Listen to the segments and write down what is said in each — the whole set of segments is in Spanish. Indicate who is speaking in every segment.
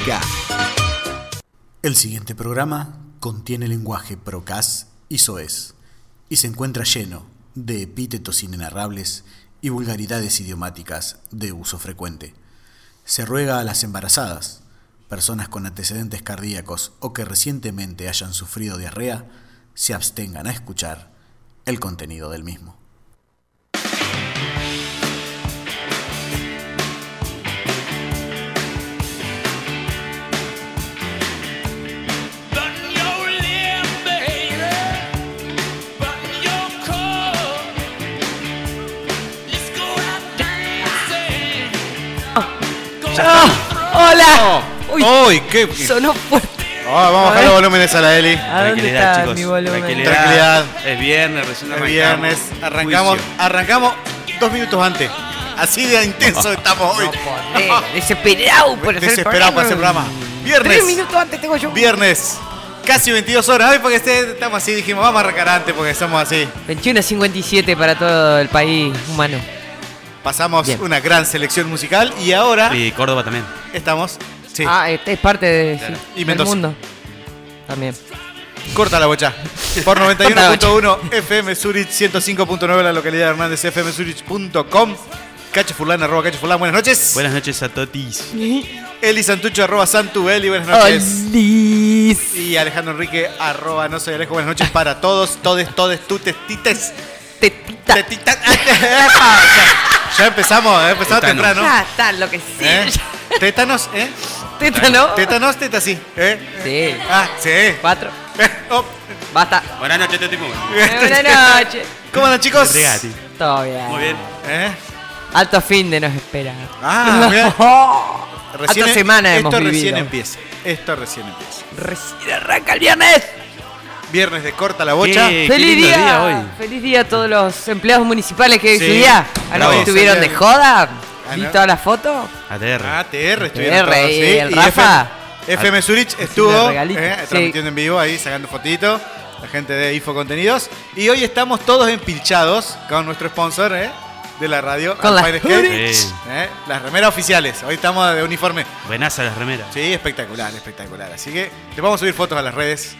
Speaker 1: Música.
Speaker 2: El siguiente programa contiene lenguaje procaz y soez y se encuentra lleno de epítetos inenarrables y vulgaridades idiomáticas de uso frecuente. Se ruega a las embarazadas, personas con antecedentes cardíacos o que recientemente hayan sufrido diarrea, se abstengan a escuchar el contenido del mismo.
Speaker 3: Button your lip, baby. Button your coat. Let's go out dancing.
Speaker 4: ¡Hola! Uy,
Speaker 5: ¡Uy, qué!
Speaker 4: sonó fuerte.
Speaker 6: Ah, vamos a
Speaker 4: A
Speaker 6: bajar los
Speaker 4: ver. Ah.
Speaker 6: volúmenes a la
Speaker 4: ¿A
Speaker 6: Eli.
Speaker 4: dónde
Speaker 5: Tranquilidad,
Speaker 4: está
Speaker 5: chicos.
Speaker 4: mi volumen?
Speaker 5: Tranquilidad.
Speaker 6: Tranquilidad.
Speaker 5: Es viernes, recién
Speaker 6: Es
Speaker 5: arrancamos.
Speaker 6: viernes, arrancamos,
Speaker 5: Juicio.
Speaker 6: arrancamos dos minutos antes. Así de intenso estamos hoy.
Speaker 4: Joder, Eh, Desesperado por hacer el
Speaker 6: Desesperado para hacer programa.
Speaker 4: Tres
Speaker 6: Viernes,
Speaker 4: minutos antes tengo yo.
Speaker 6: viernes, casi 22 horas. Hoy porque este- estamos así, dijimos, vamos a arrancar antes porque estamos así.
Speaker 4: 21.57 para todo el país humano.
Speaker 6: Pasamos
Speaker 4: Bien.
Speaker 6: una gran selección musical y ahora
Speaker 5: Y Córdoba también.
Speaker 6: estamos... Sí,
Speaker 4: Ah, este es parte de,
Speaker 5: Claro.
Speaker 4: sí,
Speaker 6: Y
Speaker 4: del
Speaker 6: Mendoza.
Speaker 4: mundo. También.
Speaker 6: corta la bocha. Por
Speaker 4: Corta la bocha.
Speaker 6: 91.1 FM Zurich, 105.9 la localidad de Hernández, fmzurich.com. Cacho Fulán, arroba Cacho Fulán, buenas noches.
Speaker 5: Buenas noches a totis.
Speaker 6: Eli Santucho, arroba Santubeli, buenas noches.
Speaker 4: ¡Olis!
Speaker 6: Y Alejandro Enrique, arroba no soy Alejo, buenas noches para todos, todes, todes, tutes, tites,
Speaker 4: Tetita.
Speaker 6: tetitas. Epa, ya, ya empezamos, eh, empezamos
Speaker 5: Tétanos.
Speaker 6: temprano.
Speaker 4: Ya está enloquecido.
Speaker 6: ¿eh? Tétanos, ¿eh?
Speaker 4: Teta, ¿no?
Speaker 6: Tétanos, tetas, sí. ¿eh?
Speaker 4: Sí.
Speaker 6: Ah, sí.
Speaker 4: Cuatro.
Speaker 6: Oh,
Speaker 4: Basta.
Speaker 5: Buenas noches, Toti
Speaker 4: Buenas noches.
Speaker 6: ¿Cómo andan, chicos?
Speaker 4: Todo bien.
Speaker 5: Muy bien.
Speaker 6: ¿Eh?
Speaker 4: Alto fin de nos espera.
Speaker 6: Ah, mirá.
Speaker 4: Hasta semana
Speaker 6: esto
Speaker 4: hemos
Speaker 6: recién
Speaker 4: vivido.
Speaker 6: empieza. Esto recién empieza.
Speaker 4: Recién arranca el viernes.
Speaker 6: Viernes de corta la bocha.
Speaker 5: ¿Qué? Eh,
Speaker 4: ¡Feliz
Speaker 5: lindo
Speaker 4: día!
Speaker 5: día hoy.
Speaker 4: ¡Feliz día a todos los empleados municipales que hoy
Speaker 6: Sí.
Speaker 4: su día! ¿Ah, no
Speaker 6: Bravo.
Speaker 4: estuvieron de joda?
Speaker 6: Ah,
Speaker 4: ¿Vi
Speaker 6: no.
Speaker 4: todas las fotos?
Speaker 5: ATR.
Speaker 6: ATR estuvieron
Speaker 4: ATR,
Speaker 6: todos,
Speaker 4: y
Speaker 6: sí.
Speaker 4: el
Speaker 6: Y
Speaker 4: Rafa.
Speaker 6: FM, FM Zurich
Speaker 4: Haciendo
Speaker 6: estuvo
Speaker 4: regalitos.
Speaker 6: eh,
Speaker 4: Sí.
Speaker 6: transmitiendo en vivo ahí, sacando fotito. La gente de Info Contenidos. Y hoy estamos todos empilchados con nuestro sponsor eh, de la radio.
Speaker 4: Con las
Speaker 6: Alfire Skate.
Speaker 5: hoodies. Sí.
Speaker 6: Eh, Las remeras oficiales. Hoy estamos de uniforme.
Speaker 5: Buenas a las remeras.
Speaker 6: Sí, espectacular, espectacular. Así que le vamos a subir fotos a las redes.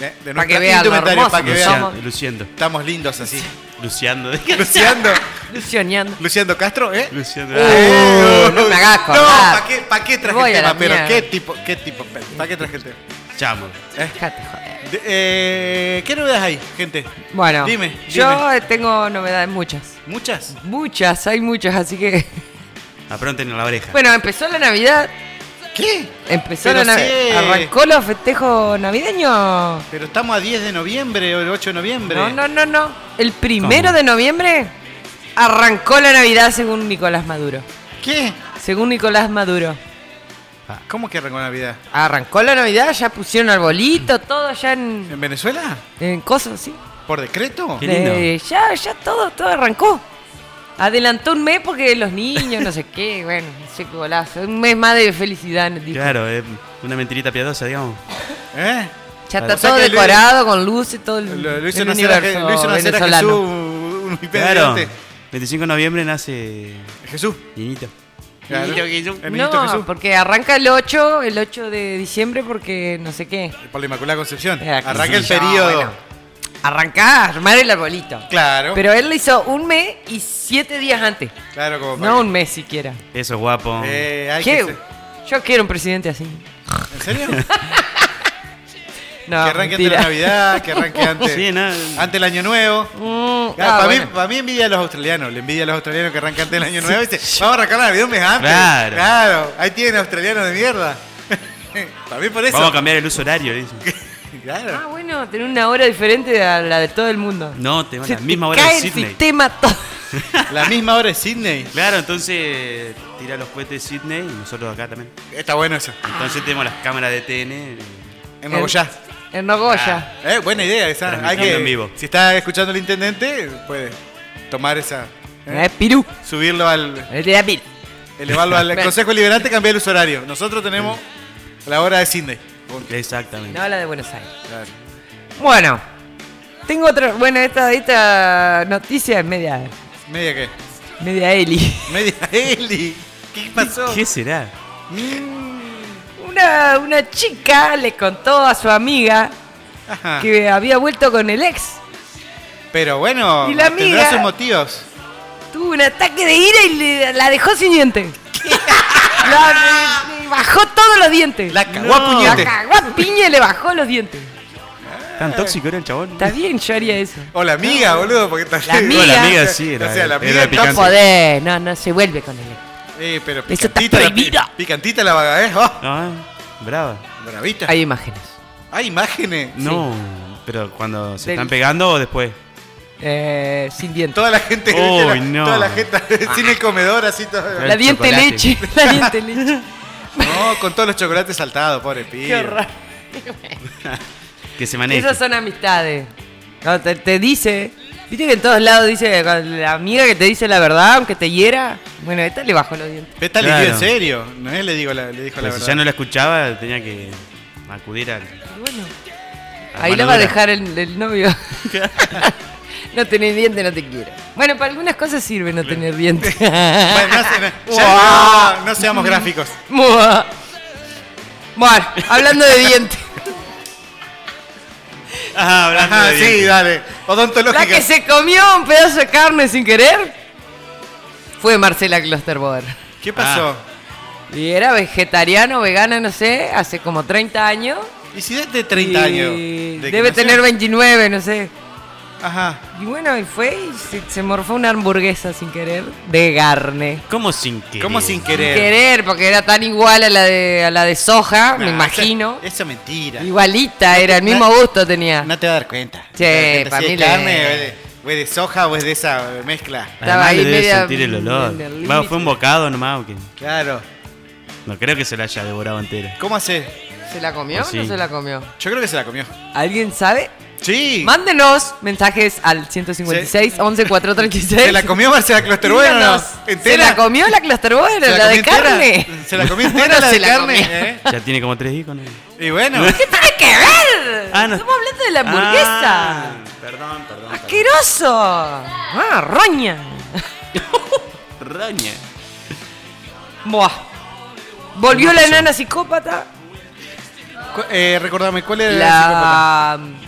Speaker 6: eh, de
Speaker 4: Pa' que
Speaker 6: nuestra
Speaker 4: vean lo
Speaker 6: indumentaria,
Speaker 4: hermoso
Speaker 6: pa' que
Speaker 4: que
Speaker 6: vean.
Speaker 4: somos.
Speaker 5: Luciando. Luciando.
Speaker 6: Estamos lindos así.
Speaker 5: Luciando.
Speaker 6: Luciando,
Speaker 4: Lucioneando.
Speaker 6: Luciando Castro, ¿eh?
Speaker 5: Luciando.
Speaker 6: Eh,
Speaker 4: no me hagas
Speaker 6: No,
Speaker 4: acordar.
Speaker 6: ¿para qué, pa' qué traje
Speaker 4: Voy
Speaker 6: el
Speaker 4: a la
Speaker 6: tema? Pero
Speaker 4: mierda.
Speaker 6: qué tipo, qué tipo, ¿para qué traje el tema?
Speaker 5: Chamo.
Speaker 4: Dejate, joder.
Speaker 6: De- eh, ¿Qué novedades hay, gente?
Speaker 4: Bueno,
Speaker 6: Dime,
Speaker 4: yo
Speaker 6: dime.
Speaker 4: eh, tengo novedades muchas.
Speaker 6: ¿Muchas?
Speaker 4: Muchas, hay muchas, así que.
Speaker 5: Apronten la oreja.
Speaker 4: Bueno, empezó la Navidad.
Speaker 6: ¿Qué?
Speaker 4: Empezó
Speaker 6: Pero
Speaker 4: la Navidad.
Speaker 6: sí.
Speaker 4: ¿Arrancó los festejos navideños?
Speaker 6: Pero estamos a 10 de noviembre o el 8 de noviembre.
Speaker 4: No, no, no, no. El primero
Speaker 5: ¿Cómo?
Speaker 4: de noviembre arrancó la Navidad según Nicolás Maduro.
Speaker 6: ¿Qué?
Speaker 4: Según Nicolás Maduro.
Speaker 6: ¿Cómo que arrancó Navidad?
Speaker 4: Arrancó la Navidad, ya pusieron arbolito, todo ya en,
Speaker 6: ¿En Venezuela?
Speaker 4: en cosas, ¿sí?
Speaker 6: ¿Por decreto?
Speaker 5: Qué lindo.
Speaker 4: Eh, ya, ya todo, todo arrancó. Adelantó un mes porque los niños, no sé qué, bueno, no sé qué golazo. Un mes más de felicidad, dijo.
Speaker 5: Claro, eh, una mentirita piadosa, digamos.
Speaker 6: ¿Eh?
Speaker 4: Ya
Speaker 6: O
Speaker 4: está
Speaker 6: sea
Speaker 4: todo
Speaker 6: que lo-
Speaker 4: decorado con luces, todo el,
Speaker 6: Lo, lo hizo
Speaker 4: el
Speaker 6: nacer a Je- lo hizo nacer a Jesús
Speaker 4: venezolano.
Speaker 6: un
Speaker 5: Claro.
Speaker 6: impenetrante.
Speaker 5: 25 de noviembre nace.
Speaker 6: Jesús.
Speaker 5: Niñito.
Speaker 6: Claro. El niñito
Speaker 4: No,
Speaker 6: Jesús.
Speaker 4: porque arranca el 8, el 8 de diciembre porque no sé qué.
Speaker 6: Por la Inmaculada Concepción.
Speaker 4: Eh, aquí
Speaker 6: Arranca el
Speaker 4: sí. No,
Speaker 6: periodo.
Speaker 4: bueno. Arrancá a armar el arbolito.
Speaker 6: Claro.
Speaker 4: Pero él lo hizo un mes y siete días antes.
Speaker 6: claro, como para
Speaker 4: No
Speaker 6: que-
Speaker 4: un mes siquiera.
Speaker 5: Eso es guapo.
Speaker 6: Eh, hay
Speaker 4: ¿Qué?
Speaker 6: que ser-
Speaker 4: Yo quiero un presidente así.
Speaker 6: ¿En serio?
Speaker 4: No,
Speaker 6: que arranque antes de
Speaker 4: mentira.
Speaker 6: la Navidad, que arranque antes,
Speaker 5: Sí, no.
Speaker 6: antes del Año Nuevo.
Speaker 4: Mm,
Speaker 6: Claro,
Speaker 4: ah,
Speaker 6: para, mí,
Speaker 4: bueno.
Speaker 6: para mí envidia a los australianos, le envidia a los australianos que arrancan antes del Año Nuevo. y dice, vamos a arrancar la Navidad un mes antes.
Speaker 5: Claro.
Speaker 6: Claro, ahí tienen australianos de mierda. para mí por eso.
Speaker 5: Vamos a cambiar el uso horario, dicen.
Speaker 4: Ah,
Speaker 6: Claro.
Speaker 4: bueno, tener una hora diferente a la de todo el mundo.
Speaker 5: No, te van
Speaker 4: Se
Speaker 5: a la misma
Speaker 4: te
Speaker 5: hora
Speaker 4: cae
Speaker 5: de
Speaker 4: el
Speaker 5: Sydney.
Speaker 4: sistema todo.
Speaker 6: La misma hora es Sydney.
Speaker 5: Claro, entonces tira los cohetes de Sydney y nosotros acá también.
Speaker 6: Está bueno eso.
Speaker 5: Entonces tenemos las cámaras de TN.
Speaker 6: En Mogollá.
Speaker 4: En Nogoya.
Speaker 6: Eh, buena idea esa. Hay
Speaker 5: Transmitiendo
Speaker 6: que,
Speaker 5: en vivo.
Speaker 6: Si está escuchando el intendente, puede tomar esa.
Speaker 4: Eh, Pirú.
Speaker 6: Subirlo al.
Speaker 4: El de Apil.
Speaker 6: Elevarlo al Consejo Liberante, cambiar el uso horario. Nosotros tenemos la hora de Sydney.
Speaker 5: Exactamente.
Speaker 4: No, la de Buenos Aires.
Speaker 6: Claro.
Speaker 4: Bueno, tengo otra. Bueno, esta, esta noticia es media,
Speaker 6: ¿Media qué?
Speaker 4: media Eli.
Speaker 6: Media Eli. ¿Qué pasó?
Speaker 5: ¿Qué será?
Speaker 4: una, una chica le contó a su amiga
Speaker 6: Ajá.
Speaker 4: que había vuelto con el ex.
Speaker 6: Pero bueno,
Speaker 4: Y la
Speaker 6: tendrá
Speaker 4: amiga-
Speaker 6: sus motivos.
Speaker 4: Tuvo un ataque de ira y le- la dejó sin diente. La- le- le bajó todos los dientes.
Speaker 6: La cagó a
Speaker 4: No,
Speaker 6: puñete.
Speaker 4: La cagó a piña y le bajó los dientes. Eh.
Speaker 5: Tan tóxico era el chabón.
Speaker 4: Está bien, yo haría eso.
Speaker 6: O la amiga, boludo, porque está
Speaker 4: La amiga.
Speaker 5: No, la amiga sí, era,
Speaker 6: O sea, la
Speaker 5: era
Speaker 6: amiga está
Speaker 5: picante.
Speaker 4: No podés, no, no se vuelve con el ex.
Speaker 6: Eh, pero
Speaker 4: Eso está
Speaker 6: picantita la,
Speaker 4: prohibido.
Speaker 6: pi- picantita la vaga, ¿eh? Oh,
Speaker 5: Ah, brava.
Speaker 6: bravita. Hay,
Speaker 4: Hay imágenes.
Speaker 6: imágenes.
Speaker 5: No, pero cuando se
Speaker 4: Del-
Speaker 5: están pegando o después.
Speaker 4: Eh, sin dientes.
Speaker 6: Toda la gente,
Speaker 5: Uy,
Speaker 6: viste, la-
Speaker 5: no.
Speaker 6: toda la gente
Speaker 4: Ah.
Speaker 6: sin el comedor, así todo.
Speaker 4: La diente
Speaker 5: chocolate.
Speaker 4: leche. La diente leche.
Speaker 6: No, con todos los chocolates saltados, pobre pibe.
Speaker 4: Qué horror.
Speaker 5: Que se maneje.
Speaker 4: Esas son amistades. Cuando te, te dice. Viste que en todos lados dice cuando la amiga que te dice la verdad, aunque te hiera. Bueno, esta le bajó los dientes.
Speaker 6: Esta le
Speaker 5: Claro.
Speaker 6: dio en serio, no es le digo la, le dijo la
Speaker 5: Pero si
Speaker 6: verdad.
Speaker 5: ya no la escuchaba, tenía que acudir al.
Speaker 4: Y bueno,
Speaker 5: La
Speaker 4: ahí la
Speaker 5: mano
Speaker 4: va a
Speaker 5: dura.
Speaker 4: dejar el, el novio. no tener dientes, no te quiero. Bueno, para algunas cosas sirve no tener dientes.
Speaker 6: Bueno, no, se- no- ya no- no seamos gráficos.
Speaker 4: Mua. bueno, hablando de dientes.
Speaker 5: Ah, hablando
Speaker 6: Ajá,
Speaker 5: de
Speaker 6: sí,
Speaker 5: dientes.
Speaker 6: dale.
Speaker 4: La
Speaker 6: Odontológica.
Speaker 4: que se comió un pedazo de carne sin querer fue Marcela Klosterboer.
Speaker 6: ¿Qué pasó?
Speaker 4: Y era vegetariano, vegana, no sé, hace como 30 años.
Speaker 6: ¿Y si desde 30
Speaker 4: Y
Speaker 6: años? de que
Speaker 4: Debe
Speaker 6: nació?
Speaker 4: tener 29, no sé.
Speaker 6: Ajá.
Speaker 4: Y bueno, y fue y se, se morfó una hamburguesa sin querer de carne.
Speaker 5: ¿Cómo sin querer?
Speaker 6: ¿Cómo sin
Speaker 4: Sin
Speaker 6: querer?
Speaker 4: querer, porque era tan igual a la de, a la de soja, me
Speaker 6: Nah,
Speaker 4: imagino.
Speaker 6: Ah, Esa, esa mentira.
Speaker 4: Igualita, era, el
Speaker 6: na-
Speaker 4: mismo gusto tenía.
Speaker 6: No te vas a dar cuenta.
Speaker 4: Sí,
Speaker 6: No te vas a dar cuenta
Speaker 4: pa'
Speaker 6: si es
Speaker 4: mí le-
Speaker 6: carne o es de, o es de soja o es de esa mezcla.
Speaker 4: Estaba
Speaker 5: Además,
Speaker 4: ahí
Speaker 5: le debe
Speaker 4: media-
Speaker 5: sentir el olor.
Speaker 4: en el
Speaker 5: Va, fue un
Speaker 4: límite.
Speaker 5: bocado nomás. Que
Speaker 6: Claro.
Speaker 5: no creo que se la haya devorado entera.
Speaker 6: ¿Cómo hace?
Speaker 4: ¿Se la comió
Speaker 6: Oh,
Speaker 5: Pues
Speaker 4: o no
Speaker 5: sí.
Speaker 4: se la comió?
Speaker 6: Yo creo que se la comió.
Speaker 4: ¿Alguien sabe?
Speaker 6: Sí.
Speaker 4: Mándenos mensajes al 156 11 436.
Speaker 6: ¿Se la comió Marcela Klosterboer o no?
Speaker 4: Díganos, ¿Se la comió la Clusterboer? ¿La, de
Speaker 6: comió entera?
Speaker 4: carne?
Speaker 6: ¿Se la comió entera
Speaker 4: No
Speaker 6: la
Speaker 4: se
Speaker 6: de
Speaker 4: la
Speaker 6: carne?
Speaker 4: comió.
Speaker 6: ¿eh?
Speaker 5: Ya tiene como tres hijos, ¿no?
Speaker 6: Y bueno.
Speaker 4: ¿Qué tiene que ver?
Speaker 5: Ah, no.
Speaker 4: Estamos hablando de la hamburguesa.
Speaker 5: Ah, perdón, perdón. perdón.
Speaker 4: ¡Asqueroso! ¡Ah, roña!
Speaker 5: Roña.
Speaker 4: Buah. Volvió la enana psicópata.
Speaker 6: Cu- eh, recordame, ¿cuál era la psicópata?
Speaker 4: La.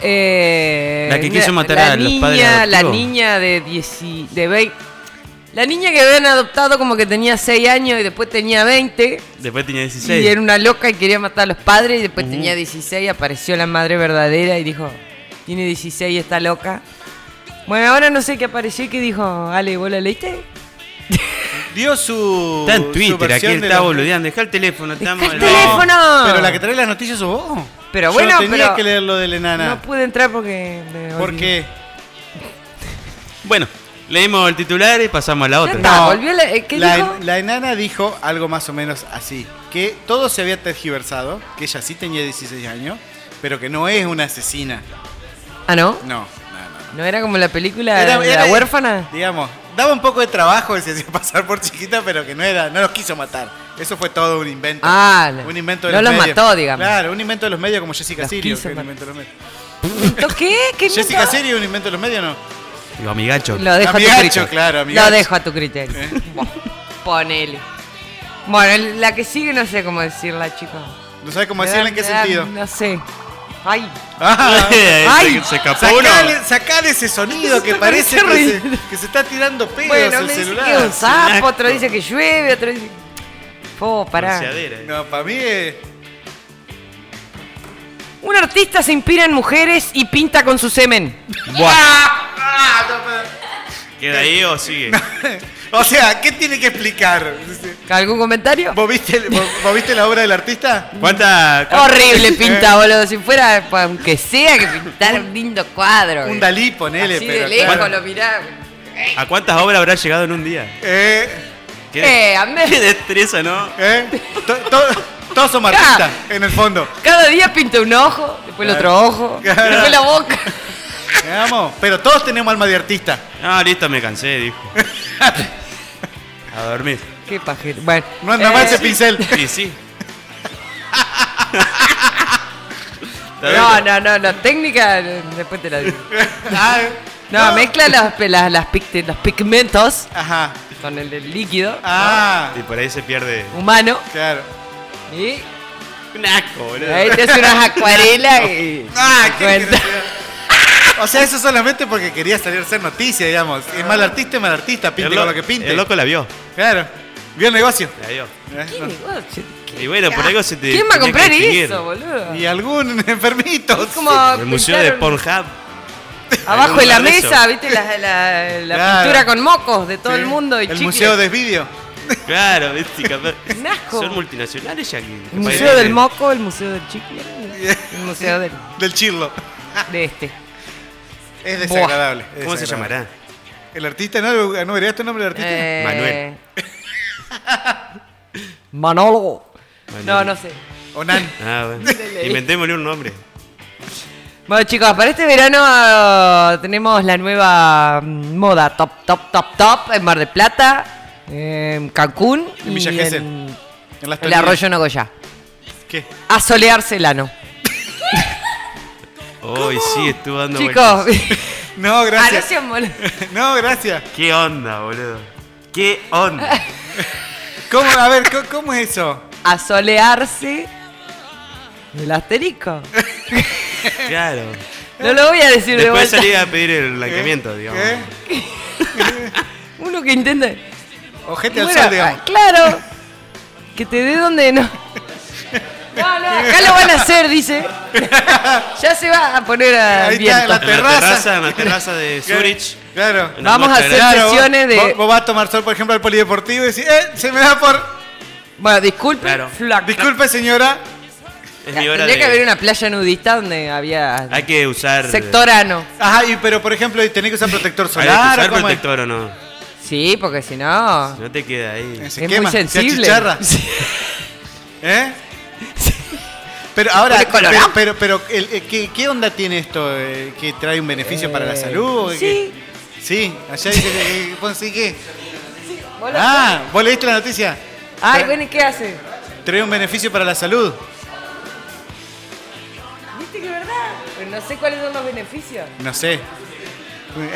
Speaker 4: eh,
Speaker 5: La que quiso
Speaker 4: una-
Speaker 5: matar
Speaker 4: la
Speaker 5: a los
Speaker 4: niña,
Speaker 5: padres
Speaker 4: La
Speaker 5: adoptivos.
Speaker 4: niña de 10 de 20. La niña que habían adoptado como que tenía 6 años y después tenía 20.
Speaker 5: Después tenía 16.
Speaker 4: Y era una loca y quería matar a los padres. Y después tenía 16. Apareció la madre verdadera y dijo: Tiene 16 y está loca. Bueno, ahora no sé qué apareció y qué dijo. Ale, ¿vos la leíste?
Speaker 6: Dio su.
Speaker 5: Está en
Speaker 6: su
Speaker 5: Twitter, aquí
Speaker 6: versión de
Speaker 5: está
Speaker 6: los-
Speaker 5: boludeando. Deja el teléfono,
Speaker 4: Dejá
Speaker 5: estamos.
Speaker 4: el
Speaker 5: no.
Speaker 4: teléfono. No.
Speaker 6: Pero la que trae las noticias sos vos.
Speaker 4: Pero
Speaker 6: Yo
Speaker 4: bueno,
Speaker 6: tenía
Speaker 4: pero-
Speaker 6: que leer lo de la enana.
Speaker 4: No pude entrar porque. me olvidé.
Speaker 6: porque.
Speaker 5: Bueno, leímos el titular y pasamos a la
Speaker 4: Ya
Speaker 5: otra.
Speaker 4: está. Ah, volvió la- eh, ¿qué
Speaker 6: la,
Speaker 4: dijo?
Speaker 6: en- la enana dijo algo más o menos así: que todo se había tergiversado, que ella sí tenía 16 años, pero que no es una asesina.
Speaker 4: Ah, no.
Speaker 6: No, no, no.
Speaker 4: ¿No era como la película
Speaker 6: Era-
Speaker 4: de
Speaker 6: era-
Speaker 4: La huérfana?
Speaker 6: Digamos, daba un poco de trabajo y se hacía pasar por chiquita, pero que no era, no los quiso matar. Eso fue todo un invento.
Speaker 4: Ah, no.
Speaker 6: un invento de
Speaker 4: No
Speaker 6: los
Speaker 4: los
Speaker 6: medios.
Speaker 4: mató, digamos.
Speaker 6: Claro, un invento de los medios como Jessica
Speaker 4: Los
Speaker 6: Sirio.
Speaker 4: quiso
Speaker 6: que era un
Speaker 4: matar.
Speaker 6: invento de los medios.
Speaker 4: ¿Qué? ¿Qué
Speaker 6: Jessica
Speaker 4: inventó?
Speaker 6: Sirio, un invento de los medios, no.
Speaker 5: Digo, amigacho.
Speaker 4: Lo dejo a tu
Speaker 6: Amigacho,
Speaker 4: criterio.
Speaker 6: claro,
Speaker 4: Lo
Speaker 6: amigacho. Eh.
Speaker 4: dejo a tu criterio. Buah, Ponele. Bueno, el- la que sigue no sé cómo decirla, chicos.
Speaker 6: No sabe cómo
Speaker 4: Me
Speaker 6: decirle en
Speaker 4: da-
Speaker 6: qué
Speaker 4: me da-
Speaker 6: sentido.
Speaker 4: No sé. Ay,
Speaker 6: Ah,
Speaker 4: Ay.
Speaker 5: se, se escapó uno.
Speaker 6: sacale, sacale ese sonido que
Speaker 4: Esto
Speaker 6: parece
Speaker 4: parece
Speaker 6: que se,
Speaker 4: horrible.
Speaker 6: que se está tirando pedos
Speaker 4: bueno,
Speaker 6: el
Speaker 4: uno dice
Speaker 6: celular.
Speaker 4: que es un sapo, otro
Speaker 6: Exacto.
Speaker 4: dice que llueve, otro dice... Oh, pará.
Speaker 5: Paseadera, eh.
Speaker 6: No, para mí es.
Speaker 4: Un artista se inspira en mujeres y pinta con su semen.
Speaker 5: ¿Queda ahí o sigue?
Speaker 6: Ah, O sea, ¿qué tiene que explicar?
Speaker 4: ¿Algún comentario?
Speaker 6: ¿Vos viste, vos- vos viste la obra del artista?
Speaker 5: ¿Cuánta? cuánta-
Speaker 4: Horrible pinta, boludo. Si fuera, pa- aunque sea, que pintar un lindo cuadro.
Speaker 6: Un
Speaker 4: güey.
Speaker 6: Dalí, ponele,
Speaker 4: Así
Speaker 6: pero.
Speaker 4: de lejos
Speaker 6: claro.
Speaker 4: lo mirá.
Speaker 5: ¿A cuántas obras habrá llegado en un día?
Speaker 6: Eh,
Speaker 5: ¿Qué,
Speaker 4: Eh, a mí-
Speaker 5: qué destreza, no?
Speaker 6: eh, to- to- todos somos
Speaker 4: Ya.
Speaker 6: artistas, en el fondo.
Speaker 4: Cada día pinta un ojo, después el otro ojo,
Speaker 6: Claro.
Speaker 4: después la boca.
Speaker 6: Digamos, pero todos tenemos alma de artista.
Speaker 5: Ah, listo, me cansé, dijo. A dormir.
Speaker 4: Qué pajero. Bueno, eh,
Speaker 6: No anda mal ese pincel.
Speaker 5: Y sí. Está bien.
Speaker 4: No, no, no, no. Técnica, eh, después te la digo. Ah, No, mezcla los, pe- las- las pic- los pigmentos
Speaker 6: Ajá.
Speaker 4: con el, del líquido
Speaker 6: Ah,
Speaker 5: Y por ahí se pierde.
Speaker 4: humano
Speaker 6: claro.
Speaker 4: y
Speaker 5: Un asco, boludo.
Speaker 4: Ahí te hace unas acuarelas y.
Speaker 6: ¡Ah, qué
Speaker 4: cuenta.
Speaker 6: desgraciado. O sea, eso solamente porque quería salir a ser noticia, digamos. Es mal artista, es mal artista, pinte
Speaker 5: El
Speaker 6: con
Speaker 5: lo-
Speaker 6: lo que pinte.
Speaker 5: El loco la vio.
Speaker 6: Claro. Vio el negocio.
Speaker 5: La vio.
Speaker 6: Eh,
Speaker 4: ¿Qué
Speaker 6: no.
Speaker 4: negocio?
Speaker 5: Y bueno, por algo se te.
Speaker 4: ¿Quién va a
Speaker 5: tenía que
Speaker 4: comprar
Speaker 5: distinguir.
Speaker 4: eso, boludo?
Speaker 6: Y algún enfermito.
Speaker 4: Es como
Speaker 5: El museo de
Speaker 4: pintaron
Speaker 5: Pornhub.
Speaker 4: Abajo de la
Speaker 5: Algún lugar de eso.
Speaker 4: mesa, ¿viste? La, la- la
Speaker 6: Claro.
Speaker 4: pintura con mocos de todo
Speaker 6: Sí.
Speaker 4: el mundo y
Speaker 6: El
Speaker 4: chicles.
Speaker 6: museo de vídeo.
Speaker 5: Claro, viste, capaz.
Speaker 4: Un asco.
Speaker 5: Son multinacionales ya que.
Speaker 4: El museo del moco, el museo del chicle, el museo del,
Speaker 6: Del chirlo.
Speaker 4: de este.
Speaker 6: Es desagradable. es
Speaker 5: ¿Cómo se
Speaker 6: desagradable.
Speaker 5: llamará?
Speaker 6: El artista, ¿no? ¿No verías tu nombre del artista?
Speaker 4: Eh,
Speaker 5: Manuel.
Speaker 4: Manolo.
Speaker 5: Manuel.
Speaker 4: No, no sé.
Speaker 6: Onan.
Speaker 5: Ah, bueno. Inventémosle un nombre.
Speaker 4: Bueno, chicos, para este verano ah, tenemos la nueva mm, moda top, top, top, top en Mar del Plata, en Cancún
Speaker 6: En Villa
Speaker 4: y
Speaker 6: Gesell.
Speaker 4: en
Speaker 6: En las
Speaker 4: el
Speaker 6: Tolinas.
Speaker 4: Arroyo Nogoyá.
Speaker 6: ¿Qué?
Speaker 4: A solearse el ano.
Speaker 5: Hoy sí, estuvo dando
Speaker 4: Chicos,
Speaker 5: vueltas.
Speaker 6: No,
Speaker 4: ah, no
Speaker 6: gracias.
Speaker 4: sean boludos.
Speaker 6: No, gracias.
Speaker 5: ¿Qué onda, boludo? ¿Qué onda?
Speaker 6: ¿Cómo? A ver, ¿cómo, cómo es eso?
Speaker 4: a solearse el asterisco.
Speaker 5: Claro.
Speaker 4: No lo voy a decir de
Speaker 5: Después
Speaker 4: vuelta.
Speaker 5: salí a pedir el blanqueamiento, digamos.
Speaker 6: ¿Eh?
Speaker 4: Uno que intenta.
Speaker 6: Ojete al
Speaker 4: Bueno,
Speaker 6: sol, digamos.
Speaker 4: ah, claro. Que te dé donde no. No, no, acá lo van a hacer, dice. Ya se va a poner a
Speaker 6: Ahí
Speaker 4: viento.
Speaker 6: está, la
Speaker 5: En la
Speaker 6: terraza.
Speaker 5: terraza, en la terraza de Zurich.
Speaker 6: Claro.
Speaker 5: En la
Speaker 4: Vamos a
Speaker 5: muestra
Speaker 4: hacer
Speaker 6: Este,
Speaker 5: grande.
Speaker 6: Claro, vos-
Speaker 4: sesiones de.
Speaker 6: Vos, vos vas a tomar sol, por ejemplo, al polideportivo y decís, ¡eh! Se me da por.
Speaker 4: Bueno, disculpe,
Speaker 5: Claro.
Speaker 4: flaco.
Speaker 6: Disculpe, señora.
Speaker 5: Es mi hora
Speaker 4: Tendría que
Speaker 5: de-
Speaker 4: haber una playa nudista donde había
Speaker 5: Hay que usar.
Speaker 4: sector ano.
Speaker 6: Ajá, y, pero por ejemplo, ¿tenés que usar protector
Speaker 5: Hay que
Speaker 6: solar?
Speaker 5: usar
Speaker 6: ¿Cómo es?
Speaker 5: protector o no.
Speaker 4: Sí, porque si no.
Speaker 5: No te queda ahí.
Speaker 6: Eh, Se
Speaker 4: es muy
Speaker 6: quema, se
Speaker 4: sensible.
Speaker 6: achicharra. ¿Eh? Pero ahora,
Speaker 4: Pone
Speaker 6: pero,
Speaker 4: colorado.
Speaker 6: pero, pero, el- el- ¿qué, qué onda tiene esto? eh, ¿Que trae un beneficio para la salud? ¿O
Speaker 4: Eh, sí.
Speaker 6: qué? Sí, allá dice que- que- pon- sí, ¿qué?
Speaker 4: Vos lo-
Speaker 6: Ah, ¿vos leíste la noticia?
Speaker 4: Ay,
Speaker 6: Tra-
Speaker 4: bueno, ¿y qué hace?
Speaker 6: Trae un beneficio para la salud.
Speaker 4: ¿Viste que es verdad? Pero no sé cuáles son los beneficios.
Speaker 6: No sé.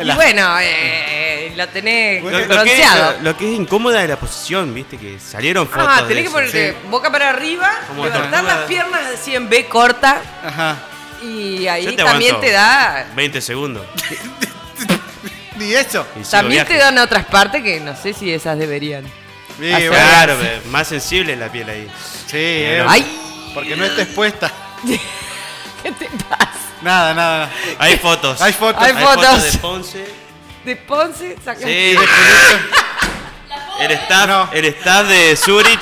Speaker 4: Y
Speaker 6: La-
Speaker 4: bueno, eh, lo tenés
Speaker 5: Lo, lo que es,
Speaker 4: bronceado.
Speaker 5: lo- lo que es incómoda de la posición, viste, que salieron fotos.
Speaker 4: Ah,
Speaker 5: de
Speaker 4: tenés que
Speaker 5: eso.
Speaker 4: ponerte boca para arriba,
Speaker 5: Como
Speaker 4: levantar
Speaker 5: tortuga.
Speaker 4: las piernas así en B corta
Speaker 6: Ajá.
Speaker 4: y
Speaker 5: Yo
Speaker 4: ahí
Speaker 5: te
Speaker 4: también
Speaker 5: aguanto
Speaker 4: te da...
Speaker 5: 20 segundos.
Speaker 6: Ni eso.
Speaker 5: y sigo
Speaker 4: También
Speaker 5: viaje.
Speaker 4: te dan otras partes que no sé si esas deberían.
Speaker 6: Sí,
Speaker 4: Hacer-
Speaker 6: bueno,
Speaker 5: Claro, pero más sensible la piel ahí.
Speaker 6: sí, eh,
Speaker 4: ¡Ay!
Speaker 6: porque no está expuesta.
Speaker 4: ¿Qué te pasa?
Speaker 6: Nada, nada.
Speaker 5: Hay fotos.
Speaker 6: Hay fotos.
Speaker 4: Hay fotos.
Speaker 5: de Ponce.
Speaker 4: De Ponce saca...
Speaker 5: Sí. El staff,
Speaker 6: No.
Speaker 5: el staff de Zurich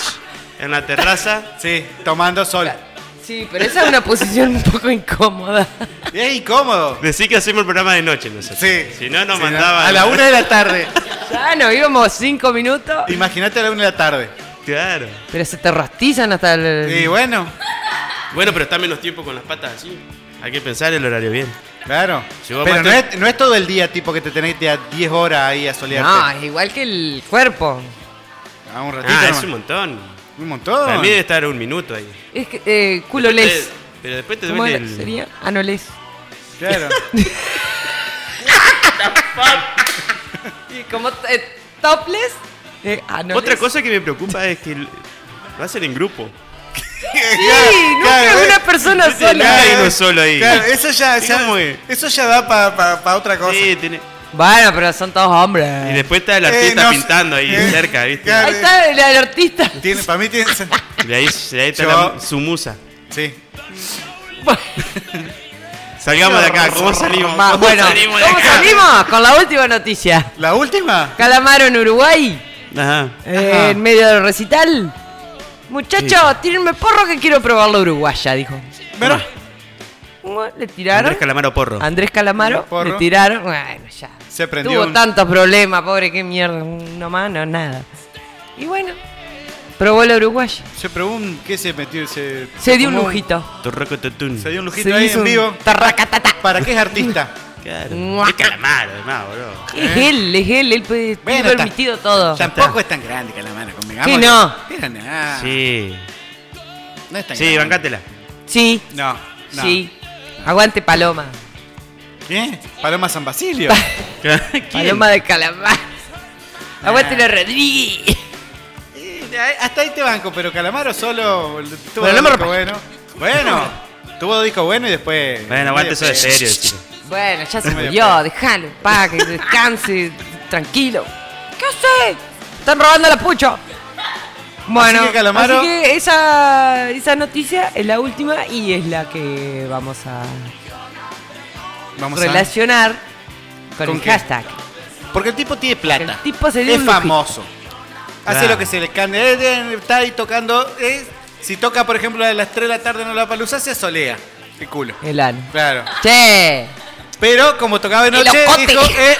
Speaker 5: en la terraza.
Speaker 6: Sí, tomando sol.
Speaker 4: Sí, pero esa es una posición un poco incómoda.
Speaker 6: Y es incómodo.
Speaker 5: Decí que hacemos el programa de noche nosotros.
Speaker 6: Sí.
Speaker 5: Si no, nos
Speaker 6: Sí,
Speaker 5: mandaban.
Speaker 6: A la una de la tarde.
Speaker 4: Ya nos íbamos cinco minutos,
Speaker 6: Imagínate a la una de la tarde.
Speaker 5: Claro.
Speaker 4: pero se te rastizan hasta el...
Speaker 6: Sí, bueno.
Speaker 5: Bueno, pero está menos tiempo con las patas así. Hay que pensar el horario bien.
Speaker 6: Claro.
Speaker 5: Si vos
Speaker 6: Pero no
Speaker 5: mate-
Speaker 6: es, no es todo el día, tipo, que te tenés que ir a 10 horas ahí a
Speaker 4: no,
Speaker 6: solearte.
Speaker 4: es igual que el cuerpo.
Speaker 6: A un ratito.
Speaker 5: Ah,
Speaker 6: nomás.
Speaker 5: es un montón.
Speaker 6: Un montón.
Speaker 5: Para mí debe estar un minuto ahí.
Speaker 4: Es que eh, culo
Speaker 5: Después
Speaker 4: les.
Speaker 5: te- Pero después te
Speaker 4: ¿Cómo
Speaker 5: duele
Speaker 4: era-
Speaker 5: el.
Speaker 4: sería? Ah, no les.
Speaker 6: Claro.
Speaker 4: Y como eh, topless, eh, ah, no
Speaker 5: Otra
Speaker 4: les.
Speaker 5: cosa que me preocupa es que el- lo hacen en grupo.
Speaker 4: Sí, nunca
Speaker 6: claro,
Speaker 4: es
Speaker 6: eh.
Speaker 4: una persona sola.
Speaker 5: Hay uno solo ahí.
Speaker 6: Claro, eso ya,
Speaker 5: Sí,
Speaker 6: ya-
Speaker 5: ¿cómo es?
Speaker 6: eso ya da para otra cosa. Eh,
Speaker 5: Sí, tiene-
Speaker 4: Bueno, pero son todos hombres.
Speaker 5: Y después está el artista
Speaker 6: no sé.
Speaker 5: pintando ahí
Speaker 6: Eh,
Speaker 5: cerca, ¿viste?
Speaker 6: claro.
Speaker 4: Ahí está el, el artista.
Speaker 6: Tiene, para mí tiene. Sí.
Speaker 5: De ahí, de ahí está
Speaker 6: Yo-
Speaker 5: la- su musa. Salgamos de acá, ¿cómo salimos?
Speaker 4: Ma-
Speaker 5: ¿Cómo
Speaker 4: Ah, bueno,
Speaker 5: salimos de
Speaker 4: ¿cómo
Speaker 5: acá?
Speaker 4: salimos? Con la última noticia.
Speaker 6: La última.
Speaker 4: Calamaro en Uruguay,
Speaker 5: Ajá.
Speaker 4: eh,
Speaker 6: Ajá.
Speaker 4: en medio del recital. Muchachos, tírenme porro que quiero probar la uruguaya, dijo.
Speaker 6: Pero,
Speaker 4: Le tiraron.
Speaker 5: Andrés Calamaro Porro.
Speaker 4: Andrés Calamaro,
Speaker 6: Andrés Porro.
Speaker 4: le tiraron. Bueno, ya.
Speaker 6: Se prendió
Speaker 4: Tuvo
Speaker 6: un-
Speaker 4: tantos problemas, pobre, qué mierda. No más, no, nada. Y bueno, probó la uruguaya.
Speaker 6: se pregunta qué se metió. Se,
Speaker 4: Se dio un
Speaker 6: tomó
Speaker 4: lujito.
Speaker 5: Turrocototún.
Speaker 6: Se dio un lujito
Speaker 4: Se
Speaker 6: ahí
Speaker 4: hizo
Speaker 6: en
Speaker 4: un
Speaker 6: vivo.
Speaker 4: tarracatata.
Speaker 6: ¿Para qué es artista?
Speaker 5: Claro.
Speaker 4: Mua.
Speaker 5: Es Calamaro, además, boludo.
Speaker 4: Es él, es él, él puede tiene
Speaker 6: Bueno,
Speaker 4: permitido todo.
Speaker 6: Tampoco es tan grande Calamaro, convengamos.
Speaker 4: Que no.
Speaker 6: Mira, nada.
Speaker 5: Sí.
Speaker 6: No es tan
Speaker 5: Sí,
Speaker 6: grande.
Speaker 5: bancátela.
Speaker 4: Sí,
Speaker 6: No, no.
Speaker 4: sí. Aguante Paloma.
Speaker 6: ¿Qué? Paloma San Basilio.
Speaker 5: ¿Quién?
Speaker 4: Paloma de Calamar. Aguante la Rodríguez.
Speaker 6: ahí- eh, Hasta ahí te banco, pero Calamaro solo tuvo dos
Speaker 5: Pero no me
Speaker 6: discos
Speaker 5: rompa.
Speaker 6: buenos. Bueno, tuvo dos discos buenos y después.
Speaker 5: Bueno, aguante eso de serio, chicos.
Speaker 4: Bueno, ya se
Speaker 6: Medio
Speaker 4: murió,
Speaker 6: pedo.
Speaker 4: déjalo, pa, que descanse, tranquilo. ¿Qué hace? Están robando la pucho. Bueno,
Speaker 6: Así que, Calamaro-
Speaker 4: así que esa, esa noticia es la última y es la que vamos a
Speaker 6: Vamos a.
Speaker 4: relacionar con,
Speaker 6: ¿Con
Speaker 4: el
Speaker 6: qué?
Speaker 4: hashtag.
Speaker 6: Porque el tipo tiene plata.
Speaker 4: El tipo se dio
Speaker 6: es
Speaker 4: un lujito.
Speaker 6: famoso. Hace
Speaker 5: Claro.
Speaker 6: lo que se le cante. Eh, eh, Está ahí tocando. eh, Si toca, por ejemplo, a las 3 de la tarde en la palusa, se solea. Qué culo.
Speaker 4: El ano.
Speaker 6: Claro.
Speaker 4: Che,
Speaker 6: Pero como tocaba de
Speaker 4: Y
Speaker 6: noche,
Speaker 4: los cotis.
Speaker 6: dijo, eh,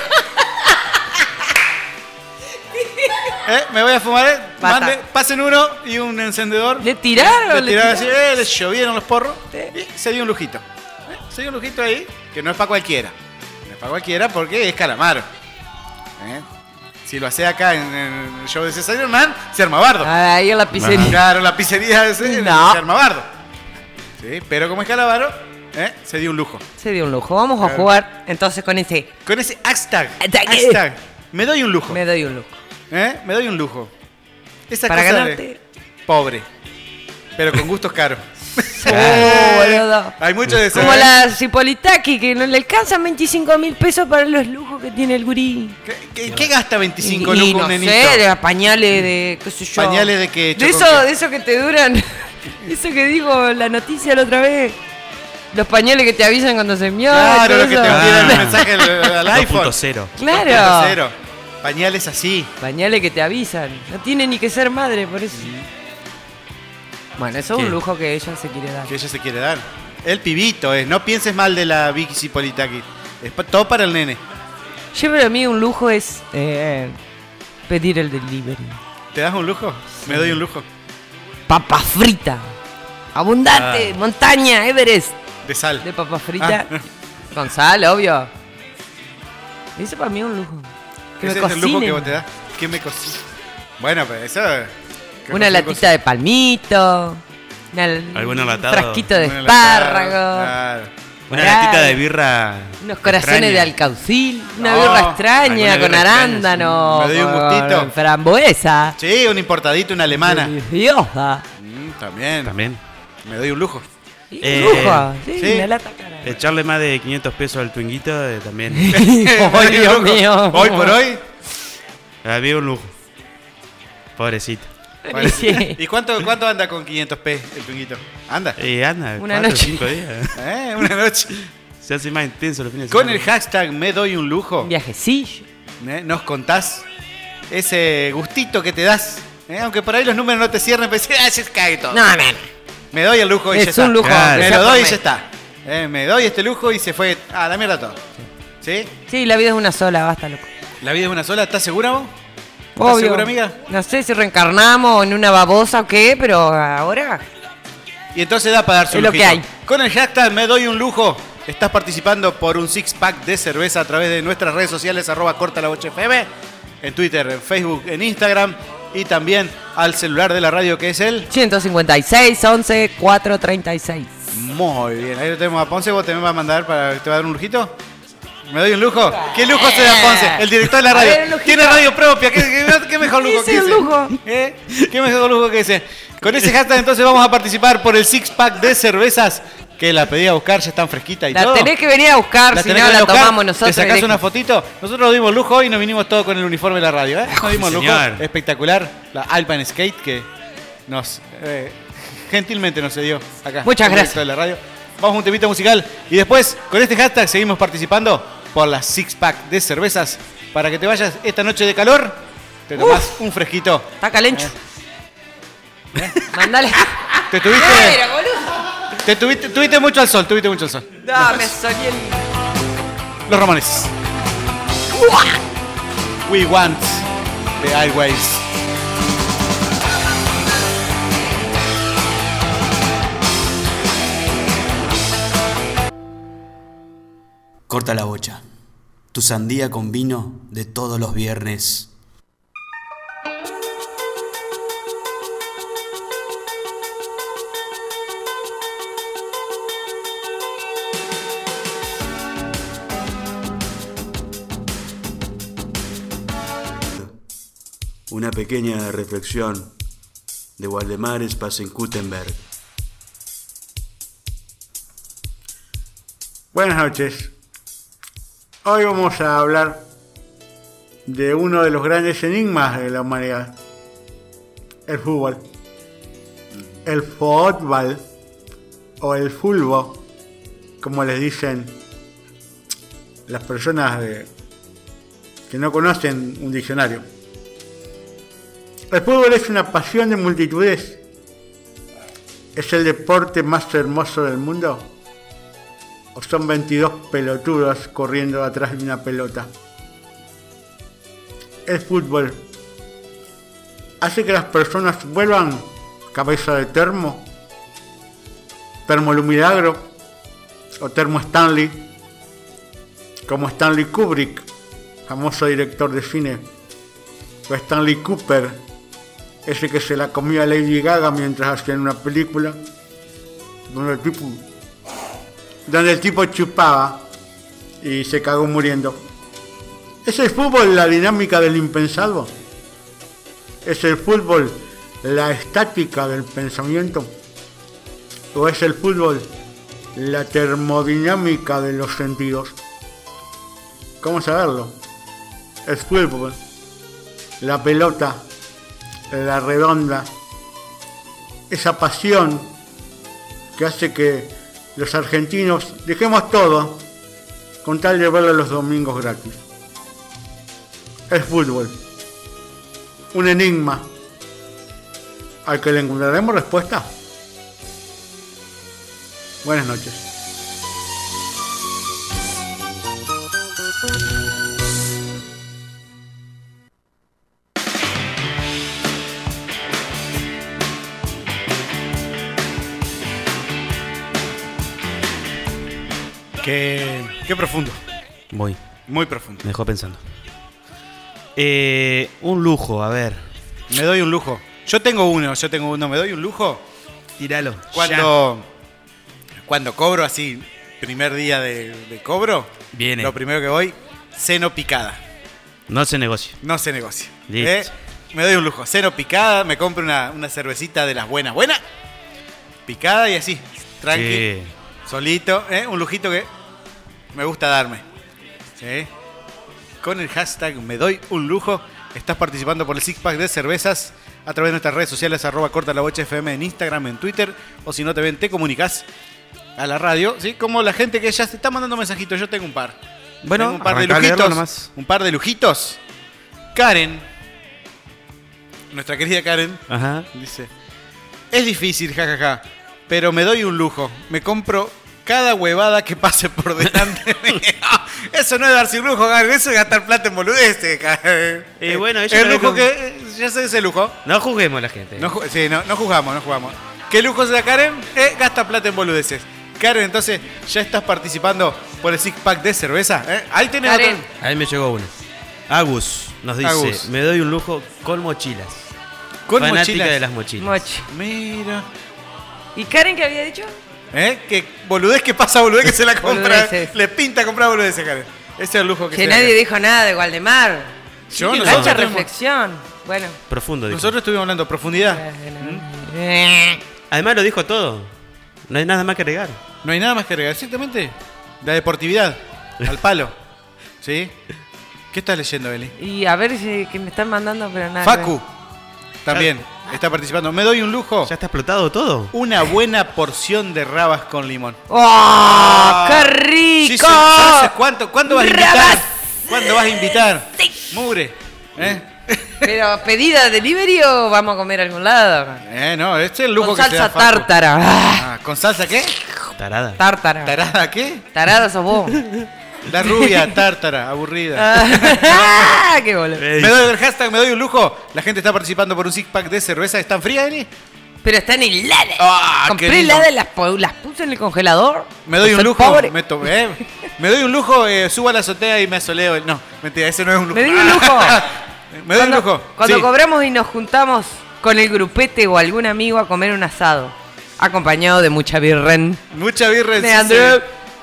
Speaker 6: eh, me voy a fumar, eh,
Speaker 4: Basta.
Speaker 6: mande, pasen uno y un encendedor.
Speaker 4: ¿Le tiraron?
Speaker 6: Le
Speaker 4: ¿Le
Speaker 6: tiraron así,
Speaker 4: tiraron?
Speaker 6: eh, le llovieron los porros y se dio un lujito. Eh, Se dio un lujito ahí, que no es para cualquiera. No es para cualquiera porque es calamaro. Eh, Si lo hace acá en, en el show de César Hernán, se arma bardo. Ah,
Speaker 4: ahí en la pizzería.
Speaker 6: Claro, la pizzería es el
Speaker 4: Ah, No.
Speaker 6: se arma bardo. Sí, pero como es calamaro, eh, se dio un lujo.
Speaker 4: Se dio un lujo. Vamos a
Speaker 6: Claro.
Speaker 4: jugar entonces con ese.
Speaker 6: Con ese hashtag.
Speaker 4: Hashtag.
Speaker 6: hashtag. Me doy un lujo.
Speaker 4: Eh, Me doy un lujo.
Speaker 6: ¿eh? Me doy un lujo. Esa
Speaker 4: Para
Speaker 6: cosa de
Speaker 4: ganarte.
Speaker 6: pobre. Pero con gustos caros.
Speaker 4: Oh, boludo.
Speaker 6: Hay muchos de esos.
Speaker 4: Como
Speaker 6: ¿eh?
Speaker 4: la Cipolitaki, que no le alcanzan 25 mil pesos para los lujos que tiene el gurí.
Speaker 6: ¿Qué, qué- qué gasta 25
Speaker 4: Y- y
Speaker 6: lucas
Speaker 4: no
Speaker 6: un nenito?
Speaker 4: sé, de pañales de, qué sé yo.
Speaker 6: ¿Pañales de qué,
Speaker 4: De
Speaker 6: Choco?
Speaker 4: eso, de eso que te duran, eso que dijo la noticia la otra vez. Los pañales que te avisan cuando se mió.
Speaker 6: Claro, lo que te
Speaker 5: eso.
Speaker 6: envían el
Speaker 5: Ah.
Speaker 6: mensaje al, al iPhone.
Speaker 5: 2.0.
Speaker 4: Claro.
Speaker 6: 2.0. Pañales así.
Speaker 4: Pañales que te avisan. No tiene ni que ser madre, por eso. Bueno, eso es
Speaker 5: ¿Qué?
Speaker 4: un lujo que ella se quiere dar.
Speaker 6: que ella se quiere dar. El pibito es, no pienses mal de la Vicky Cipolitaki. Es pa- todo para el nene.
Speaker 4: Yo para mí un lujo es eh, pedir el delivery.
Speaker 6: ¿Te das un lujo? Me doy un lujo.
Speaker 4: Papa frita. Abundante, montaña, Everest.
Speaker 6: De sal.
Speaker 4: De papa frita.
Speaker 6: Ah.
Speaker 4: Con sal, obvio. Eso para mí es un lujo. Que
Speaker 6: Ese
Speaker 4: me
Speaker 6: es el lujo que
Speaker 4: cocinen.
Speaker 6: vos te das. ¿Qué me cocina? Bueno, pero eso. que
Speaker 4: Una
Speaker 6: cocine,
Speaker 4: latita de palmito. Una,
Speaker 5: ¿Algún
Speaker 4: un
Speaker 5: enlatado?
Speaker 4: frasquito de
Speaker 6: cocine. Una latada, Ah.
Speaker 4: espárrago.
Speaker 6: claro.
Speaker 5: Una
Speaker 4: Claro.
Speaker 5: latita de birra.
Speaker 4: Unos corazones
Speaker 5: extraña.
Speaker 4: de alcaucil. Una
Speaker 6: No,
Speaker 4: birra
Speaker 5: alguna
Speaker 4: extraña
Speaker 5: birra
Speaker 4: con
Speaker 5: extraña,
Speaker 4: arándano.
Speaker 6: sí. Me doy un
Speaker 4: con
Speaker 6: gustito.
Speaker 4: Frambuesa.
Speaker 6: Sí, un importadito, una alemana.
Speaker 4: Deliciosa.
Speaker 6: Mm, también.
Speaker 5: También.
Speaker 6: Me doy un lujo.
Speaker 4: Y
Speaker 5: Eh,
Speaker 4: un lujo. Sí,
Speaker 6: sí. Este.
Speaker 4: una lata cara.
Speaker 5: Echarle más de 500 pesos al twinguito eh, también.
Speaker 6: Me doy un
Speaker 4: Dios
Speaker 6: lujo.
Speaker 4: mío.
Speaker 6: Hoy por hoy.
Speaker 5: Había Ah, un lujo. Pobrecito.
Speaker 6: Bueno,
Speaker 4: Sí.
Speaker 6: ¿Y cuánto, cuánto anda con 500 p el tunguito? Anda.
Speaker 5: Y Eh, anda,
Speaker 4: Una
Speaker 5: cuatro,
Speaker 4: noche.
Speaker 5: cinco días.
Speaker 6: ¿Eh? Una noche.
Speaker 5: Se hace más intenso los fines de
Speaker 6: Con
Speaker 5: semana.
Speaker 6: el hashtag me doy un lujo.
Speaker 4: Un viajecillo.
Speaker 6: ¿eh? Nos contás ese gustito que te das. ¿eh? Aunque por ahí los números no te cierren, pero decís, ah, se cae todo.
Speaker 4: No, no, no.
Speaker 6: Me doy el lujo y
Speaker 4: Es
Speaker 6: ya está.
Speaker 4: un lujo,
Speaker 5: Claro.
Speaker 6: Me
Speaker 4: sea
Speaker 6: lo
Speaker 4: por
Speaker 6: doy y
Speaker 4: mes.
Speaker 6: ya está. Eh, me doy este lujo y se fue a la mierda todo. ¿Sí?
Speaker 4: Sí, la vida es una sola, basta, loco.
Speaker 6: ¿La vida es una sola? ¿Estás segura vos? ¿Estás
Speaker 4: Obvio.
Speaker 6: segura, amiga?
Speaker 4: No sé si reencarnamos en una babosa o qué, pero ahora.
Speaker 6: Y entonces da para darse
Speaker 4: Es
Speaker 6: un
Speaker 4: lo que
Speaker 6: lujito.
Speaker 4: hay.
Speaker 6: Con el hashtag me doy un lujo. Estás participando por un six pack de cerveza a través de nuestras redes sociales, arroba corta la bocha FM, en Twitter, en Facebook, en Instagram y también al celular de la radio que es el.
Speaker 4: 156, 11, 436.
Speaker 6: Muy bien, ahí lo tenemos a Ponce. ¿Vos te me vas a mandar para te va a dar un lujito? ¿Me doy un lujo? ¿Qué lujo se da Ponce? El director de la
Speaker 4: Eh. A
Speaker 6: radio.
Speaker 4: ver, un lujito.
Speaker 6: Tiene radio propia. ¿Qué, qué- qué mejor lujo
Speaker 4: Ese
Speaker 6: que
Speaker 4: es
Speaker 6: ese?
Speaker 4: lujo.
Speaker 6: ¿Eh? ¿Qué mejor lujo que ese? Con ese hashtag entonces vamos a participar por el six pack de cervezas que la pedí a buscar, ya están fresquitas y
Speaker 4: La
Speaker 6: todo.
Speaker 4: tenés que venir a buscar,
Speaker 6: La
Speaker 4: si
Speaker 6: tenés
Speaker 4: no
Speaker 6: que
Speaker 4: la
Speaker 6: buscar,
Speaker 4: tomamos nosotros.
Speaker 6: Te sacás
Speaker 4: directo.
Speaker 6: una fotito. Nosotros nos dimos lujo hoy y nos vinimos todos con el uniforme de la radio. ¿eh? Nos dimos lujo.
Speaker 5: señor.
Speaker 6: Espectacular. La Alpine Skate que nos eh, gentilmente nos cedió acá.
Speaker 4: Muchas
Speaker 6: en
Speaker 4: gracias.
Speaker 6: directo de la radio. Vamos a un temita musical y después con este hashtag seguimos participando por la six pack de cervezas para que te vayas esta noche de calor. Te tomás un fresquito.
Speaker 4: Está calencho. Eh. Mandale.
Speaker 6: Te tuviste,
Speaker 4: Era, boludo.
Speaker 6: te tuviste, tuviste mucho al sol, tuviste mucho al sol.
Speaker 4: No, me soñé el.
Speaker 6: Los Ramones. We want the highways.
Speaker 2: Corta la bocha. Tu sandía con vino de todos los viernes. Una pequeña reflexión
Speaker 1: de Waldemar Spasen-Gutenberg.
Speaker 7: Buenas noches. Hoy vamos a hablar de uno de los grandes enigmas de la humanidad. El fútbol. El fútbol. O el fulbo. Como les dicen las personas de- que no conocen un diccionario. El fútbol es una pasión de multitudes. Es el deporte más hermoso del mundo. O son 22 pelotudos corriendo atrás de una pelota. El fútbol hace que las personas vuelvan cabeza de termo, termo Lumilagro o termo Stanley, como Stanley Kubrick, famoso director de cine, o Stanley Cooper, ese que se la comía a Lady Gaga mientras hacían una película, donde el tipo, donde el tipo chupaba y se cagó muriendo. Es el fútbol la dinámica del impensado. Es el fútbol la estática del pensamiento. O es el fútbol la termodinámica de los sentidos. ¿Cómo saberlo? El fútbol, la pelota, la redonda, esa pasión que hace que los argentinos dejemos todo con tal de verlo los domingos gratis. El fútbol, un enigma al que le encontraremos respuesta. Buenas noches.
Speaker 6: Qué, qué profundo.
Speaker 5: Voy,
Speaker 6: Muy profundo.
Speaker 5: me dejó pensando. Eh, un lujo, a ver.
Speaker 6: Me doy un lujo. Yo tengo uno, yo tengo uno. Me doy un lujo
Speaker 5: Tíralo.
Speaker 6: cuando, cuando cobro así, primer día de, de cobro.
Speaker 5: Viene.
Speaker 6: Lo primero que voy, seno picada.
Speaker 5: No se negocia.
Speaker 6: No se negocia.
Speaker 5: Listo.
Speaker 6: Eh, Me doy un lujo. Cero picada, me compro una, una cervecita de las buenas, buenas. Picada y así, tranqui.
Speaker 5: Sí.
Speaker 6: Solito, eh, un lujito que me gusta darme. Sí. Con el hashtag me doy un lujo, estás participando por el six pack de cervezas a través de nuestras redes sociales, arroba corta la bocha FM en Instagram, en Twitter, o si no te ven, te comunicas a la radio, ¿sí? Como la gente que ya se está mandando mensajitos, yo tengo un par.
Speaker 5: Bueno,
Speaker 6: Tengo un par de
Speaker 5: arrancá a leerlo
Speaker 6: lujitos.
Speaker 5: nomás.
Speaker 6: Un par de lujitos. Karen, nuestra querida Karen,
Speaker 5: Ajá.
Speaker 6: dice: Es difícil, jajaja, pero me doy un lujo. Me compro cada huevada que pase por delante. Ah, eso no es darse un lujo, Karen, eso es gastar plata en boludeces, Karen.
Speaker 5: Eh, bueno, ella
Speaker 6: el
Speaker 5: lo
Speaker 6: lujo
Speaker 5: dijo-
Speaker 6: que. eh, Ya sé ese lujo.
Speaker 5: No juzguemos a la gente.
Speaker 6: No, ju- sí, no, no juzgamos, no jugamos. ¿Qué lujo se da Karen? Eh, gasta plata en boludeces. Karen, entonces, ya estás participando por el six pack de cerveza. ¿eh? Ahí tenés
Speaker 4: Karen.
Speaker 6: otro.
Speaker 5: Ahí me llegó uno. Agus nos dice,
Speaker 6: Agus.
Speaker 5: me doy un lujo con mochilas.
Speaker 6: Con
Speaker 5: Fanática
Speaker 6: mochilas.
Speaker 5: de las mochilas.
Speaker 4: Mochi.
Speaker 6: Mira.
Speaker 4: ¿Y Karen qué había dicho?
Speaker 6: ¿Eh? Que boludez que pasa, boludez que se la compra.
Speaker 4: Boludeces.
Speaker 6: Le pinta comprar boludeces, Karen. Ese es el lujo que,
Speaker 4: Que
Speaker 6: se da.
Speaker 4: nadie dijo nada de Waldemar.
Speaker 6: Yo
Speaker 4: Qué
Speaker 6: no
Speaker 4: cancha
Speaker 6: sé.
Speaker 4: reflexión. Bueno.
Speaker 5: Profundo, dijo.
Speaker 6: Nosotros estuvimos hablando a profundidad.
Speaker 4: ¿Mm?
Speaker 5: Además lo dijo todo. No hay nada más que agregar.
Speaker 6: No hay nada más que agregar. Exactamente. La deportividad. Al palo. ¿Sí? ¿Qué estás leyendo, Beli?
Speaker 4: Y a ver si que me están mandando, pero nada.
Speaker 6: Facu. También está participando. Me doy un lujo.
Speaker 5: ¿Ya está explotado todo?
Speaker 6: Una buena porción de rabas con limón.
Speaker 4: ¡Oh! ¡Qué
Speaker 6: Sí,
Speaker 4: rico!
Speaker 6: sí, ¿sabes ¿Cuánto, ¿Cuándo vas a invitar?
Speaker 4: Rabas.
Speaker 6: ¿Cuándo vas a invitar? Mugre. ¿Eh?
Speaker 4: Pero pedida delivery o vamos a comer a algún lado.
Speaker 6: Eh, no, este es el lujo
Speaker 4: Con
Speaker 6: que se da
Speaker 4: salsa
Speaker 6: Facu.
Speaker 4: tártara. Ah,
Speaker 6: Ah, ¿Con salsa qué?
Speaker 5: Tarada.
Speaker 4: Tártara.
Speaker 6: ¿Tarada qué?
Speaker 4: Tarada sos vos.
Speaker 6: La rubia, tártara, aburrida.
Speaker 4: Ah, ¡Qué boludo!
Speaker 5: Ey.
Speaker 6: Me doy el hashtag, me doy un lujo. La gente está participando por un six pack de cerveza. ¿Están frías, Eli?
Speaker 4: Pero están heladas.
Speaker 6: Ah, qué
Speaker 4: Compré
Speaker 6: lindo.
Speaker 4: heladas, las, po- las puse en el congelador.
Speaker 6: Me doy un
Speaker 4: Soy
Speaker 6: lujo.
Speaker 4: pobre.
Speaker 6: Me, to- eh, me doy un lujo, eh, subo a la azotea y me asoleo. No, mentira, ese no es un lujo. Ah.
Speaker 4: Me doy un lujo.
Speaker 6: me doy un
Speaker 4: Cuando-
Speaker 6: lujo.
Speaker 4: Cuando
Speaker 6: sí.
Speaker 4: cobramos y nos juntamos con el grupete o algún amigo a comer un asado, acompañado de mucha birren.
Speaker 6: Mucha birra. sí,
Speaker 4: Leandro.
Speaker 6: sí.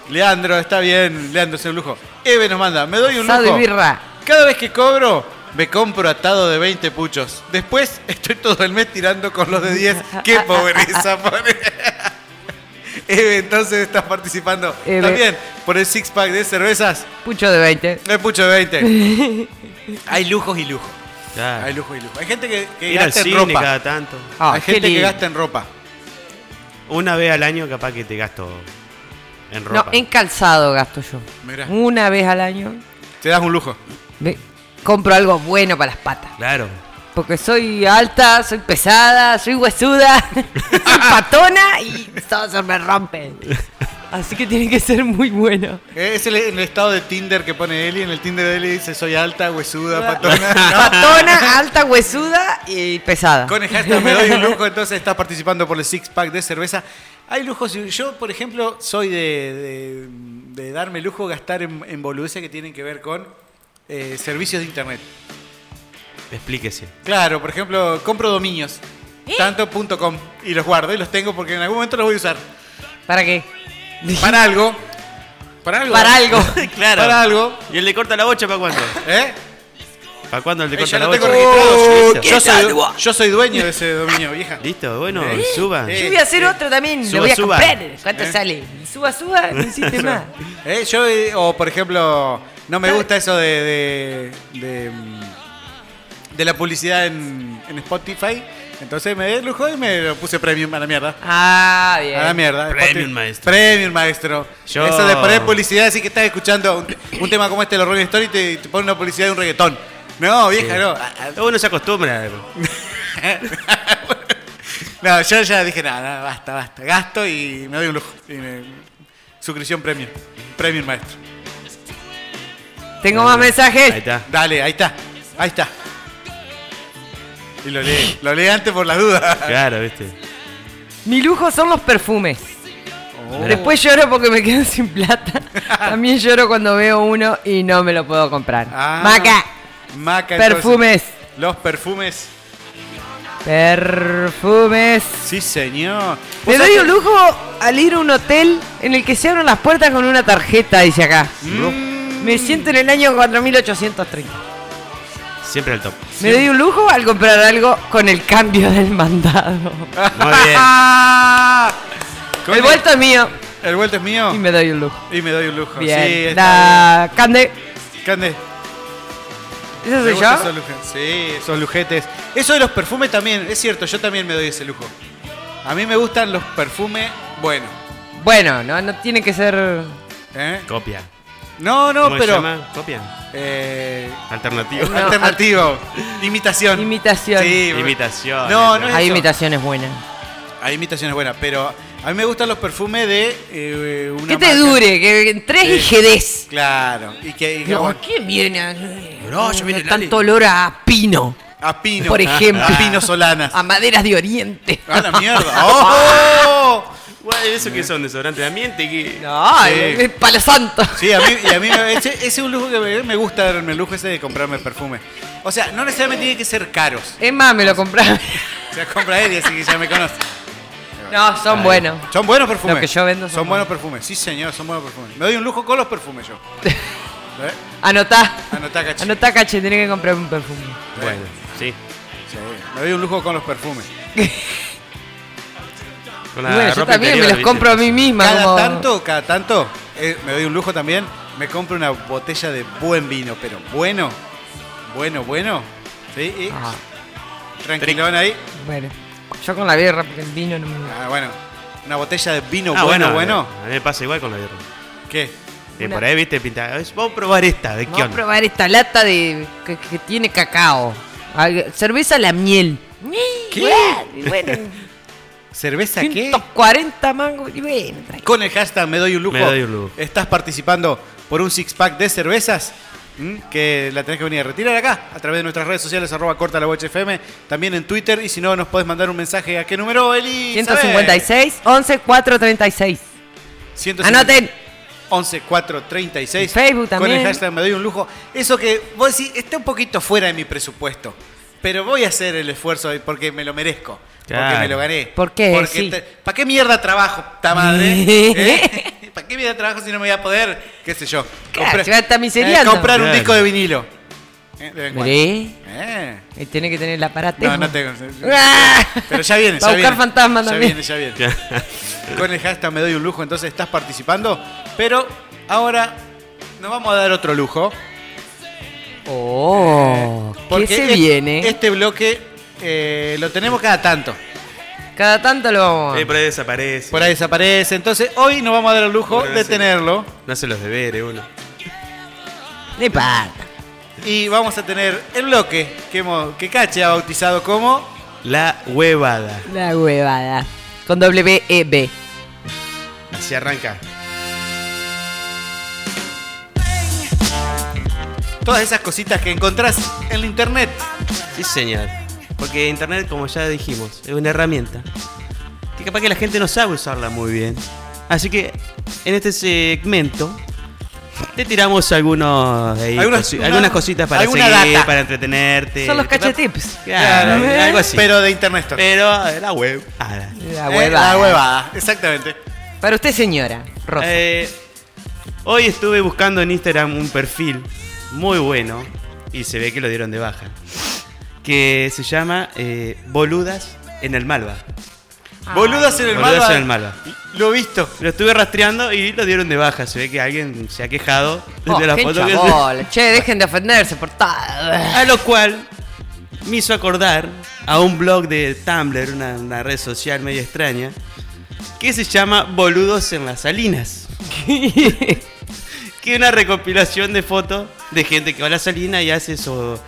Speaker 6: Leandro, está bien. Leandro, es un lujo. Eve nos manda, me doy un
Speaker 4: Asado
Speaker 6: lujo.
Speaker 4: y birra.
Speaker 6: Cada vez que cobro, me compro atado de 20 puchos. Después estoy todo el mes tirando con los de 10. ¡Qué pobreza! pobre! Eve, entonces estás participando
Speaker 4: Eve.
Speaker 6: también por el six pack de cervezas.
Speaker 4: Pucho de 20.
Speaker 6: El pucho de 20. Hay lujos y lujos.
Speaker 5: Claro.
Speaker 6: Hay lujos y lujos. Hay gente que, que
Speaker 5: Ir al
Speaker 6: gasta en
Speaker 5: cine
Speaker 6: ropa.
Speaker 5: cada tanto.
Speaker 4: Ah,
Speaker 6: Hay
Speaker 4: qué
Speaker 6: gente que
Speaker 4: lindo.
Speaker 6: gasta en ropa.
Speaker 5: Una vez al año capaz que te gasto en
Speaker 4: No,
Speaker 5: ropa.
Speaker 4: en calzado gasto yo.
Speaker 6: Mirá.
Speaker 4: Una vez al año
Speaker 6: Te das un lujo.
Speaker 4: me compro algo bueno para las patas.
Speaker 5: Claro.
Speaker 4: Porque soy alta, soy pesada, soy huesuda, soy patona y todo se me rompe. Así que tiene que ser muy bueno.
Speaker 6: Eh, Es el, el estado de Tinder que pone Eli. En el Tinder de Eli dice: Soy alta, huesuda, patona.
Speaker 4: Patona, alta, huesuda y pesada.
Speaker 6: Con el hashtag me doy un lujo, entonces estás participando por el six pack de cerveza. Hay lujos. y Yo, por ejemplo, soy de, de- de darme lujo gastar en, en boludeces que tienen que ver con eh, servicios de internet.
Speaker 5: Explíquese.
Speaker 6: Claro, por ejemplo, compro dominios.
Speaker 4: ¿Eh?
Speaker 6: Tanto.com y los guardo y los tengo porque en algún momento los voy a usar.
Speaker 4: ¿Para qué?
Speaker 6: Para algo. Para algo.
Speaker 4: Para algo.
Speaker 5: claro.
Speaker 6: Para algo.
Speaker 5: ¿Y el de corta la bocha para cuándo?
Speaker 6: ¿Eh?
Speaker 5: ¿Para cuándo el de
Speaker 6: Eh,
Speaker 5: corta
Speaker 6: ya
Speaker 5: la
Speaker 6: lo
Speaker 5: bocha?
Speaker 6: tengo
Speaker 4: Oh,
Speaker 6: registrado.
Speaker 5: ¿Listo?
Speaker 6: yo, soy, yo soy dueño de ese dominio, vieja.
Speaker 5: Listo, bueno, suban.
Speaker 6: Eh,
Speaker 4: Yo voy a hacer otro también,
Speaker 5: Suba,
Speaker 4: lo voy a
Speaker 5: suba.
Speaker 4: comprar. ¿Cuánto sale? Suba, suba, no hiciste más.
Speaker 6: Eh, Yo, eh, o por ejemplo, no me gusta eso de. de, de, mm, de la publicidad en, en Spotify. Entonces me di el lujo y me lo puse premium a la mierda.
Speaker 4: Ah, bien.
Speaker 6: A la mierda.
Speaker 5: Premium,
Speaker 6: Spotify-
Speaker 5: maestro.
Speaker 6: Premium, maestro.
Speaker 5: Yo-
Speaker 6: Eso de poner publicidad, así que estás escuchando un, un tema como este de los Rolling Stones y te, te ponen una publicidad de un reggaetón. No, vieja, no. Ah, ah,
Speaker 5: Eh, Uno se acostumbra.
Speaker 6: No, yo ya dije nada, nada, basta, basta. Gasto y me doy un lujo. Y me- Suscripción premium. Premium, maestro.
Speaker 4: Tengo más
Speaker 5: Ahí
Speaker 4: mensajes.
Speaker 5: está.
Speaker 6: Dale, ahí está. Ahí está. Y lo leí. Lo leí antes por las dudas.
Speaker 5: Claro, viste.
Speaker 4: Mi lujo son los perfumes.
Speaker 6: Oh.
Speaker 4: Después lloro porque me quedo sin plata. También lloro cuando veo uno y no me lo puedo comprar.
Speaker 6: Ah.
Speaker 4: Maca,
Speaker 6: Maca, entonces.
Speaker 4: perfumes.
Speaker 6: Los perfumes.
Speaker 4: Perfumes.
Speaker 6: Sí, señor.
Speaker 4: Me doy
Speaker 6: ¿Vos sabés
Speaker 4: un lujo al ir a un hotel en el que se abren las puertas con una tarjeta, dice acá.
Speaker 6: Mm.
Speaker 4: Me siento en el año 4830.
Speaker 5: Siempre al top.
Speaker 4: Me doy un lujo al comprar algo con el cambio del mandado.
Speaker 5: Muy bien.
Speaker 6: que- Con
Speaker 4: El vuelto es mío
Speaker 6: el vuelto es mío.
Speaker 4: y me doy un lujo.
Speaker 6: Y me doy un lujo.
Speaker 4: Bien.
Speaker 6: Sí, está
Speaker 4: La Cande,
Speaker 6: bien. Cande,
Speaker 4: ¿eso
Speaker 6: ¿te
Speaker 4: soy
Speaker 6: gustan esos
Speaker 4: yo?
Speaker 6: lujes? Sí, esos lujetes. Eso de los perfumes también, es cierto, yo también me doy ese lujo. A mí me gustan los perfumes buenos.
Speaker 4: Bueno, no, no tiene que ser.
Speaker 6: ¿eh?
Speaker 5: Copia.
Speaker 6: No, no,
Speaker 5: ¿Cómo se
Speaker 6: pero.
Speaker 5: llama? Copia.
Speaker 6: eh,
Speaker 5: Alternativo.
Speaker 4: No,
Speaker 6: alternativo. Imitación.
Speaker 4: Imitación.
Speaker 6: Sí,
Speaker 5: Imitación.
Speaker 6: No, no es
Speaker 4: Hay
Speaker 6: eso.
Speaker 4: imitaciones buenas.
Speaker 6: Hay imitaciones buenas, pero a mí me gustan los perfumes de eh, una
Speaker 4: que te
Speaker 6: marca.
Speaker 4: dure, que entres y jedés.
Speaker 6: Claro. Y que, y que
Speaker 4: No,
Speaker 6: aguante.
Speaker 4: ¿qué viene? a-
Speaker 5: Bro, yo viene
Speaker 4: Tanto olor a pino,
Speaker 6: a pino.
Speaker 4: por ejemplo. Ah.
Speaker 6: A ah, pino solanas.
Speaker 4: a maderas de oriente.
Speaker 6: A la mierda. ¡Oh!
Speaker 5: Guay, ¿Eso que son? ¿Desodorante de ambiente? ¿Qué?
Speaker 4: No,
Speaker 6: Sí.
Speaker 4: es palo santo.
Speaker 6: Sí, a mí, y a mí me- ese, ese es un lujo que me, me gusta darme el lujo ese de comprarme perfume. O sea, no necesariamente tiene que ser caros.
Speaker 4: Es más, me lo compraba.
Speaker 6: O sea, compra él y así que ya me conoce.
Speaker 4: No, son buenos.
Speaker 6: Son buenos perfumes.
Speaker 4: Lo que yo vendo son
Speaker 6: buenos perfumes. Sí, señor, son buenos perfumes. Me doy un lujo con los perfumes yo. ¿Eh?
Speaker 4: Anotá.
Speaker 6: Anotá, caché.
Speaker 4: Anotá, caché, tenés que comprar un perfume.
Speaker 5: Bueno, sí.
Speaker 6: Sí, me doy un lujo con los perfumes.
Speaker 5: Con
Speaker 4: Y bueno, yo también me
Speaker 5: interior,
Speaker 4: los
Speaker 5: ¿viste?
Speaker 4: compro a mí misma.
Speaker 6: Cada
Speaker 4: como-
Speaker 6: tanto, cada tanto, eh, me doy un lujo también, me compro una botella de buen vino, pero bueno, bueno, bueno. Sí, y
Speaker 4: Ah,
Speaker 6: tranquilón ahí.
Speaker 4: bueno, yo con la birra, porque el vino no me.
Speaker 6: Ah, bueno, una botella de vino
Speaker 5: Ah,
Speaker 6: bueno,
Speaker 5: bueno, eh.
Speaker 6: bueno.
Speaker 5: A mí me pasa igual con la guerra.
Speaker 6: ¿Qué?
Speaker 5: Que
Speaker 4: Una-
Speaker 5: por ahí, viste, pinta. "Es- Vamos a probar esta, ¿de qué
Speaker 4: Vamos a
Speaker 5: onda?
Speaker 4: probar esta lata de que, que tiene cacao. Al- Cerveza la miel. ¿Qué? Bueno,
Speaker 6: ¿Cerveza qué?
Speaker 4: 140 mangos. Y bueno, trae.
Speaker 6: Con el hashtag me doy un lujo.
Speaker 5: Me doy un lujo.
Speaker 6: Estás participando por un six pack de cervezas ¿m? que la tenés que venir a retirar acá a través de nuestras redes sociales arroba corta la bocha FM, también en Twitter y si no nos podés mandar un mensaje a qué número, Eli. ¿Sabés?
Speaker 4: 156, 11, 436.
Speaker 6: 150.
Speaker 4: Anoten.
Speaker 6: 11 4 36.
Speaker 4: Facebook
Speaker 6: Con
Speaker 4: también.
Speaker 6: el hashtag me doy un lujo. Eso que vos decís, está un poquito fuera de mi presupuesto. Pero voy a hacer el esfuerzo ahí porque me lo merezco.
Speaker 5: Claro.
Speaker 6: Porque me lo gané.
Speaker 4: ¿Por qué?
Speaker 6: Porque
Speaker 4: Sí.
Speaker 6: ¿Para qué mierda trabajo, ta madre? ¿Para qué mierda trabajo si no me voy a poder? ¿Qué sé yo?
Speaker 4: Claro, si va a estar
Speaker 6: eh,
Speaker 4: miseriando.
Speaker 6: comprar un
Speaker 5: Claro.
Speaker 6: disco de vinilo. ¿eh? De vez en cuando.
Speaker 4: ¿Veré?
Speaker 6: Eh.
Speaker 4: Y tiene que tener el aparato.
Speaker 6: No, no tengo.
Speaker 4: ¡Ah!
Speaker 6: Pero ya viene,
Speaker 4: Va a
Speaker 6: ya
Speaker 4: buscar
Speaker 6: viene.
Speaker 4: fantasmas
Speaker 6: Ya
Speaker 4: también.
Speaker 6: viene, ya viene. Con el hashtag me doy un lujo, entonces estás participando. Pero ahora nos vamos a dar otro lujo.
Speaker 4: Oh, ¿qué se
Speaker 6: Eh, es-
Speaker 4: viene?
Speaker 6: Este bloque eh, lo tenemos cada tanto.
Speaker 4: Cada tanto lo vamos.
Speaker 5: Eh, por ahí desaparece.
Speaker 6: Por ahí desaparece. Entonces hoy nos vamos a dar el lujo
Speaker 5: Bueno,
Speaker 6: de
Speaker 5: no sé.
Speaker 6: tenerlo.
Speaker 5: No hace los deberes uno.
Speaker 4: No importa.
Speaker 6: Y vamos a tener el bloque que, hemos, que Cache ha bautizado como
Speaker 5: La huevada.
Speaker 4: La huevada. Con E W-E-B.
Speaker 5: Así arranca.
Speaker 6: todas esas cositas que encontrás en la internet.
Speaker 5: Sí, señor. Porque internet, como ya dijimos, es una herramienta que capaz que la gente no sabe usarla muy bien. Así que en este segmento te tiramos algunos, ahí,
Speaker 6: Algunas-
Speaker 5: cosi-
Speaker 6: una-
Speaker 5: algunas cositas para
Speaker 6: alguna
Speaker 5: seguir,
Speaker 6: data.
Speaker 5: para entretenerte.
Speaker 4: Son los cachetips.
Speaker 5: Claro,
Speaker 4: ¿Eh?
Speaker 5: algo así.
Speaker 6: Pero de internet.
Speaker 5: Pero eh, la web. ah,
Speaker 4: La
Speaker 6: Eh,
Speaker 4: huevada.
Speaker 6: la huevada, exactamente.
Speaker 4: Para usted, señora. Rosa.
Speaker 5: Eh, hoy estuve buscando en Instagram un perfil muy bueno y se ve que lo dieron de baja. Que se llama eh, Boludas en el Malva.
Speaker 4: Ah.
Speaker 6: Boludas en el
Speaker 5: Boludas
Speaker 6: Malva.
Speaker 5: en el Malva.
Speaker 6: Lo he visto.
Speaker 5: Lo estuve rastreando y lo dieron de baja. Se ve que alguien se ha quejado
Speaker 4: Oh,
Speaker 5: de la
Speaker 4: qué
Speaker 5: foto que
Speaker 4: chabola. Che, dejen de ofenderse por tal.
Speaker 5: A lo cual me hizo acordar a un blog de Tumblr, una, una red social medio extraña, que se llama Boludos en las Salinas. que es una recopilación de fotos de gente que va a la salina y hace esos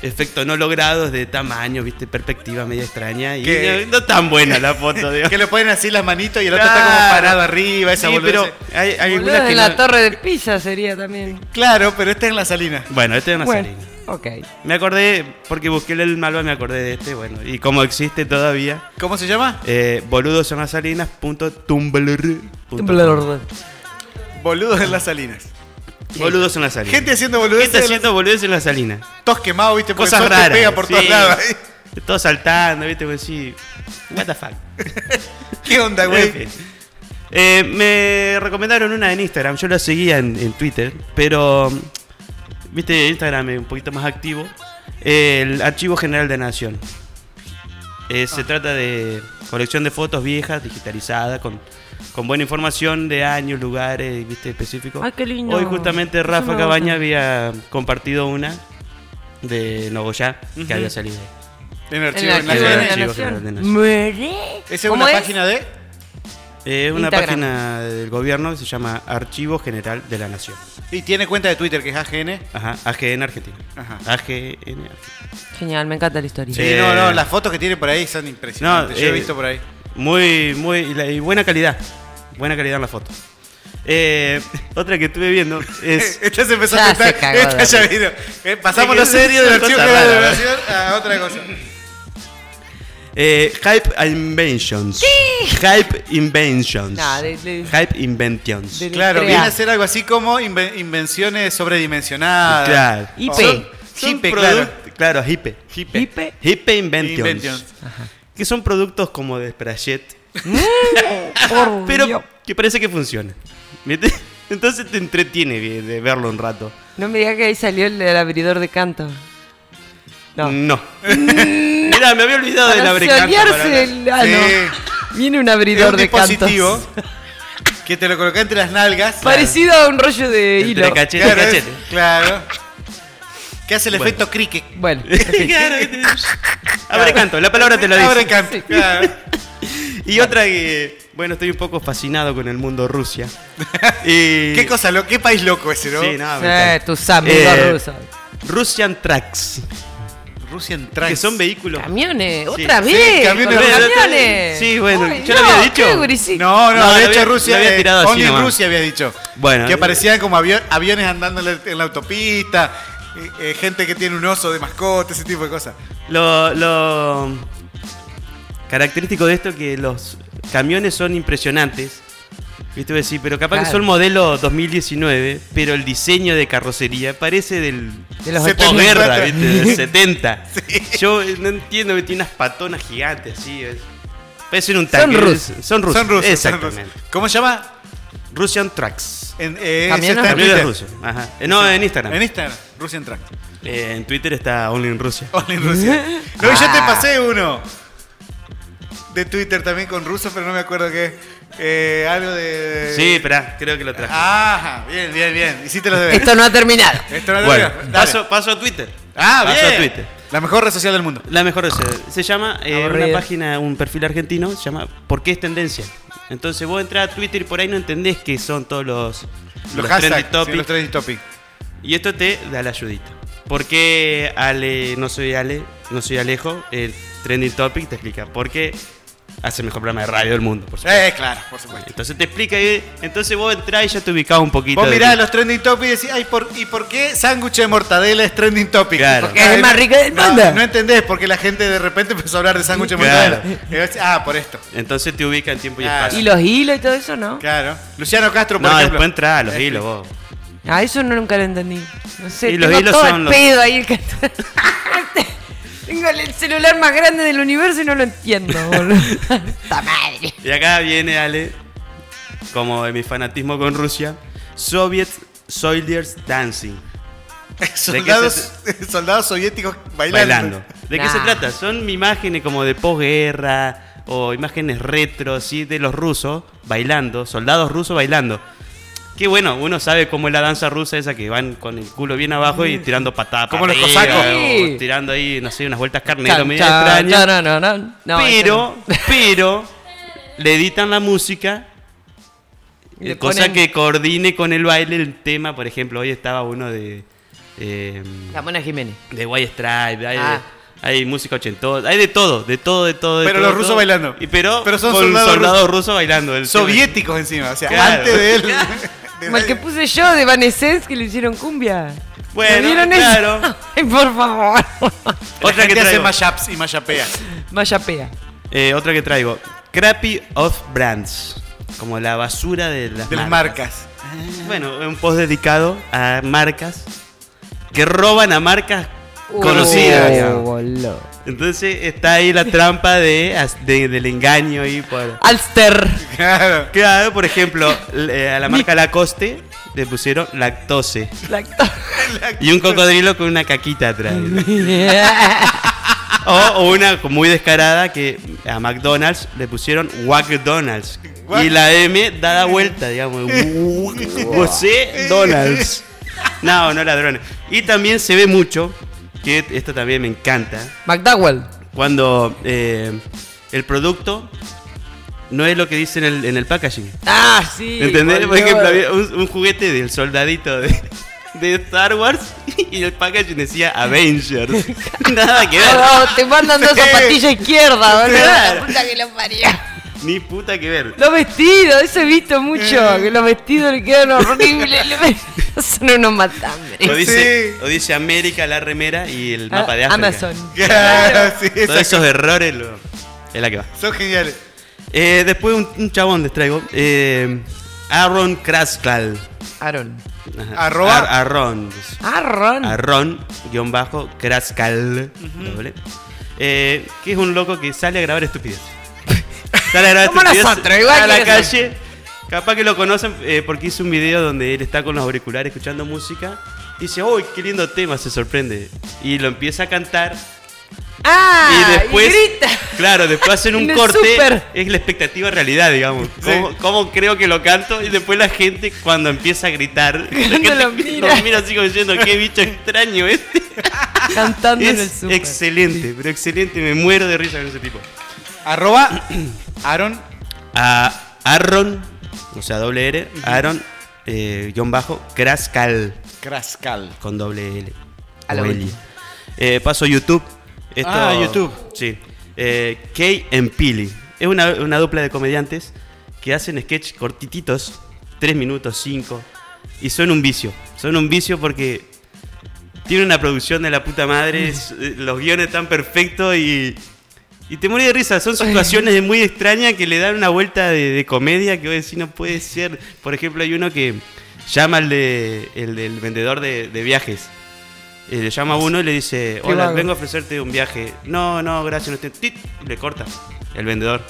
Speaker 5: efectos no logrados de tamaño, viste, perspectiva medio extraña. Y
Speaker 6: Que-
Speaker 5: no, no tan buena la foto, digo.
Speaker 6: Que le ponen así las manitos y el otro está como
Speaker 5: Claro.
Speaker 6: parado arriba, esa
Speaker 5: Sí,
Speaker 6: boludez.
Speaker 5: pero hay, hay algunas
Speaker 4: Boludo,
Speaker 5: que
Speaker 4: en la
Speaker 5: no-
Speaker 4: torre de Pisa sería también.
Speaker 6: Claro, pero este es en la salina.
Speaker 5: Bueno, este es una
Speaker 4: Bueno,
Speaker 5: salina.
Speaker 4: ok.
Speaker 5: Me acordé, porque busqué el Malva, me acordé de este, bueno, y como existe todavía,
Speaker 6: ¿Cómo se llama?
Speaker 5: eh, boludosonasalinas.tumblr.com.
Speaker 6: Boludos en las salinas.
Speaker 5: Boludos en las salinas.
Speaker 6: Gente haciendo boludeces.
Speaker 5: Gente haciendo boludos en las salinas.
Speaker 6: Tos quemados, viste, porque
Speaker 5: Cosas
Speaker 6: el sol
Speaker 5: raras.
Speaker 6: te pega por
Speaker 5: sí.
Speaker 6: todos lados.
Speaker 5: Todo saltando, viste, pues sí. What the fuck.
Speaker 6: ¿Qué onda,
Speaker 5: En
Speaker 6: güey?
Speaker 5: fin. Eh, me recomendaron una en Instagram, yo la seguía en, en Twitter, pero mm, viste, Instagram es un poquito más activo. El Archivo General de la Nación. Eh,
Speaker 4: Ah.
Speaker 5: Se trata de colección de fotos viejas, digitalizada, con, con buena información de años, lugares, viste, específicos.
Speaker 4: Ay, qué lindo.
Speaker 5: Hoy justamente
Speaker 4: Eso me
Speaker 5: Rafa
Speaker 4: gusta.
Speaker 5: Cabaña había compartido una de Nogoyá
Speaker 6: Ujú.
Speaker 5: que había salido.
Speaker 6: En
Speaker 4: En la
Speaker 6: archivo, en
Speaker 4: Archivo de la
Speaker 5: Archivo
Speaker 4: Nación.
Speaker 5: General de la Nación.
Speaker 4: Muere.
Speaker 6: Esa es
Speaker 4: ¿Cómo
Speaker 6: una página de.
Speaker 5: Eh, una
Speaker 4: Instagram.
Speaker 5: página del gobierno que se llama Archivo General de la Nación.
Speaker 6: Y tiene cuenta de Twitter que es AGN.
Speaker 5: Ajá, AGN Argentina.
Speaker 6: Ajá.
Speaker 5: AGN Argentina.
Speaker 4: Genial, me encanta la historia.
Speaker 6: Sí,
Speaker 5: Eh.
Speaker 6: no, no, las fotos que tiene por ahí son impresionantes.
Speaker 5: No,
Speaker 6: Yo he
Speaker 5: eh,
Speaker 6: visto por ahí.
Speaker 5: Muy, muy. Y, la- y buena calidad. Buena calidad en la foto. Eh, otra que estuve viendo es.
Speaker 6: Esta se empezó
Speaker 4: Ya
Speaker 6: a sentar.
Speaker 4: se cagó
Speaker 6: Esta
Speaker 4: de
Speaker 6: ya
Speaker 4: risa.
Speaker 6: vino. Eh, pasamos
Speaker 5: Es
Speaker 6: lo
Speaker 5: que
Speaker 6: serio
Speaker 5: son
Speaker 6: del archivo
Speaker 5: cosas
Speaker 6: general de la
Speaker 5: raras,
Speaker 6: nación a otra cosa.
Speaker 5: eh, Hype Inventions. Hype Inventions.
Speaker 4: No, de- de-
Speaker 5: Hype Inventions.
Speaker 4: de-
Speaker 6: Claro,
Speaker 4: Crea.
Speaker 6: viene a ser algo así como inven- invenciones sobredimensionadas.
Speaker 5: Claro.
Speaker 4: IP.
Speaker 5: Son- son
Speaker 6: Hipe,
Speaker 5: product-
Speaker 6: claro.
Speaker 5: Claro, hipe.
Speaker 6: Hipe.
Speaker 4: Pipe.
Speaker 5: Hipe Inventions.
Speaker 6: Inventions.
Speaker 5: Que son productos como de Sprayet.
Speaker 4: Por Dios.
Speaker 5: Pero que parece que funciona. ¿Viste? Entonces te entretiene de- de verlo un rato.
Speaker 4: No me digas que ahí salió el, el abridor de canto. No. Mm.
Speaker 5: No. Mira, me había olvidado del
Speaker 4: Para
Speaker 5: abrecanto.
Speaker 4: solearse
Speaker 5: para-
Speaker 4: el ano. Viene un
Speaker 6: Es
Speaker 4: abridor
Speaker 6: un
Speaker 4: de canto.
Speaker 6: dispositivo que te lo coloca entre las nalgas.
Speaker 4: Parecido a un rollo de
Speaker 5: Entre
Speaker 4: hilo.
Speaker 5: cachete
Speaker 6: Claro,
Speaker 5: y
Speaker 6: es-
Speaker 5: cachete.
Speaker 6: claro. Que hace el
Speaker 5: Bueno.
Speaker 6: efecto cricket.
Speaker 5: Ah,
Speaker 4: Bueno, Eh,
Speaker 5: Claro, que te- Abrecanto, la palabra te lo
Speaker 6: Abre
Speaker 5: dice.
Speaker 6: campo. Claro.
Speaker 5: Y otra que, bueno, estoy un poco fascinado con el mundo Rusia. Y-
Speaker 6: Qué cosa, lo, qué país loco ese, ¿no?
Speaker 5: Sí, no, me
Speaker 4: eh,
Speaker 5: encanta.
Speaker 4: tus amigos
Speaker 5: Eh,
Speaker 4: rusos.
Speaker 5: Russian Tracks,
Speaker 6: Russian Trans.
Speaker 5: que son vehículos.
Speaker 4: Camiones,
Speaker 5: Sí,
Speaker 4: otra
Speaker 6: sí,
Speaker 4: vez.
Speaker 6: camiones.
Speaker 4: con los
Speaker 5: Bueno,
Speaker 4: camiones.
Speaker 5: sí, bueno,
Speaker 4: Ay,
Speaker 5: ¿yo lo
Speaker 4: no,
Speaker 5: había dicho?
Speaker 4: qué gurisito.
Speaker 6: No, no,
Speaker 5: No, lo
Speaker 6: de hecho
Speaker 5: había-
Speaker 6: Rusia.
Speaker 5: lo había
Speaker 6: eh,
Speaker 5: tirado así
Speaker 6: Only
Speaker 5: nomás.
Speaker 6: Rusia había dicho.
Speaker 5: Bueno,
Speaker 6: Que
Speaker 5: eh,
Speaker 6: aparecían como avio- aviones andando en la, en la autopista. eh, eh, gente que tiene un oso de mascota, ese tipo de cosas.
Speaker 5: Lo, lo característico de esto que los camiones son impresionantes. ¿Viste? Voy a decir, pero capaz que
Speaker 4: Claro.
Speaker 5: son modelo 2019, pero el diseño de carrocería parece del
Speaker 4: De los
Speaker 6: Se
Speaker 4: ochenta.
Speaker 6: pone-
Speaker 5: posguerra, ¿viste? Del 70. Yo eh, no entiendo que tiene unas patonas gigantes así. es- Parecen un tanque.
Speaker 4: rusos.
Speaker 5: Son rusos.
Speaker 6: Son rusos. son
Speaker 5: Exactamente.
Speaker 6: rusos. ¿Cómo se llama?
Speaker 5: Russian Tracks.
Speaker 6: En, eh, ese
Speaker 4: Camiones
Speaker 6: está en
Speaker 5: Camiones
Speaker 6: Twitter.
Speaker 5: rusos. Ajá. Eh, no, en Instagram.
Speaker 6: En Instagram, Russian Track.
Speaker 5: Eh, en Twitter está Only en Rusia.
Speaker 6: Only en Rusia. No, y yo te pasé uno. De Twitter también con ruso, pero no me acuerdo qué. Eh, algo de.
Speaker 5: Sí, espera, creo que lo traje.
Speaker 6: Ajá, bien, bien, bien. Hiciste los deberes.
Speaker 4: Esto no ha terminado.
Speaker 6: Esto no lo
Speaker 5: bueno,
Speaker 6: digas. Dale.
Speaker 5: paso, paso a Twitter.
Speaker 6: Ah,
Speaker 5: paso
Speaker 6: bien.
Speaker 5: a Twitter.
Speaker 6: La mejor red social del mundo.
Speaker 5: La mejor es, eh, se llama eh, una
Speaker 4: Aburrido.
Speaker 5: página, un perfil argentino, se llama ¿Por qué es tendencia? Entonces vos entras a Twitter y por ahí no entendés qué son todos los,
Speaker 6: Los,
Speaker 5: los
Speaker 6: hashtags.
Speaker 5: trendy
Speaker 6: sí,
Speaker 5: topics.
Speaker 6: los trending topic.
Speaker 5: Y esto te da la ayudita. ¿Por qué Ale, no soy Ale, no soy Alejo? El trending topic te explica por qué hace el mejor programa de radio del mundo, por supuesto.
Speaker 6: Eh, claro, por supuesto.
Speaker 5: Entonces te explica y entonces vos entrás y ya te ubicás un poquito.
Speaker 6: Vos
Speaker 5: de-
Speaker 6: mirás los trending topics y decís, ay, ¿por, ¿y por qué sándwich de mortadela es trending topic?
Speaker 5: Claro.
Speaker 4: Porque es el
Speaker 6: Ay,
Speaker 4: más rico del
Speaker 6: no,
Speaker 4: mundo.
Speaker 6: No entendés porque la gente de repente empezó a hablar de sándwich de
Speaker 5: Claro.
Speaker 6: mortadela. Y vos decís, ah, por esto.
Speaker 5: Entonces te ubica en tiempo y
Speaker 6: Claro.
Speaker 5: espacio.
Speaker 4: Y los hilos y todo eso, ¿no?
Speaker 6: Claro. Luciano Castro, por
Speaker 5: No,
Speaker 6: ejemplo.
Speaker 5: después entrás a los hilos vos.
Speaker 4: Ah, eso no, nunca lo entendí. No sé,
Speaker 5: Y los
Speaker 4: tengo
Speaker 5: hilos
Speaker 4: todo
Speaker 5: son
Speaker 4: el
Speaker 5: los-
Speaker 4: pedo ahí. el cat- tengo el celular más grande del universo y no lo entiendo, boludo. ¡Ta madre!
Speaker 5: Y acá viene Ale, como de mi fanatismo con Rusia, Soviet Soldiers Dancing.
Speaker 6: soldados, soldados soviéticos bailando.
Speaker 5: Bailando. ¿De qué
Speaker 4: Nah.
Speaker 5: se trata? Son imágenes como de posguerra o imágenes retro, así, de los rusos bailando, soldados rusos bailando. Que bueno, uno sabe cómo es la danza rusa esa que van con el culo bien abajo y tirando patadas.
Speaker 6: Como
Speaker 5: para
Speaker 6: los
Speaker 5: arriba,
Speaker 6: cosacos.
Speaker 5: o
Speaker 4: Mm. Sí.
Speaker 5: Tirando ahí, no sé, unas vueltas carnero
Speaker 4: Chan,
Speaker 5: medio
Speaker 4: chan,
Speaker 5: extrañas.
Speaker 4: No, no, no, no. no,
Speaker 5: pero, pero, le editan la música.
Speaker 4: Y le
Speaker 5: eh, cosa
Speaker 4: ponen-
Speaker 5: que coordine con el baile el tema. Por ejemplo, hoy estaba uno de. eh,
Speaker 4: eso- La Mona Jiménez.
Speaker 5: de White Stripe, hay,
Speaker 4: Ah.
Speaker 5: hay música ochentosa, hay de todo, de todo, de todo. de
Speaker 6: Pero
Speaker 5: todo,
Speaker 6: los
Speaker 5: de
Speaker 6: rusos
Speaker 5: todo.
Speaker 6: bailando.
Speaker 5: Y pero,
Speaker 6: Pero son
Speaker 5: con
Speaker 6: soldados
Speaker 5: soldados
Speaker 6: rusos.
Speaker 5: rusos bailando. el tema.
Speaker 6: Soviéticos encima, o sea,
Speaker 5: Claro.
Speaker 6: antes de él.
Speaker 4: Como el que puse yo de Vanessens que le hicieron cumbia.
Speaker 5: Bueno,
Speaker 4: ¿Lo vieron eso?
Speaker 5: claro.
Speaker 4: Ay, por favor.
Speaker 5: Otra que,
Speaker 6: hace
Speaker 5: traigo,
Speaker 6: mashups y mashapea.
Speaker 4: Vaya pea.
Speaker 5: eh, otra que traigo, Crappy of Brands, como la basura de las
Speaker 6: De las marcas.
Speaker 5: Bueno, un post dedicado a marcas que roban a marcas
Speaker 4: Uh.
Speaker 5: conocidas.
Speaker 4: Oh,
Speaker 5: digamos.
Speaker 4: boludo.
Speaker 5: Entonces está ahí la trampa de, de- del engaño y por...
Speaker 4: Alster.
Speaker 6: Claro.
Speaker 5: Claro, por ejemplo, le- a la marca Lacoste le pusieron lactose.
Speaker 4: Lacto-
Speaker 5: Y un cocodrilo con una caquita atrás. o, o una muy descarada que a McDonald's le pusieron McDonald's.
Speaker 6: Guac-
Speaker 5: Y la M da la vuelta, digamos. José Donald's. No, no ladrones. Y también se ve mucho, que esto también me encanta,
Speaker 4: McDowell.
Speaker 5: cuando eh, el producto no es lo que dice en el, en el packaging.
Speaker 4: Ah, sí.
Speaker 5: ¿Entendés? Por
Speaker 4: boludo.
Speaker 5: ejemplo, había un, un juguete del soldadito de, de Star Wars y el packaging decía Avengers. Nada que ver.
Speaker 4: No, no, te mandan dos
Speaker 6: Sí.
Speaker 4: zapatillas izquierdas, boludo.
Speaker 5: Claro.
Speaker 4: La puta que lo parió.
Speaker 5: Ni puta que ver.
Speaker 4: Los vestidos, eso he visto mucho.
Speaker 5: Eh.
Speaker 4: Que los vestidos le quedan horribles. le ven- Son unos
Speaker 5: O
Speaker 4: matambres.
Speaker 5: dice,
Speaker 6: Sí.
Speaker 5: o dice América la remera y el mapa de
Speaker 4: Ah,
Speaker 5: África.
Speaker 4: Amazon.
Speaker 6: Claro, sí,
Speaker 5: Todos
Speaker 6: esas
Speaker 5: esos errores lo- es la que va.
Speaker 6: cosas. Son geniales.
Speaker 5: Eh, después un, un chabón les traigo. eh, Aaron Kraskal.
Speaker 4: Aaron.
Speaker 5: Ajá.
Speaker 6: Arroba.
Speaker 5: Ar- Aaron.
Speaker 4: Ah, Aaron.
Speaker 5: Arron, guión bajo, Kraskal, doble, eh, que es un loco que sale a grabar estupidez. sale a grabar
Speaker 4: Como
Speaker 5: estupidez
Speaker 4: nosotros, igual
Speaker 5: a
Speaker 4: que
Speaker 5: la
Speaker 4: nosotros.
Speaker 5: calle. Capaz que lo conocen eh, porque hizo un video donde él está con los auriculares escuchando música. Y dice, uy, qué lindo tema, se sorprende. Y lo empieza a cantar.
Speaker 4: Ah,
Speaker 5: y después.
Speaker 4: grita.
Speaker 5: Claro, después hacen un
Speaker 4: En el
Speaker 5: corte.
Speaker 4: súper.
Speaker 5: Es la expectativa realidad, digamos.
Speaker 6: Sí.
Speaker 5: ¿Cómo, cómo creo que lo canto? Y después la gente, cuando empieza a gritar, la
Speaker 4: Cuando
Speaker 5: gente
Speaker 4: lo mira.
Speaker 5: lo mira así como diciendo, qué bicho extraño este.
Speaker 4: Cantando en el
Speaker 5: Es
Speaker 4: súper.
Speaker 5: excelente, pero excelente. Me muero de risa con ese tipo.
Speaker 6: Arroba Aaron.
Speaker 5: A Aaron, o sea, doble R, Aaron, eh, guión bajo, Kraskal,
Speaker 6: Krascal.
Speaker 5: con doble L.
Speaker 4: A la
Speaker 5: O
Speaker 4: vuelta.
Speaker 5: L. Eh, paso a YouTube. Esto-
Speaker 6: Ah, YouTube.
Speaker 5: Sí. Eh, Kay and Pili. Es una, una dupla de comediantes que hacen sketch cortititos, 3 minutos, 5, y son un vicio. Son un vicio porque tiene una producción de la puta
Speaker 4: Mm.
Speaker 5: madre, es- eh, los guiones están perfectos y, y te morís de risa. Son situaciones muy extrañas que le dan una vuelta de, de comedia que vos decís no puede ser. Por ejemplo, hay uno que llama al de, el del vendedor de, de viajes. Eh, le llama a uno y le dice, hola,
Speaker 4: vago.
Speaker 5: vengo a ofrecerte un viaje. No, no, gracias, no te... tit", Y le corta el vendedor.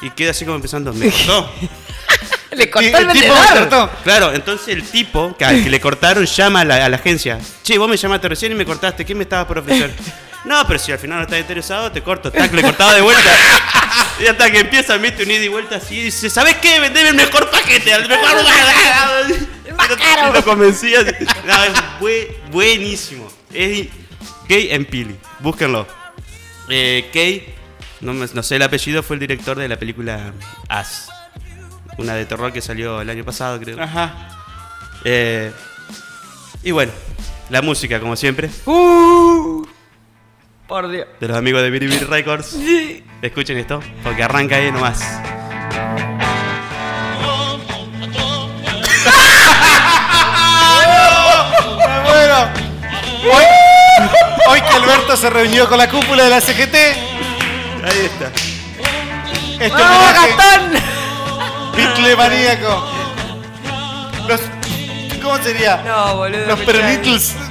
Speaker 5: Y queda así como empezando, me cortó.
Speaker 4: Le cortó el
Speaker 6: el tipo
Speaker 4: vendedor.
Speaker 6: me cortó.
Speaker 5: Claro, entonces el tipo que, al que le cortaron llama a la, a la agencia. Che, vos me llamaste recién y me cortaste, ¿qué me estabas por ofrecer? No, pero si al final no estás interesado, te corto. Tac, le cortaba de vuelta. Y hasta que empieza, mete un ida y vuelta así y dice, ¿sabes qué? Vendeme el mejor paquete, al mejor lugar.
Speaker 4: El más
Speaker 5: Y lo-
Speaker 4: caro.
Speaker 5: y Lo convencía. No, es bue- buenísimo. Es Gay and Pili. Búsquenlo. Eh, Kay, no, me- no sé el apellido, fue el director de la película As. Una de terror que salió el año pasado, creo.
Speaker 6: Ajá.
Speaker 5: Eh, y bueno, la música, como siempre,
Speaker 4: Uh, por Dios.
Speaker 5: de los amigos de Biribiri Records. Escuchen esto, porque arranca ahí nomás.
Speaker 6: Bueno, hoy, hoy que Alberto se reunió con la cúpula de la CGT,
Speaker 5: Ahí está.
Speaker 6: este
Speaker 5: Ah,
Speaker 4: ¡Vamos,
Speaker 6: homenaje
Speaker 4: Gastón!
Speaker 6: Beatle maníaco. Los, ¿Cómo sería?
Speaker 4: No, boludo.
Speaker 6: Los
Speaker 4: me
Speaker 6: pernittles.
Speaker 5: Los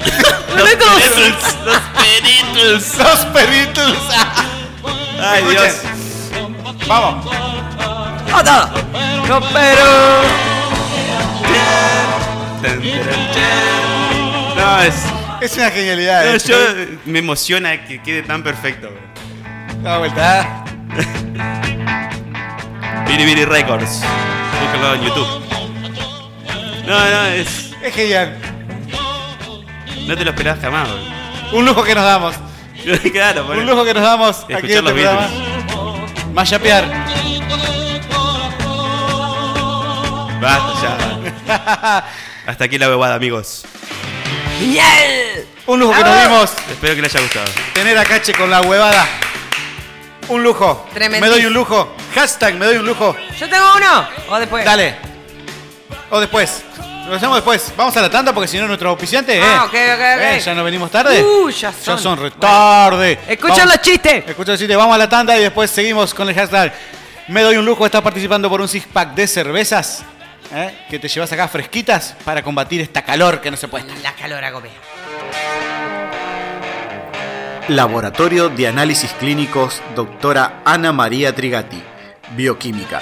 Speaker 5: Beatles, los Beatles.
Speaker 6: Los pernittles.
Speaker 5: Ay, Dios.
Speaker 6: Vamos.
Speaker 4: cae. ¡Ata! No, pero.
Speaker 5: No, es-
Speaker 6: Es una genialidad.
Speaker 5: no,
Speaker 6: ¿eh?
Speaker 5: yo me emociona que quede tan perfecto. bro.
Speaker 6: Da vuelta. ¿eh?
Speaker 5: Biribiri Records. Búscalo en YouTube. No, no, es,
Speaker 6: Es genial.
Speaker 5: no te lo esperás jamás. bro.
Speaker 6: Un lujo que nos damos.
Speaker 5: claro, por
Speaker 6: Un lujo que nos damos aquí en
Speaker 5: Escuchar
Speaker 6: este
Speaker 5: los
Speaker 6: programa.
Speaker 5: Beatles.
Speaker 6: Más chapear.
Speaker 5: Basta, ya. Hasta aquí la bebada, amigos.
Speaker 4: ¡Bien!
Speaker 6: Un lujo que
Speaker 5: Ah.
Speaker 6: nos dimos
Speaker 5: Espero que les haya gustado.
Speaker 6: tener a Cache con la huevada. Un lujo.
Speaker 4: Tremendísimo.
Speaker 6: Me doy un lujo. Hashtag me doy un lujo.
Speaker 4: Yo tengo uno. O después.
Speaker 6: Dale. O después. Lo hacemos después. Vamos a la tanda porque si no nuestro auspiciante.
Speaker 4: Ah,
Speaker 6: eh,
Speaker 4: ok, ok, ok.
Speaker 6: eh, ya nos venimos tarde.
Speaker 4: Uh, ya son.
Speaker 6: retarde.
Speaker 4: Escuchen los chistes.
Speaker 6: Escucha el sitio, vamos a la tanda y después seguimos con el hashtag. Me doy un lujo, estás participando por un six pack de cervezas ¿eh? que te llevas acá fresquitas para combatir esta calor que no se puede.
Speaker 4: La calor agobia.
Speaker 2: Laboratorio de Análisis Clínicos, doctora Ana María Trigati, Bioquímica,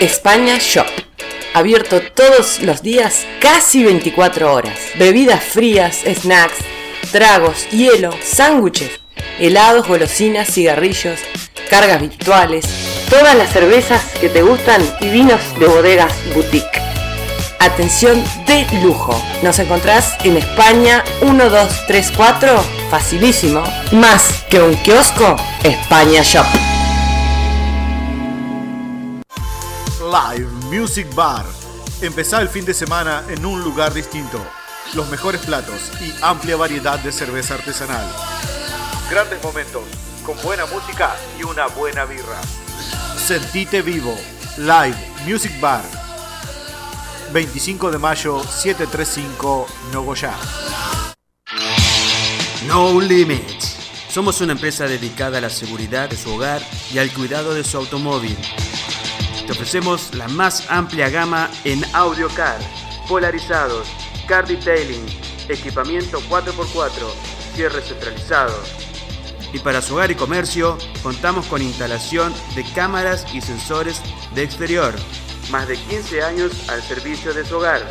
Speaker 8: España Shop. Abierto todos los días, casi 24 horas. Bebidas frías, snacks, tragos, hielo, sándwiches, helados, golosinas, cigarrillos, cargas virtuales, todas las cervezas que te gustan y vinos de bodegas boutique. Atención de lujo. Nos encontrás en España 1234, facilísimo. Más que un kiosco, España Shop.
Speaker 2: Live Music Bar. Empezá el fin de semana en un lugar distinto. Los mejores platos y amplia variedad de cerveza artesanal. Grandes momentos, con buena música y una buena birra. Sentite vivo. Live Music Bar. 25 de mayo, 735, Nogoyá.
Speaker 9: No Limits. Somos una empresa dedicada a la seguridad de su hogar y al cuidado de su automóvil. Te ofrecemos la más amplia gama en audio car, polarizados, car detailing, equipamiento 4x4, cierre centralizado. Y para su hogar y comercio, contamos con instalación de cámaras y sensores de exterior. Más de 15 años al servicio de su hogar.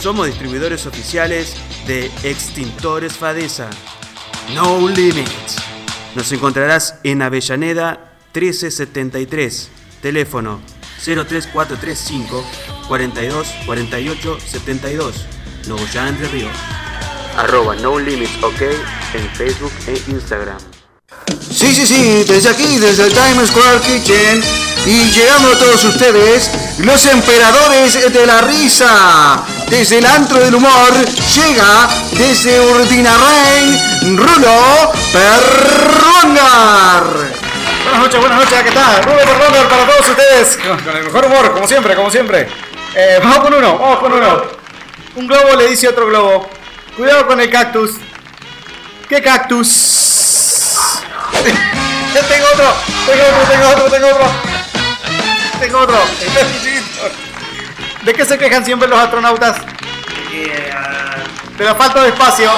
Speaker 9: Somos distribuidores oficiales de Extintores Fadesa. No Limits. Nos encontrarás en Avellaneda 1373. Teléfono 03435
Speaker 5: 42 48 72, Nogoyá Entre Ríos. Arroba No Limits OK en Facebook e Instagram.
Speaker 2: Sí, sí, sí, desde aquí, desde el Times Square Kitchen. Y llegamos a todos ustedes, los emperadores de la risa. Desde el antro del humor, llega desde Urdinarrain, Rulo Perrongar.
Speaker 10: Buenas noches, buenas noches, ¿qué tal? Rubén Perlongar para todos ustedes, con, con el mejor humor, como siempre, como siempre. Eh, vamos con uno, vamos con uno. Un globo le dice a otro globo, cuidado con el cactus. ¿Qué cactus? tengo otro, tengo otro, tengo otro, tengo otro. Tengo otro. ¿De qué se quejan siempre los astronautas? De la falta de espacio.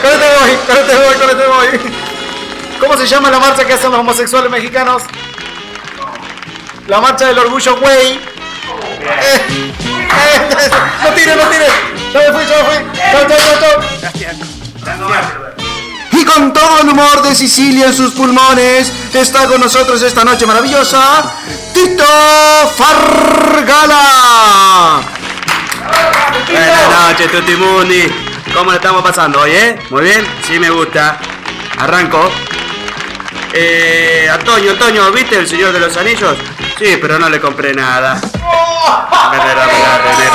Speaker 10: Con este voy, con este voy, con este voy. ¿Cómo se llama la marcha que hacen los homosexuales mexicanos? La marcha del orgullo, güey. Eh, eh, no tires, no tires. Ya me fui, ya me fui. Chau, chau, chau, chau.
Speaker 2: Y con todo el humor de Sicilia en sus pulmones, está con nosotros esta noche maravillosa, Tito Fargala.
Speaker 5: Buenas noches, Tutti Mundi. ¿Cómo lo estamos pasando hoy, eh? Muy bien, sí me gusta. Arranco. Eh, a Toño, Toño, ¿viste el Señor de los Anillos? Sí, pero no le compré nada.
Speaker 10: Oh.
Speaker 5: Me la regalé, me la regalé.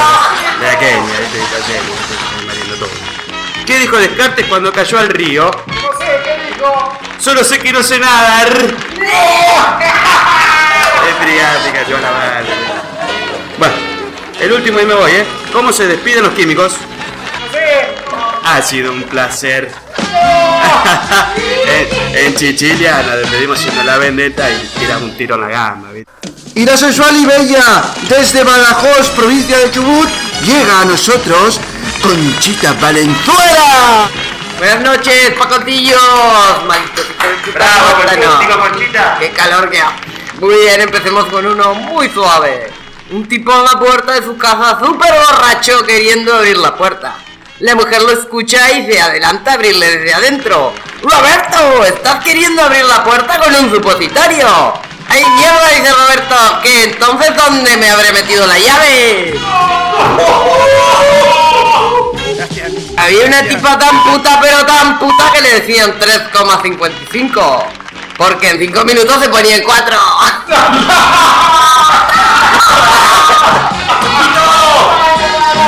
Speaker 5: De aquella, ¿viste? De aquella, estoy mariendo este, todo. ¿Qué dijo Descartes cuando cayó al río?
Speaker 10: No sé qué dijo.
Speaker 5: Solo sé que no sé nadar. Es brillante, cayó la mano. Bueno, el último y me voy, ¿eh? ¿Cómo se despiden los químicos?
Speaker 10: No sé.
Speaker 5: Ha sido un placer. en, en Chichilia la despedimos siendo la vendetta y tiramos un tiro en la gama, ¿viste?
Speaker 2: Y la sensual y bella, desde Badajoz, provincia de Chubut, llega a nosotros Conchita Valenzuela.
Speaker 11: Buenas noches, pacotillos. Maldito Conchita, Plátano. Qué calor que hace. Muy bien, empecemos con uno muy suave. Un tipo a la puerta de su casa súper borracho queriendo abrir la puerta. La mujer lo escucha y se adelanta a abrirle desde adentro. Roberto, estás queriendo abrir la puerta con un supositorio. ¡Ay, mierda! Dice Roberto, que entonces ¿dónde me habré metido la llave? Había una tipa tan puta, pero tan puta que le decían 3,55. Porque en 5 minutos se ponía en 4.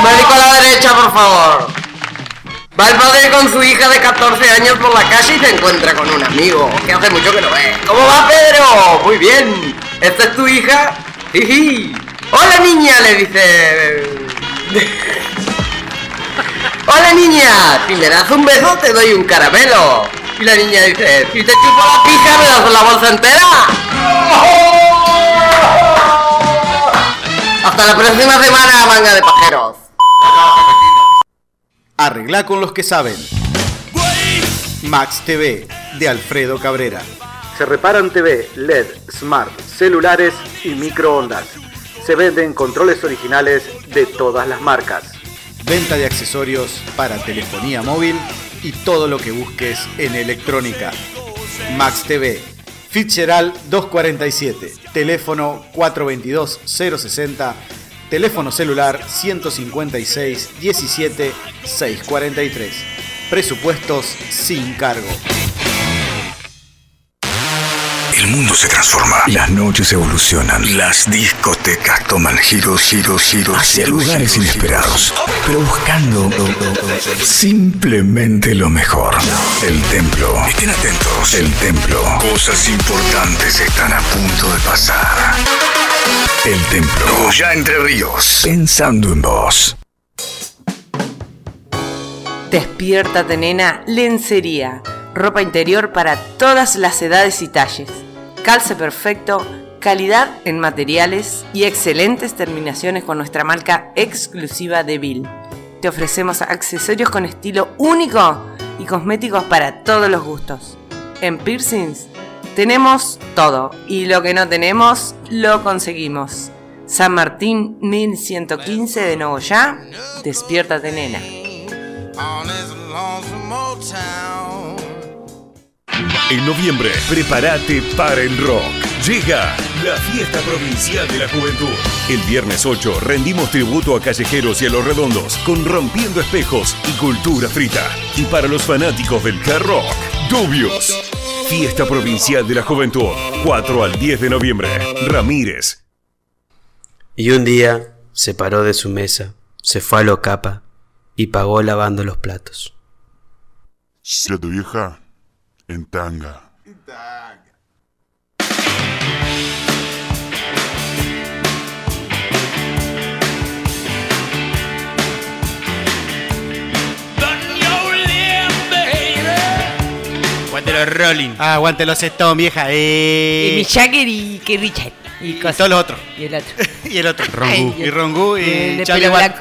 Speaker 11: Médico a la derecha, por favor. Va el padre con su hija de 14 años por la calle y se encuentra con un amigo que hace mucho que no ve. ¿Cómo va, Pedro? Muy bien. ¿Esta es tu hija? Jiji. Hola, niña, le dice. Hola, niña. Si me das un beso, te doy un caramelo. Y la niña dice: Si te chupo la pija, me das la bolsa entera. Hasta la próxima semana, manga de pajeros.
Speaker 6: Arregla con los que saben. Max TV de Alfredo Cabrera.
Speaker 5: Se reparan TV, LED, smart, celulares y microondas. Se venden controles originales de todas las marcas.
Speaker 6: Venta de accesorios para telefonía móvil y todo lo que busques en electrónica. Max TV, Fitzgerald 247, teléfono 422-060, teléfono celular 156-17-643. Presupuestos sin cargo.
Speaker 9: El mundo se transforma. Las noches evolucionan. Las discotecas toman giros, giros, giros. Hacia lugares inesperados. Pero buscando simplemente lo mejor. El templo. Estén atentos. El templo. Cosas importantes están a punto de pasar. El templo. Ya entre ríos. Pensando en vos.
Speaker 4: Despiértate, nena, lencería. Ropa interior para todas las edades y talles. Calce perfecto, calidad en materiales y excelentes terminaciones con nuestra marca exclusiva de Bill. Te ofrecemos accesorios con estilo único y cosméticos para todos los gustos. En piercings tenemos todo y lo que no tenemos lo conseguimos. San Martín 1115 de Nogoyá, despiértate nena.
Speaker 9: En noviembre, prepárate para el rock. Llega
Speaker 12: La fiesta provincial de la juventud.
Speaker 13: El viernes 8 rendimos tributo a callejeros y a los redondos con Rompiendo Espejos y Cultura Frita. Y para los fanáticos del hard rock, Dubios. Fiesta Provincial de la Juventud, 4 al 10 de noviembre. Ramírez.
Speaker 14: Y un día se paró de su mesa, se fue a lo capa y pagó lavando los platos.
Speaker 15: La tu vieja en tanga.
Speaker 5: Aguante los Rolling.
Speaker 6: Ah, aguante los Stone, vieja. eh.
Speaker 4: Y mi Jagger y que Richard. Y, cosas.
Speaker 6: todo lo otro.
Speaker 4: Y el otro.
Speaker 6: y el otro.
Speaker 4: Rongu.
Speaker 6: Y Rongu
Speaker 4: Y el
Speaker 6: y
Speaker 4: de
Speaker 6: Charlie
Speaker 4: pelo
Speaker 6: Watts.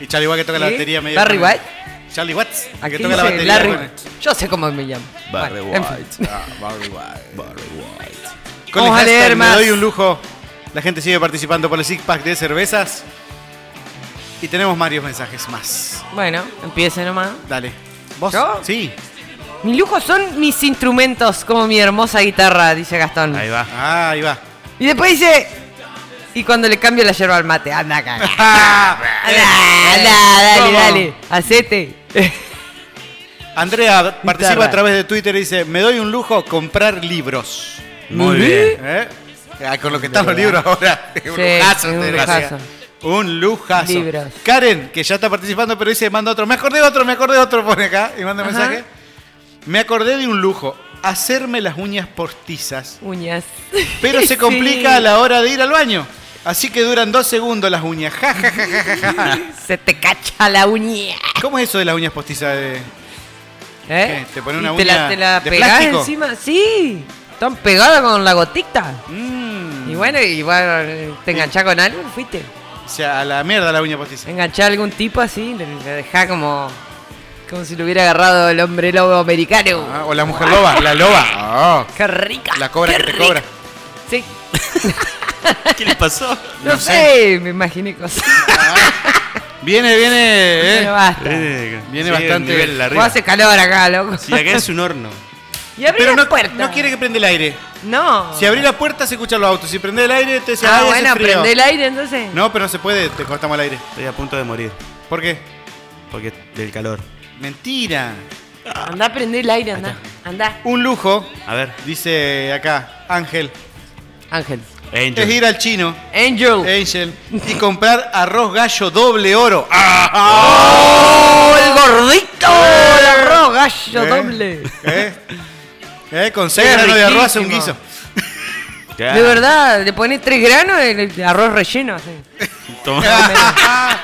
Speaker 6: Y Charlie Watts que toca la
Speaker 4: ¿Sí?
Speaker 6: batería medio.
Speaker 4: Barry
Speaker 6: también.
Speaker 4: White.
Speaker 6: Charlie Watts. el
Speaker 4: Aquí
Speaker 6: Que toca la
Speaker 4: dice
Speaker 6: batería.
Speaker 4: Larry-
Speaker 6: bueno.
Speaker 4: Yo sé cómo me llamo.
Speaker 6: Barry
Speaker 4: Bueno, en fin.
Speaker 6: White. Ah, Barry White. Barry White. Con
Speaker 4: Vamos
Speaker 6: el
Speaker 4: a leer
Speaker 6: hashtag,
Speaker 4: más.
Speaker 6: Me doy un lujo. La gente sigue participando por el six pack de cervezas. Y tenemos varios mensajes más.
Speaker 4: Bueno, empiece nomás.
Speaker 6: Dale. ¿Vos?
Speaker 4: ¿Yo?
Speaker 6: Sí.
Speaker 4: Mis lujos son mis instrumentos, como mi hermosa guitarra, dice Gastón. Ahí
Speaker 5: va.
Speaker 6: Ah, ahí va.
Speaker 4: Y después dice. Y cuando le cambio la yerba al mate, anda acá. dale,
Speaker 6: ¿Cómo?
Speaker 4: dale, hacete.
Speaker 6: Andrea participa
Speaker 4: Guitarra.
Speaker 6: a través de Twitter y dice, me doy un lujo comprar libros.
Speaker 4: ¿Mm?
Speaker 5: Muy bien.
Speaker 6: ¿Eh? Ah, con lo que están los libros ahora. un
Speaker 5: Sí,
Speaker 6: lujazo.
Speaker 5: es un
Speaker 6: Andrea.
Speaker 5: lujazo.
Speaker 6: Un lujazo.
Speaker 5: Libros.
Speaker 6: Karen, que ya está participando, pero dice, manda otro. Me acordé de otro, me acordé de otro, pone acá y manda un
Speaker 4: Ajá.
Speaker 6: mensaje. Me acordé de un lujo, hacerme las uñas postizas.
Speaker 4: Uñas.
Speaker 6: Pero se
Speaker 4: Sí.
Speaker 6: complica a la hora de ir al baño. Así que duran dos segundos las uñas. Ja, ja, ja, ja, ja, ja.
Speaker 4: Se te cacha la uña.
Speaker 6: ¿Cómo es eso de las uñas postizas? De...
Speaker 4: ¿Eh?
Speaker 6: ¿Te pone
Speaker 4: Y
Speaker 6: una
Speaker 4: te
Speaker 6: uña
Speaker 4: la, te la
Speaker 6: de
Speaker 4: pegás
Speaker 6: plástico?
Speaker 4: encima, sí. Están pegadas con la gotita. Y bueno, y bueno, te enganchás con algo y fuiste.
Speaker 6: mm. O sea, a la mierda la uña postiza.
Speaker 4: Enganchás a algún tipo así, le, le dejás como. Como si lo hubiera agarrado el hombre lobo americano.
Speaker 6: Ah, o la mujer loba, la loba. Ah.
Speaker 4: ¡Qué rica!
Speaker 6: La cobra
Speaker 4: qué
Speaker 6: que te
Speaker 4: rica.
Speaker 6: cobra.
Speaker 4: Sí.
Speaker 5: ¿Qué les pasó?
Speaker 4: No,
Speaker 6: No
Speaker 4: sé. me imaginé cosas.
Speaker 6: Viene, viene. eh.
Speaker 4: Bueno, basta.
Speaker 5: Viene,
Speaker 6: Viene bastante.
Speaker 5: nivel
Speaker 4: Vos hace calor acá, loco.
Speaker 5: Si acá es un horno.
Speaker 4: Y abrí
Speaker 6: Pero
Speaker 4: la
Speaker 6: no,
Speaker 4: puerta.
Speaker 6: no quiere que prenda el aire.
Speaker 4: No.
Speaker 6: Si abrí la puerta se escuchan los autos. Si prende el aire, te dice,
Speaker 4: Ah,
Speaker 6: "Ay, hace
Speaker 4: bueno,
Speaker 6: frío".
Speaker 4: prende el aire entonces.
Speaker 6: No, pero no se puede, te cortamos el aire.
Speaker 5: Estoy a punto de morir.
Speaker 6: ¿Por qué?
Speaker 5: Porque del calor.
Speaker 6: Mentira.
Speaker 4: Andá a prender el aire, andá. Andá.
Speaker 6: Un lujo,
Speaker 5: A ver.
Speaker 6: dice acá, Ángel.
Speaker 4: Ángel.
Speaker 6: Es ir al chino.
Speaker 4: Angel.
Speaker 6: Angel. Y comprar arroz gallo doble oro. ¡Ah!
Speaker 4: ¡Oh, el gordito! El arroz gallo
Speaker 6: ¿Eh?
Speaker 4: doble.
Speaker 6: ¿Eh? ¿Eh? Con seis
Speaker 4: Es
Speaker 6: granos de arroz hace un
Speaker 4: riquísimo.
Speaker 6: guiso. Ah.
Speaker 4: De verdad, le pones tres granos en el arroz relleno. así.
Speaker 6: Ah.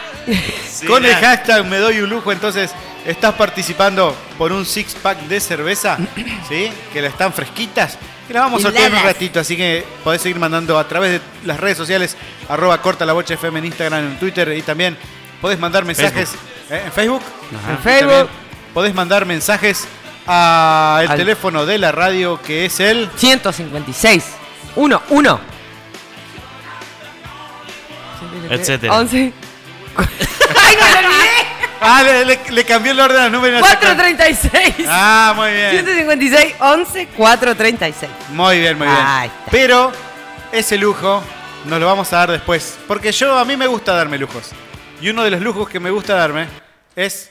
Speaker 6: Con el hashtag me doy un lujo, entonces estás participando por un six pack de cerveza, ¿sí? Que la están fresquitas. Que la vamos a sortear en un
Speaker 5: Heladas.
Speaker 6: ratito, así que podés seguir mandando a través de las redes sociales, arroba corta la bocha FM en Instagram, en Twitter y también podés mandar mensajes ¿eh? en Facebook.
Speaker 5: Ajá. En
Speaker 6: Y
Speaker 5: Facebook.
Speaker 6: también Podés mandar mensajes a el
Speaker 4: Al-
Speaker 6: teléfono de la radio que es el
Speaker 4: 156. 1, 1.
Speaker 6: Etcétera.
Speaker 4: 11. ¡Ay, no lo olvidé!
Speaker 6: Ah, le, le- le cambió el orden a los números.
Speaker 4: 436.
Speaker 6: Ah, muy bien.
Speaker 4: 156, 11, 436.
Speaker 6: Muy bien, muy bien.
Speaker 4: Ahí
Speaker 6: Pero ese lujo nos lo vamos a dar después. Porque yo a mí me gusta darme lujos. Y uno de los lujos que me gusta darme es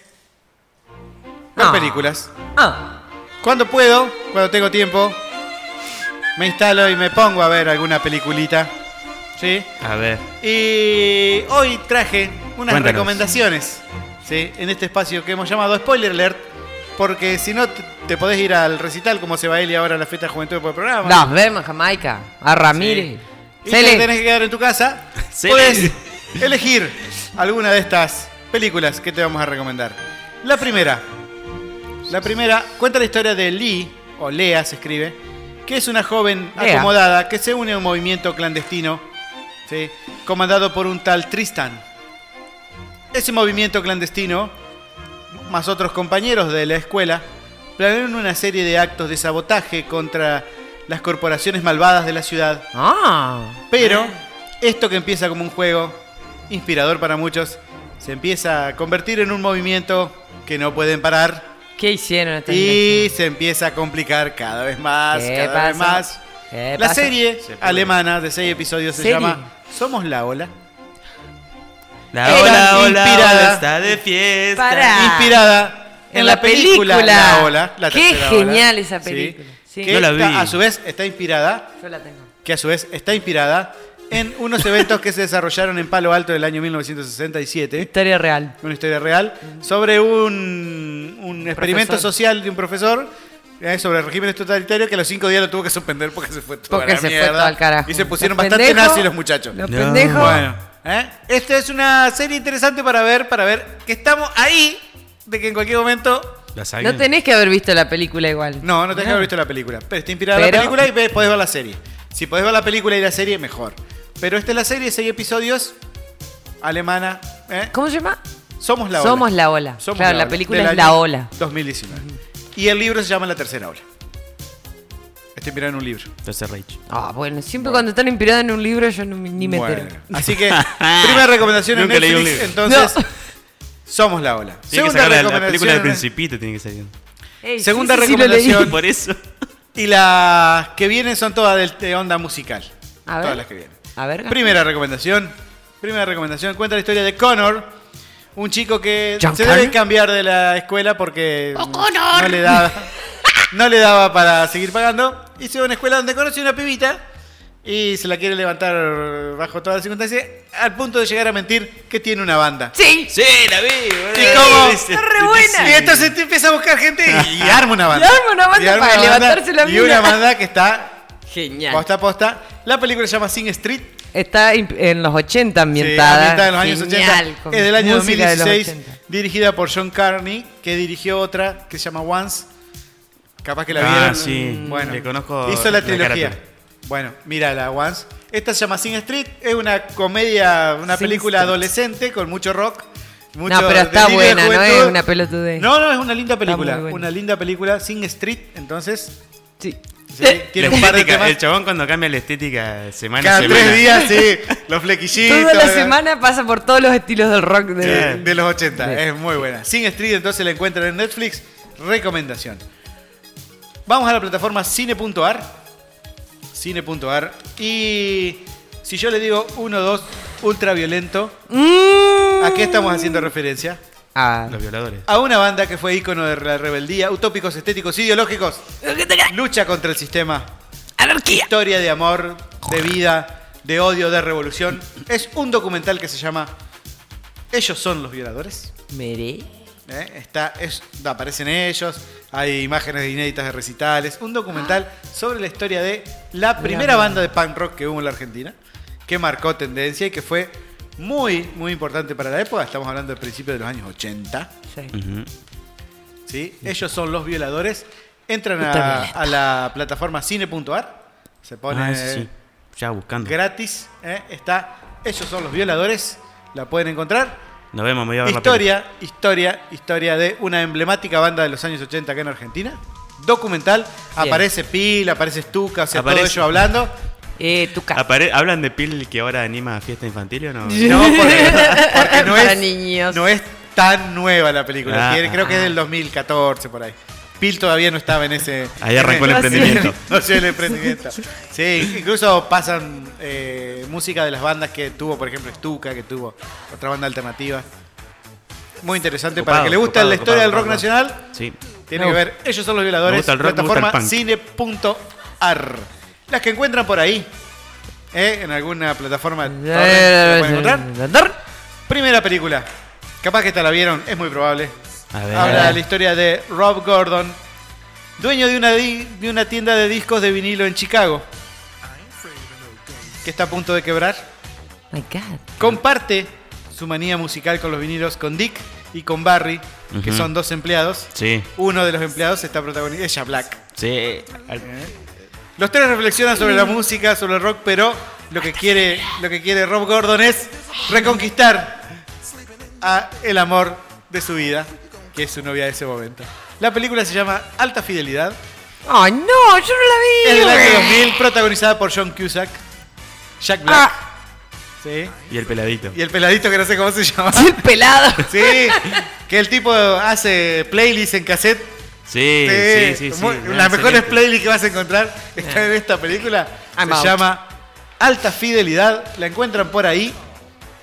Speaker 6: ver
Speaker 4: Ah.
Speaker 6: películas.
Speaker 4: Ah.
Speaker 6: Cuando puedo, cuando tengo tiempo, me instalo y me pongo a ver alguna peliculita. ¿Sí?
Speaker 5: A ver.
Speaker 6: Y hoy traje unas
Speaker 5: Cuéntanos.
Speaker 6: recomendaciones ¿sí? en este espacio que hemos llamado Spoiler Alert. Porque si no, te, te podés ir al recital como se va él y ahora a la fiesta de juventud por el programa.
Speaker 4: Las vemos, Jamaica. A Ramírez.
Speaker 6: Y
Speaker 4: Ah, Cele.
Speaker 6: te tenés que quedar en tu casa.
Speaker 4: Cele.
Speaker 6: Puedes elegir alguna de estas películas que te vamos a recomendar. La primera. La primera cuenta la historia de Lee, o Lea se escribe, que es una joven
Speaker 5: Lea.
Speaker 6: acomodada que se une a un movimiento clandestino, ¿sí? comandado por un tal Tristan. Ese movimiento clandestino, más otros compañeros de la escuela, planearon una serie de actos de sabotaje contra las corporaciones malvadas de la ciudad.
Speaker 4: Ah,
Speaker 6: Pero
Speaker 4: Eh.
Speaker 6: esto que empieza como un juego, inspirador para muchos, se empieza a convertir en un movimiento que no pueden parar
Speaker 4: ¿Qué hicieron? esta
Speaker 6: y se empieza a complicar cada vez más,
Speaker 4: ¿Qué
Speaker 6: cada vez
Speaker 4: pasó?
Speaker 6: más.
Speaker 4: ¿Qué
Speaker 6: La
Speaker 4: pasa?
Speaker 6: serie
Speaker 4: Se puede.
Speaker 6: alemana de seis episodios se
Speaker 4: ¿Serie?
Speaker 6: llama Somos la Ola.
Speaker 5: La
Speaker 6: Eran
Speaker 5: ola, ola,
Speaker 6: inspirada-
Speaker 5: ola está de fiesta.
Speaker 4: Pará.
Speaker 6: Inspirada en la película, La Ola. La
Speaker 4: Qué
Speaker 6: tercera ola.
Speaker 4: genial esa
Speaker 6: Sí.
Speaker 4: película. Sí.
Speaker 6: Que está- a su vez está inspirada,
Speaker 4: Yo la tengo.
Speaker 6: que a su vez está inspirada en unos eventos que se desarrollaron en Palo Alto del año 1967.
Speaker 4: Historia real.
Speaker 6: Una historia real sobre un, un experimento
Speaker 4: Profesor.
Speaker 6: social de un profesor eh, sobre regímenes totalitarios que a los cinco días lo tuvo que suspender porque se fue toda
Speaker 4: Porque
Speaker 6: la
Speaker 4: se fue
Speaker 6: mierda.
Speaker 4: todo al carajo.
Speaker 6: Y se pusieron
Speaker 4: Los
Speaker 6: bastante
Speaker 4: pendejos,
Speaker 6: nazis los muchachos.
Speaker 4: los No. pendejos.
Speaker 6: Bueno, ¿eh? esta es una serie interesante para ver, para ver que estamos ahí de que en cualquier momento
Speaker 4: No tenés que haber visto la película igual.
Speaker 6: no, no tenés que haber visto la película. Pero está inspirada en
Speaker 4: Pero-
Speaker 6: la película y ve- podés ver la serie. Si podés ver la película y la serie, mejor. Pero esta es la serie, seis episodios, alemana. ¿eh?
Speaker 4: ¿Cómo se llama?
Speaker 6: Somos la Ola.
Speaker 4: Somos la ola.
Speaker 6: Somos
Speaker 4: claro, la
Speaker 6: Ola,
Speaker 4: película
Speaker 6: del
Speaker 4: es la
Speaker 6: año
Speaker 4: ola.
Speaker 6: 2019. Y el libro se llama La Tercera Ola. Está inspirado en un libro.
Speaker 5: Tercer Reich.
Speaker 4: Ah, bueno, siempre cuando están inspiradas en un libro yo no me- ni me
Speaker 6: Bueno,
Speaker 4: entero.
Speaker 6: Así que, primera recomendación en
Speaker 5: Nunca leí un
Speaker 6: Netflix,
Speaker 5: libro.
Speaker 6: entonces, Somos la Ola.
Speaker 5: Tiene que
Speaker 6: Segunda
Speaker 5: sacar la, la
Speaker 6: recomendación
Speaker 5: película del
Speaker 6: en-
Speaker 5: Principito, tiene que salir.
Speaker 6: Segunda recomendación.
Speaker 5: Por eso.
Speaker 6: Y las que vienen son todas del- de onda musical.
Speaker 4: A ver.
Speaker 6: Todas las que vienen.
Speaker 4: A ver.
Speaker 6: Primera recomendación. Primera recomendación. Cuenta la historia de Connor. Un chico que
Speaker 4: John
Speaker 6: se
Speaker 4: Connor.
Speaker 6: debe cambiar de la escuela porque
Speaker 4: ¡Oh,
Speaker 6: no le daba. No le daba para seguir pagando. Y se va a una escuela donde conoce una pibita. Y se la quiere levantar bajo todas las circunstancias. Al punto de llegar a mentir que tiene una banda.
Speaker 4: Sí.
Speaker 5: Sí, la vi. boludo.
Speaker 6: ¿Y cómo?
Speaker 5: Dice-
Speaker 6: Y entonces te empieza a buscar gente y, y arma una banda.
Speaker 4: Y arma una banda
Speaker 6: Y arma
Speaker 4: para
Speaker 6: una banda,
Speaker 4: levantarse la
Speaker 6: Y
Speaker 4: mina.
Speaker 6: una banda que está
Speaker 4: Genial.
Speaker 6: posta a posta. La película se llama Sing Street.
Speaker 4: Está imp- en los 80 ambientada.
Speaker 6: ambientada en los años
Speaker 4: Genial,
Speaker 6: 80.
Speaker 4: con
Speaker 6: Es del año
Speaker 4: música de los
Speaker 6: 2016.
Speaker 4: 80.
Speaker 6: dirigida por John Carney, que dirigió otra que se llama Once. Capaz que la
Speaker 5: Ah,
Speaker 6: vieron. Mm.
Speaker 5: sí.
Speaker 6: Bueno,
Speaker 5: Le conozco
Speaker 6: Hizo la
Speaker 5: la
Speaker 6: trilogía.
Speaker 5: carátula.
Speaker 6: bueno, mira la Once. Esta se llama Sing Street. Es una comedia, una
Speaker 4: Sing
Speaker 6: película
Speaker 4: Street.
Speaker 6: adolescente con mucho rock. Mucho
Speaker 4: No, pero está
Speaker 6: delirio de
Speaker 4: buena, no es
Speaker 6: juventud.
Speaker 4: una pelotudez.
Speaker 6: No, no, es una linda película.
Speaker 4: muy buena.
Speaker 6: Una linda película sin Street, entonces.
Speaker 4: Sí.
Speaker 6: tiene
Speaker 5: La
Speaker 6: un par de
Speaker 5: estética,
Speaker 6: temas.
Speaker 5: El chabón cuando cambia la estética semana
Speaker 6: Cada
Speaker 5: a semana.
Speaker 6: tres días, sí. Los flequillitos.
Speaker 4: Toda la semana pasa por todos los estilos del rock. De...
Speaker 6: eh, De los 80. Es muy buena. Sin Street, entonces la encuentran en Netflix. Recomendación. Vamos a la plataforma cine.ar. Cine.ar. Y si yo le digo 1-2 ultraviolento,
Speaker 4: Mm.
Speaker 6: ¿a qué estamos haciendo referencia?
Speaker 4: Ah.
Speaker 5: Los violadores.
Speaker 6: a una banda que fue ícono de la rebeldía, utópicos estéticos ideológicos, lucha contra el sistema,
Speaker 4: anarquía,
Speaker 6: historia de amor, de vida, de odio, de revolución. Es un documental que se llama Ellos son los violadores.
Speaker 4: Mere.
Speaker 6: ¿Eh? Está, es- aparecen ellos, hay imágenes inéditas de recitales, un documental sobre la historia de la primera
Speaker 4: mira.
Speaker 6: banda de punk rock que hubo en la Argentina, que marcó tendencia y que fue muy, muy importante para la época, estamos hablando del principio de los años 80.
Speaker 5: Mm. Ah,
Speaker 6: ¿sí? Ellos son los violadores. Entran a, a la plataforma cine.ar, se pone
Speaker 5: Ah, sí, sí. Ya buscando.
Speaker 6: gratis. ¿eh? Está Ellos son los violadores, la pueden encontrar.
Speaker 5: Nos vemos, me voy a ver la
Speaker 6: Historia, historia, historia de una emblemática banda de los años 80 acá en Argentina. Documental.
Speaker 5: Bien.
Speaker 6: Aparece Pil, aparece Stuka, o sea,
Speaker 5: Aparece-
Speaker 6: todo ello hablando.
Speaker 4: Eh, Tuca.
Speaker 5: Apare- ¿Hablan de Pil que ahora anima a fiesta infantil o no?
Speaker 6: No, porque, porque no,
Speaker 4: Para
Speaker 6: es, no es tan nueva la película.
Speaker 5: Ah.
Speaker 6: Tiene- Creo que es del 2014 por ahí. Pil todavía no estaba en ese.
Speaker 5: Ahí arrancó el
Speaker 6: en-
Speaker 5: emprendimiento.
Speaker 6: No sé, el emprendimiento. Sí, incluso pasan eh, música de las bandas que tuvo, por ejemplo, Stuka, que tuvo otra banda alternativa. Muy interesante para
Speaker 5: Copado,
Speaker 6: que le gusta
Speaker 5: copado,
Speaker 6: la historia
Speaker 5: copado,
Speaker 6: del rock
Speaker 5: copado.
Speaker 6: nacional.
Speaker 5: Sí.
Speaker 6: Tiene
Speaker 5: Me
Speaker 6: que ver,
Speaker 5: gusta.
Speaker 6: ellos son los
Speaker 5: Me
Speaker 6: violadores.
Speaker 5: gusta el rock, me gusta el
Speaker 6: plataforma
Speaker 5: punk.
Speaker 6: cine.ar. Las que encuentran por ahí, ¿eh? en alguna plataforma, torrent,
Speaker 4: eh,
Speaker 6: ¿la pueden
Speaker 4: eh,
Speaker 6: encontrar. Primera película, capaz que esta la vieron, es muy probable.
Speaker 5: A ver.
Speaker 6: Habla de la historia de Rob Gordon, dueño de una, di- de una tienda de discos de vinilo en Chicago, que está a punto de quebrar.
Speaker 4: Oh My God.
Speaker 6: Comparte su manía musical con los vinilos con Dick y con Barry, que
Speaker 5: Ujú.
Speaker 6: son dos empleados.
Speaker 5: Sí,
Speaker 6: Uno de los empleados está protagonista, ella Black.
Speaker 5: sí. Al-
Speaker 6: Los tres reflexionan sobre la música, sobre el rock, pero lo que quiere, lo que quiere Rob Gordon es reconquistar a el amor de su vida, que es su novia de ese momento. La película se llama Alta Fidelidad,
Speaker 4: Ay, Oh, no, yo no la vi.
Speaker 6: es del año
Speaker 4: güey.
Speaker 6: 2000, protagonizada por John Cusack, Jack Black. Sí.
Speaker 5: Y el peladito.
Speaker 6: Y el peladito que no sé cómo se llama.
Speaker 4: pelado.
Speaker 6: Sí. Que el tipo hace playlists en cassette
Speaker 5: Sí, sí, sí. sí,
Speaker 6: Muy-
Speaker 5: no,
Speaker 6: las mejores
Speaker 5: excelente. Eh.
Speaker 6: playlists que vas a encontrar están en esta película.
Speaker 5: I'm
Speaker 6: se
Speaker 5: out.
Speaker 6: llama Alta Fidelidad. La encuentran por ahí.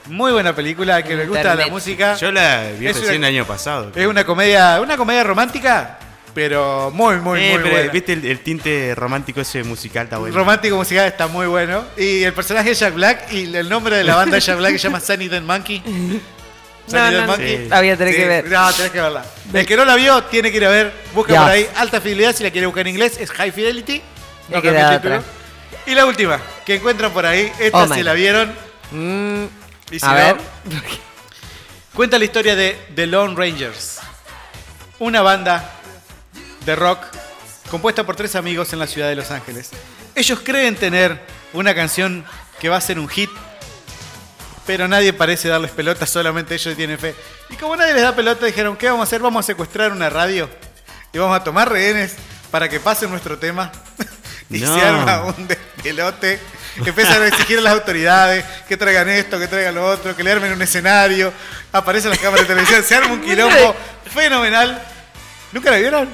Speaker 6: Muy buena película que le gusta la
Speaker 5: Internet.
Speaker 6: música.
Speaker 5: Yo la vi
Speaker 6: Es una-
Speaker 5: recién el año pasado.
Speaker 6: Es una comedia, una comedia romántica, pero muy, muy,
Speaker 5: Eh,
Speaker 6: muy
Speaker 5: pero,
Speaker 6: buena.
Speaker 5: Viste el, el tinte romántico ese musical, está bueno.
Speaker 6: Romántico musical está muy bueno. Y el personaje es Jack Black y el nombre de la banda es Jack Black que se llama Sunny Den Monkey. Sunny
Speaker 4: No,
Speaker 6: Dead
Speaker 4: no, no. La voy a tener que ver.
Speaker 6: No, tenés que verla. El que no la vio tiene que ir a ver. Busca
Speaker 4: Ya.
Speaker 6: por ahí Alta Fidelidad. Si la quiere buscar en inglés es High Fidelity. No
Speaker 4: Me
Speaker 6: cambia
Speaker 4: queda
Speaker 6: el título. Y la última que encuentran por ahí. Esta
Speaker 4: Oh,
Speaker 6: si
Speaker 4: my
Speaker 6: la
Speaker 4: God.
Speaker 6: vieron. y
Speaker 4: Mm,
Speaker 6: si
Speaker 4: a
Speaker 6: no,
Speaker 4: ver.
Speaker 6: Cuenta la historia de The Lone Rangers, una banda de rock compuesta por tres amigos en la ciudad de Los Ángeles. Ellos creen tener una canción que va a ser un hit, pero nadie parece darles pelota, solamente ellos tienen fe. Y como nadie les da pelota, dijeron, ¿qué vamos a hacer? Vamos a secuestrar una radio y vamos a tomar rehenes para que pasen nuestro tema. y
Speaker 5: No.
Speaker 6: se arma un despelote. Empiezan a exigir a las autoridades que traigan esto, que traigan lo otro, que le armen un escenario. Aparecen las cámaras de televisión, se arma un quilombo fenomenal. ¿Nunca la vieron?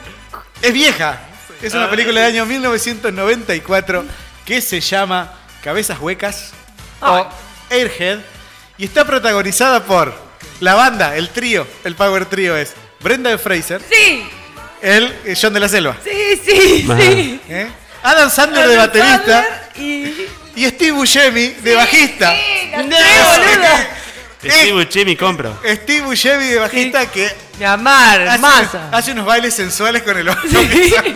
Speaker 6: Es vieja. Es una película del año 1994 que se llama Cabezas Huecas
Speaker 4: Oh.
Speaker 6: o Airhead y está protagonizada por la banda, el trío, el power trío es Brenda Fraser,
Speaker 4: Sí,
Speaker 6: el eh, John de la Selva,
Speaker 4: sí, sí,
Speaker 6: Ajá.
Speaker 4: sí.
Speaker 6: ¿eh? Adam Sandler de
Speaker 4: Adam
Speaker 6: baterista y Steve Buscemi de bajista.
Speaker 5: Steve Buscemi, compro.
Speaker 6: Steve Buscemi de bajista que hace,
Speaker 4: masa.
Speaker 6: hace unos bailes sensuales con el ojo.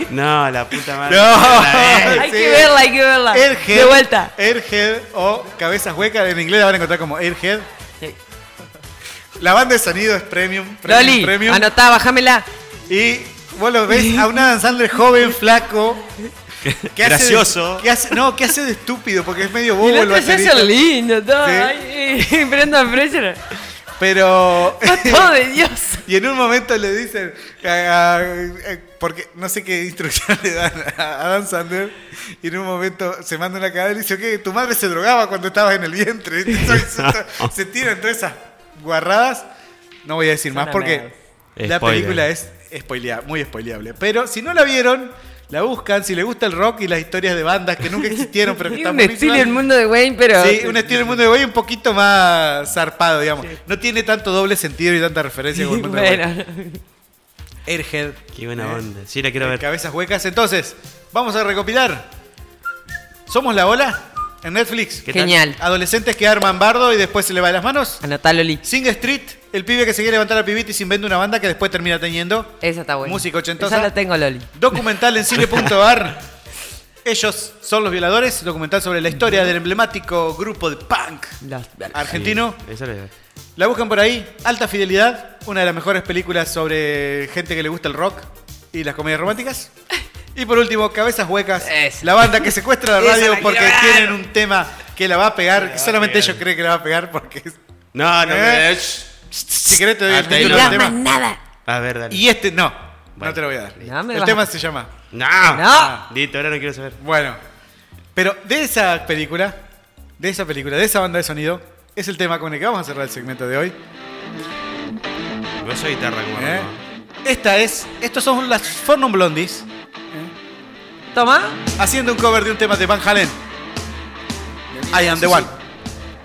Speaker 5: No, la puta madre.
Speaker 6: No,
Speaker 4: Hay que verla, hay que verla.
Speaker 6: Airhead,
Speaker 4: De vuelta.
Speaker 6: Airhead o cabezas huecas. En inglés la van a encontrar como Airhead. La banda de sonido es premium. premium
Speaker 4: Loli,
Speaker 6: premium.
Speaker 4: anotá, bajámela.
Speaker 6: Y vos lo ves a un Adam Sandler joven, flaco. que hace de-
Speaker 5: Gracioso.
Speaker 6: que hace, no, que hace de estúpido porque es medio bobo
Speaker 4: Y el
Speaker 6: Uh, el
Speaker 4: otro se
Speaker 6: baterista.
Speaker 4: hace lindo, todo.
Speaker 6: Sí.
Speaker 4: Ay, eh, Brendan Fraser. Oh,
Speaker 6: Pero.
Speaker 4: todo de Dios.
Speaker 6: Y en un momento le dicen. a- a- a- porque no sé qué instrucción le dan a Adam Sandler. Y en un momento se manda una cadena y dice: ¿Qué? Tu madre se drogaba cuando estabas en el vientre. se tiran todas esas guarradas. No voy a decir más
Speaker 4: Son
Speaker 6: porque
Speaker 4: amigos.
Speaker 6: la
Speaker 5: Spoiler.
Speaker 6: película es spoilea- muy spoileable. Pero si no la vieron, la buscan. Si les gusta el rock y las historias de bandas que nunca existieron, pero que
Speaker 4: Es
Speaker 6: están
Speaker 4: un estilo
Speaker 6: buenísimas,
Speaker 4: el mundo de Wayne, pero.
Speaker 6: Sí, un estilo del mundo de hoy un poquito más zarpado, digamos. No tiene tanto doble sentido y tanta referencia como el mundo de hoy.
Speaker 4: Bueno.
Speaker 6: Airhead.
Speaker 5: Qué buena
Speaker 6: Eh,
Speaker 5: onda. Sí, la quiero
Speaker 6: eh,
Speaker 5: ver.
Speaker 6: Cabezas huecas. Entonces, vamos a recopilar. ¿Somos la ola? En Netflix.
Speaker 4: tal? Genial.
Speaker 6: Adolescentes que arman bardo y después se le va de las manos.
Speaker 4: Anotalo, Loli.
Speaker 6: Sing Street, el pibe que se quiere levantar a pibita y se inventa una banda que después termina teniendo.
Speaker 4: Esa está buena.
Speaker 6: Música ochentosa.
Speaker 4: Esa la tengo, Loli.
Speaker 6: Documental en cine.ar. Ellos son los violadores. Documental sobre la historia del emblemático grupo de punk argentino.
Speaker 5: Sí, esa la voy a ver.
Speaker 6: La buscan por ahí. Alta Fidelidad, una de las mejores películas sobre gente que le gusta el rock y las comedias románticas. Y por último, Cabezas Huecas, la banda que secuestra la
Speaker 5: Esa
Speaker 6: radio
Speaker 5: la
Speaker 6: porque
Speaker 5: quiero ver.
Speaker 6: tienen un tema que la va a pegar, que solamente ellos creen que la va a pegar porque...
Speaker 5: No, no,
Speaker 6: ¿Eh?
Speaker 5: me- shh.
Speaker 6: Si querés te doy el
Speaker 5: Hasta ahí
Speaker 6: título
Speaker 5: no.
Speaker 6: del tema.
Speaker 5: A ver, dale.
Speaker 6: Y este, no, no te lo voy a dar.
Speaker 5: me
Speaker 6: el
Speaker 5: vas
Speaker 6: tema
Speaker 5: a-
Speaker 6: se llama...
Speaker 5: No.
Speaker 6: No.
Speaker 5: Listo, ahora no quiero saber.
Speaker 6: Bueno, pero de esa película, de esa película, de esa banda de sonido, es el tema con el que vamos a cerrar el segmento de hoy.
Speaker 5: Vos sos guitarra como
Speaker 6: ¿Eh? Esta es. Estos son las Fornum Blondies.
Speaker 4: Toma.
Speaker 6: Haciendo un cover de un tema de Van Halen. I am the one.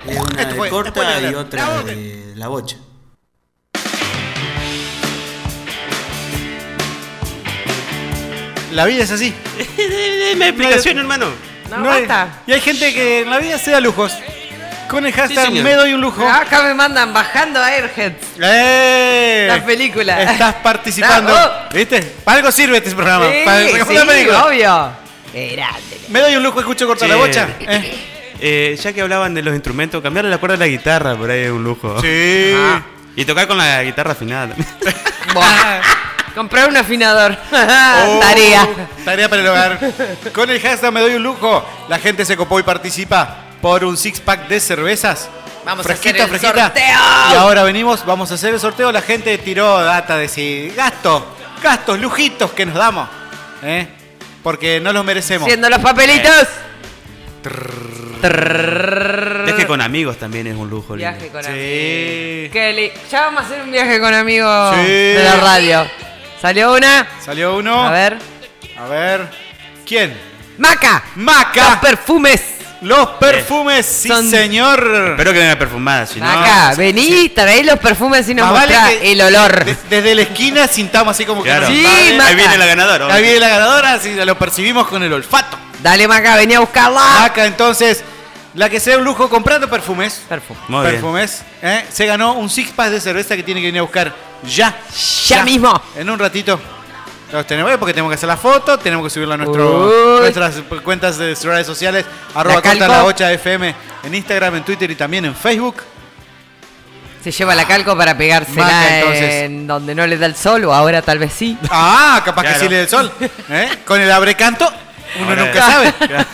Speaker 16: Es una
Speaker 6: Esto Este
Speaker 16: de
Speaker 6: fue- después de
Speaker 16: corta y
Speaker 6: hablar.
Speaker 16: otra de la bocha.
Speaker 6: La vida es así.
Speaker 5: Deme explicación, hermano.
Speaker 4: No,
Speaker 6: hay-
Speaker 4: basta.
Speaker 6: y hay gente que en la vida se da lujos. Con el hashtag
Speaker 4: señor. Ah.
Speaker 6: me doy un lujo.
Speaker 4: Acá me mandan bajando a Airhead.
Speaker 6: ¡Eh!
Speaker 4: La película.
Speaker 6: Estás participando.
Speaker 4: Bravo.
Speaker 6: ¿Viste? Para algo sirve este programa.
Speaker 4: Sí,
Speaker 6: Para recomendar
Speaker 4: sí,
Speaker 6: películas.
Speaker 4: obvio. Grande.
Speaker 6: Me doy un lujo, escucho cortar la
Speaker 5: Sí.
Speaker 6: bocha. Eh.
Speaker 5: Eh, ya que hablaban de los instrumentos, cambiarle la cuerda a la guitarra por ahí es
Speaker 4: Ah.
Speaker 5: un lujo.
Speaker 6: Sí.
Speaker 5: Y tocar con la guitarra afinada.
Speaker 4: Comprar un afinador.
Speaker 6: Oh,
Speaker 4: Ah, Tarea.
Speaker 6: Tarea para el hogar. Con el hashtag me doy un lujo. La gente se copó y participa por un six pack de cervezas.
Speaker 4: Vamos a
Speaker 6: Fresquita,
Speaker 4: hacer el
Speaker 6: fresquita.
Speaker 4: sorteo.
Speaker 6: Y ahora venimos, vamos a hacer el sorteo. La gente tiró data de si gastos, gastos, lujitos que nos damos. ¿eh? Porque no los merecemos.
Speaker 4: Siendo los papelitos.
Speaker 5: Viaje con amigos también es un lujo. lindo.
Speaker 4: Viaje con amigos. Qué li- Ya vamos a hacer un viaje con amigos
Speaker 5: Sí.
Speaker 4: de la radio. Salió una.
Speaker 6: Salió uno.
Speaker 4: A ver.
Speaker 6: A ver. ¿Quién?
Speaker 4: ¡Maca!
Speaker 6: ¡Maca!
Speaker 4: ¡Los perfumes!
Speaker 6: ¡Los perfumes! ¡Sí, señor!
Speaker 5: Espero que venga perfumada, si no.
Speaker 4: Maca, vení, traí los perfumes y nos
Speaker 6: Más vale
Speaker 4: mostrá
Speaker 6: que-
Speaker 4: el olor.
Speaker 6: de- desde la esquina sintamos así como
Speaker 5: Claro.
Speaker 6: que. nos invade.
Speaker 5: Sí, Maca. Ahí viene la ganadora, obvio.
Speaker 6: Ahí viene la ganadora, así lo percibimos con el olfato.
Speaker 4: Dale, Maca, vení a buscarla.
Speaker 6: Maca, entonces, la que sea un lujo comprando perfumes.
Speaker 5: Muy bien.
Speaker 6: perfumes. ¿eh? Se ganó un six pack de cerveza que tiene que venir a buscar ya.
Speaker 4: Ya, mismo.
Speaker 6: En un ratito. Los tenemos eh, porque tenemos que hacer la foto, tenemos que subirla a nuestro,
Speaker 4: Uy.
Speaker 6: nuestras cuentas de redes sociales, arroba
Speaker 4: calco.
Speaker 6: contra la bocha FM en Instagram, en Twitter y también en Facebook.
Speaker 4: Se lleva la calco para pegársela
Speaker 6: Maca, entonces.
Speaker 4: en donde no le da el sol, o ahora tal vez sí.
Speaker 6: Ah, capaz que sí le dé el sol. ¿eh? Con el abrecanto, uno
Speaker 4: Ahora
Speaker 6: nunca
Speaker 4: es.
Speaker 6: sabe.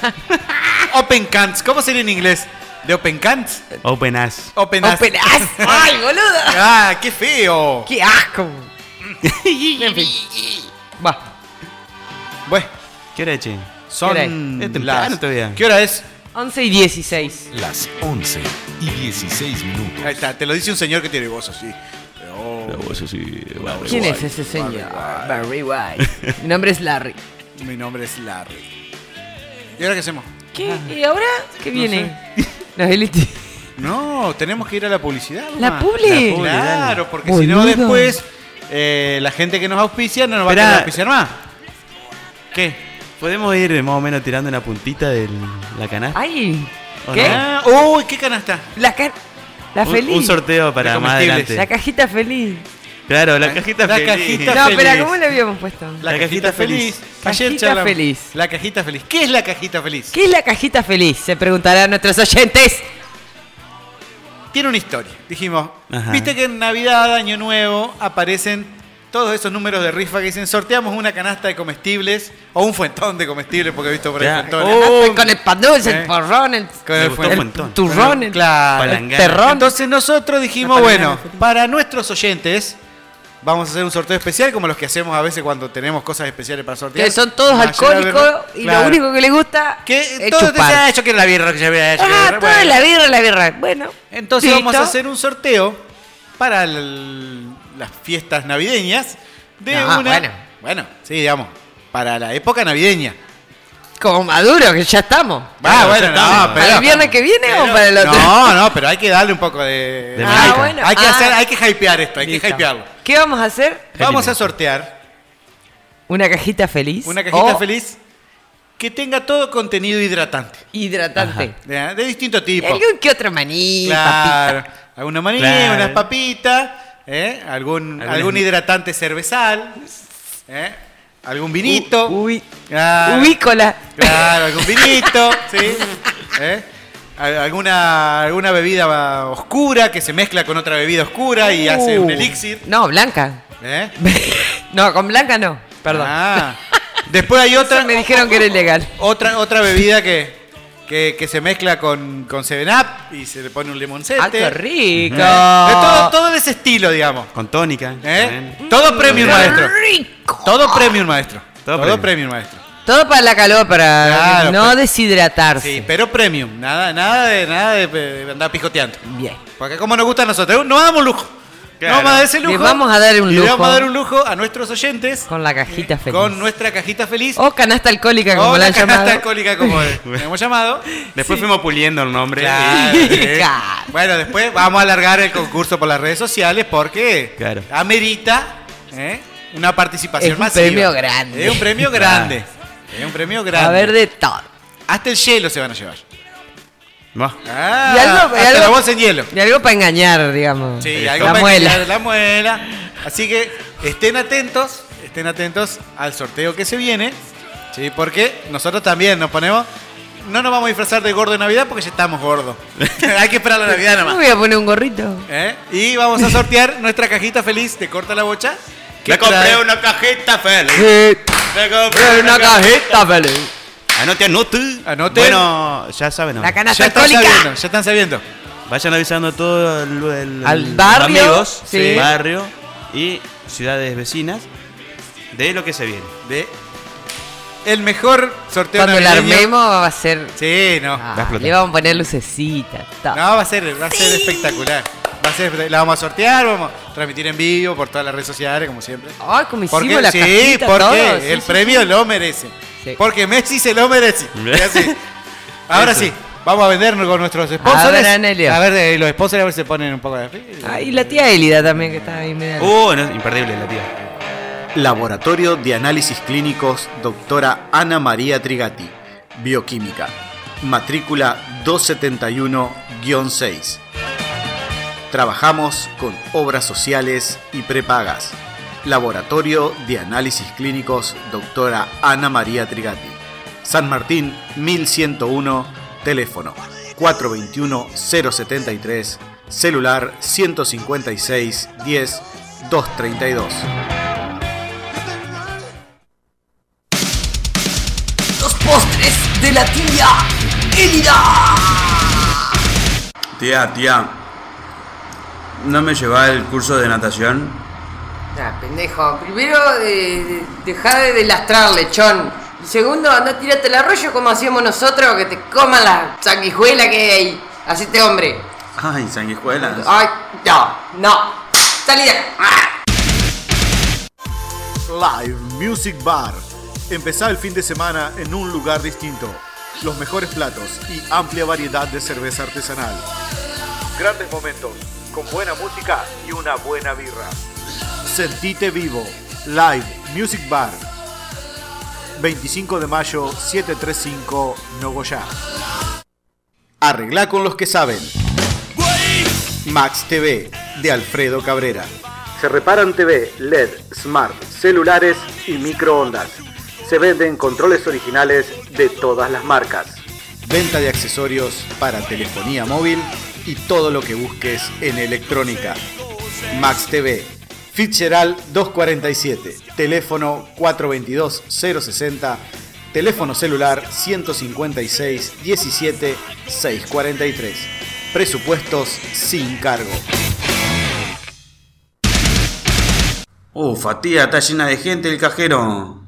Speaker 6: Open cans, ¿cómo sería en inglés? ¿De open cans?
Speaker 5: Open ass.
Speaker 6: Open
Speaker 4: ¡Oh, penaz! ¡Ay, boludo!
Speaker 6: ¡Ah, qué feo!
Speaker 4: ¡Qué asco!
Speaker 6: en fin.
Speaker 4: Va.
Speaker 6: Bueno.
Speaker 5: ¿Qué hora es, che?
Speaker 6: Son
Speaker 5: ¿Qué hora es? Es temprano
Speaker 6: las-
Speaker 5: todavía.
Speaker 6: ¿Qué hora es?
Speaker 4: 11 y 16.
Speaker 6: Las 11 y 16 minutos. Ahí está, te lo dice un señor que tiene voz así. Oh.
Speaker 4: ¿Quién es ese señor? Barry White. Mi nombre es Larry.
Speaker 6: Mi nombre es Larry. ¿Y ahora qué hacemos?
Speaker 4: ¿Qué? ¿Y ahora qué
Speaker 6: No
Speaker 4: viene? Los Elite.
Speaker 6: No, tenemos que ir a la publicidad.
Speaker 4: ¿La
Speaker 6: Luma.
Speaker 4: publi?
Speaker 6: Claro,
Speaker 4: Dale.
Speaker 6: porque si no
Speaker 4: Boludo.
Speaker 6: después eh, la gente que nos auspicia no nos va a
Speaker 5: Esperá.
Speaker 6: querer auspiciar más. ¿Qué?
Speaker 5: Podemos ir más o menos tirando una puntita de la canasta.
Speaker 4: ¡Ay!
Speaker 5: ¿O
Speaker 4: ¿Qué?
Speaker 5: no?
Speaker 6: Ah, ¡Uy, qué canasta!
Speaker 4: La, ca-
Speaker 6: Ah,
Speaker 4: la
Speaker 5: Un-
Speaker 4: feliz.
Speaker 5: un sorteo para
Speaker 4: La
Speaker 5: más
Speaker 4: comestibles.
Speaker 5: adelante.
Speaker 4: La cajita feliz.
Speaker 5: Claro, la cajita
Speaker 6: La
Speaker 5: feliz.
Speaker 6: cajita
Speaker 4: no,
Speaker 6: feliz.
Speaker 4: espera, ¿cómo le habíamos puesto?
Speaker 6: La, cajita, feliz.
Speaker 4: Cajita
Speaker 6: Ayer charlamos.
Speaker 4: feliz.
Speaker 6: La cajita feliz. ¿Qué es la cajita feliz?
Speaker 4: ¿Qué es la cajita feliz? Se preguntarán nuestros oyentes.
Speaker 6: Tiene una historia. Dijimos,
Speaker 5: Ajá.
Speaker 6: viste que en Navidad, Año Nuevo, aparecen todos esos números de rifa que dicen sorteamos una canasta de comestibles o un fuentón de comestibles, porque he visto por ahí
Speaker 4: Ya.
Speaker 6: fuentones.
Speaker 4: Oh, con el pan dulce, el
Speaker 6: Eh.
Speaker 4: porrón, el,
Speaker 6: Con el fuentón.
Speaker 4: el
Speaker 6: Fuentón.
Speaker 4: turrón, el,
Speaker 6: Claro.
Speaker 4: el terrón.
Speaker 6: Entonces nosotros dijimos,
Speaker 4: La
Speaker 6: bueno,
Speaker 4: palangana
Speaker 6: para nuestros oyentes vamos a hacer un sorteo especial como los que hacemos a veces cuando tenemos cosas especiales para sortear.
Speaker 4: que son todos
Speaker 6: Ayer
Speaker 4: alcohólicos
Speaker 6: había-
Speaker 4: y
Speaker 6: Claro.
Speaker 4: lo único que les gusta es
Speaker 6: Todos decían,
Speaker 4: chupar.
Speaker 6: "Ah, yo quiero la birra, que yo quiero la birra, yo quiero
Speaker 4: Ah,
Speaker 6: la birra".
Speaker 4: toda
Speaker 6: Bueno.
Speaker 4: la birra, la birra. Bueno,
Speaker 6: Entonces
Speaker 4: listo.
Speaker 6: vamos a hacer un sorteo para el- las fiestas navideñas de
Speaker 4: No,
Speaker 6: una.
Speaker 4: Ah, bueno.
Speaker 6: Bueno, sí, digamos, para la época navideña.
Speaker 4: Como Maduro, que ya estamos.
Speaker 6: Va, bueno,
Speaker 4: ya
Speaker 6: no,
Speaker 4: estamos.
Speaker 6: pero-
Speaker 4: ¿Para el viernes que viene o para el otro?
Speaker 6: No, no, pero hay que darle un poco de.
Speaker 4: De
Speaker 6: Ah,
Speaker 4: manija.
Speaker 6: bueno, hay que
Speaker 4: ah.
Speaker 6: hacer, hay que hypear esto, hay
Speaker 4: Listo.
Speaker 6: que hypearlo.
Speaker 4: ¿Qué vamos a hacer?
Speaker 6: Vamos a sortear
Speaker 4: Una cajita feliz.
Speaker 6: una cajita
Speaker 4: o
Speaker 6: feliz que tenga todo contenido hidratante.
Speaker 4: Hidratante.
Speaker 6: De, de distinto tipo.
Speaker 4: Algún que otro maní,
Speaker 6: Claro. Alguna maní,
Speaker 4: Claro.
Speaker 6: unas papitas, ¿eh? algún,
Speaker 4: Algunas-
Speaker 6: algún hidratante cervezal, ¿eh? algún vinito.
Speaker 4: uy.
Speaker 6: Claro,
Speaker 4: Ubícola.
Speaker 6: claro, algún vinito, ¿sí? ¿Eh? Al- Alguna, alguna bebida oscura que se mezcla con otra bebida oscura y hace un
Speaker 4: Uh.
Speaker 6: elixir.
Speaker 4: No, blanca.
Speaker 6: ¿eh?
Speaker 4: No, con blanca no. Perdón.
Speaker 6: Ah. Después hay otra. Este.
Speaker 4: Me dijeron que era ilegal.
Speaker 6: Otra, otra bebida que, que, que se mezcla con, con 7-Up y se le pone un limoncete.
Speaker 4: Ah, qué rico.
Speaker 6: Eh, de Todo, todo de ese estilo, digamos.
Speaker 5: Con tónica.
Speaker 6: ¿Eh? Todo premium,
Speaker 5: qué
Speaker 6: maestro. Todo premium, maestro. Todo,
Speaker 5: premium.
Speaker 6: premium, maestro.
Speaker 4: Todo para la calor, para
Speaker 6: Claro,
Speaker 4: no
Speaker 6: pero-
Speaker 4: deshidratarse.
Speaker 6: Sí, pero premium. Nada, nada de, nada de, de andar pijoteando.
Speaker 4: Bien.
Speaker 6: Porque como nos gusta a nosotros, no damos lujo.
Speaker 4: Claro.
Speaker 6: No vamos a dar ese lujo.
Speaker 4: Le vamos a dar un
Speaker 6: Y le
Speaker 4: lujo.
Speaker 6: vamos a dar un lujo a nuestros oyentes
Speaker 4: Con la cajita feliz.
Speaker 6: con nuestra cajita feliz.
Speaker 4: O canasta alcohólica, como
Speaker 6: o
Speaker 4: la
Speaker 6: la
Speaker 4: han
Speaker 6: canasta
Speaker 4: llamado.
Speaker 6: alcohólica, como le hemos llamado.
Speaker 5: Después fuimos puliendo el nombre.
Speaker 6: Claro,
Speaker 5: Y-
Speaker 6: sí. Bueno, después vamos a alargar el concurso por las redes sociales porque
Speaker 5: Claro.
Speaker 6: amerita ¿eh? una participación
Speaker 4: Es un
Speaker 6: masiva.
Speaker 4: premio grande.
Speaker 6: Es un premio grande. es un premio grande.
Speaker 4: A ver de todo.
Speaker 6: Hasta el hielo se van a llevar. Ah,
Speaker 4: Y algo- y
Speaker 6: hasta
Speaker 4: algo-
Speaker 6: la voz en hielo.
Speaker 4: Y algo para engañar, digamos.
Speaker 6: Sí,
Speaker 4: la
Speaker 6: algo para
Speaker 4: muela.
Speaker 6: quitar la muela. Así que estén atentos, estén atentos al sorteo que se viene, ¿sí? porque nosotros también nos ponemos... No nos vamos a disfrazar de gordo de Navidad porque ya estamos gordos. Hay que esperar la Navidad
Speaker 4: Me
Speaker 6: nomás.
Speaker 4: voy a poner un gorrito.
Speaker 6: ¿Eh? Y vamos a sortear nuestra cajita feliz de Corta la Bocha.
Speaker 5: Me compré
Speaker 6: trae-
Speaker 5: una cajita feliz. Me
Speaker 6: compré una cajita
Speaker 4: feliz.
Speaker 6: Este
Speaker 5: Anote, anote.
Speaker 6: Anote.
Speaker 5: Bueno, ya saben. ahora.
Speaker 6: ya están sabiendo, ya están sabiendo.
Speaker 5: Vayan avisando a todos
Speaker 6: Al
Speaker 5: los
Speaker 6: barrio,
Speaker 5: amigos,
Speaker 6: sí.
Speaker 5: barrio y ciudades vecinas de lo que se viene.
Speaker 6: De el mejor sorteo
Speaker 4: Cuando la
Speaker 6: navideño.
Speaker 4: armemos va a ser.
Speaker 6: Sí, no.
Speaker 17: Ah.
Speaker 4: Ah, le vamos a poner lucecita.
Speaker 6: No, va a ser, va a ser espectacular. Va a ser- la vamos a sortear, vamos a transmitir en vivo por todas las redes sociales, como siempre.
Speaker 17: Ay, como hicimos
Speaker 6: Porque-
Speaker 17: la
Speaker 6: sí,
Speaker 17: cajita,
Speaker 6: porque
Speaker 17: todo, sí,
Speaker 6: el
Speaker 17: sí,
Speaker 6: premio
Speaker 17: sí.
Speaker 6: lo merece. Porque Messi se lo merece. Es así. Ahora
Speaker 17: Eso.
Speaker 6: sí, vamos a vendernos con nuestros sponsors.
Speaker 17: A ver, Anelio.
Speaker 6: A ver, eh, los sponsors a ver si se ponen un poco de
Speaker 17: Ah, y la tía Elida también, que está ahí media.
Speaker 5: Uh, no, imperdible la tía.
Speaker 2: Laboratorio de Análisis Clínicos, doctora Ana María Trigati, Bioquímica, matrícula 271-6. Trabajamos con obras sociales y prepagas. Laboratorio de Análisis Clínicos, doctora Ana María Trigati, San Martín 1101, teléfono 421-073, celular 156-10-232.
Speaker 18: Los postres de la tía Elida.
Speaker 19: Tía, tía. ¿No me lleva el curso de natación?
Speaker 4: Ah, pendejo. Primero, eh, dejá de, de lastrar, lechón. Y segundo, anda tírate el arroyo como hacíamos nosotros, que te coman la sanguijuela que hay ahí. Hacete hombre.
Speaker 19: Ay, sanguijuelas.
Speaker 4: Ay, no, no. Salí de acá.
Speaker 2: Live Music Bar. Empezá el fin de semana en un lugar distinto. Los mejores platos y amplia variedad de cerveza artesanal. Grandes momentos, con buena música y una buena birra. Sentite vivo. Live Music Bar. 25 de mayo, 735, Nogoyá. Arreglá con los que saben. Max TV, de Alfredo Cabrera.
Speaker 20: Se reparan TV, LED, E smart, celulares y microondas. Se venden controles originales de todas las marcas.
Speaker 2: Venta de accesorios para telefonía móvil y todo lo que busques en electrónica. Max TV. Fitzgerald 247. Teléfono 422-060. Teléfono celular 156 17 643. Presupuestos sin cargo.
Speaker 19: Ufa, tía, está llena de gente el cajero.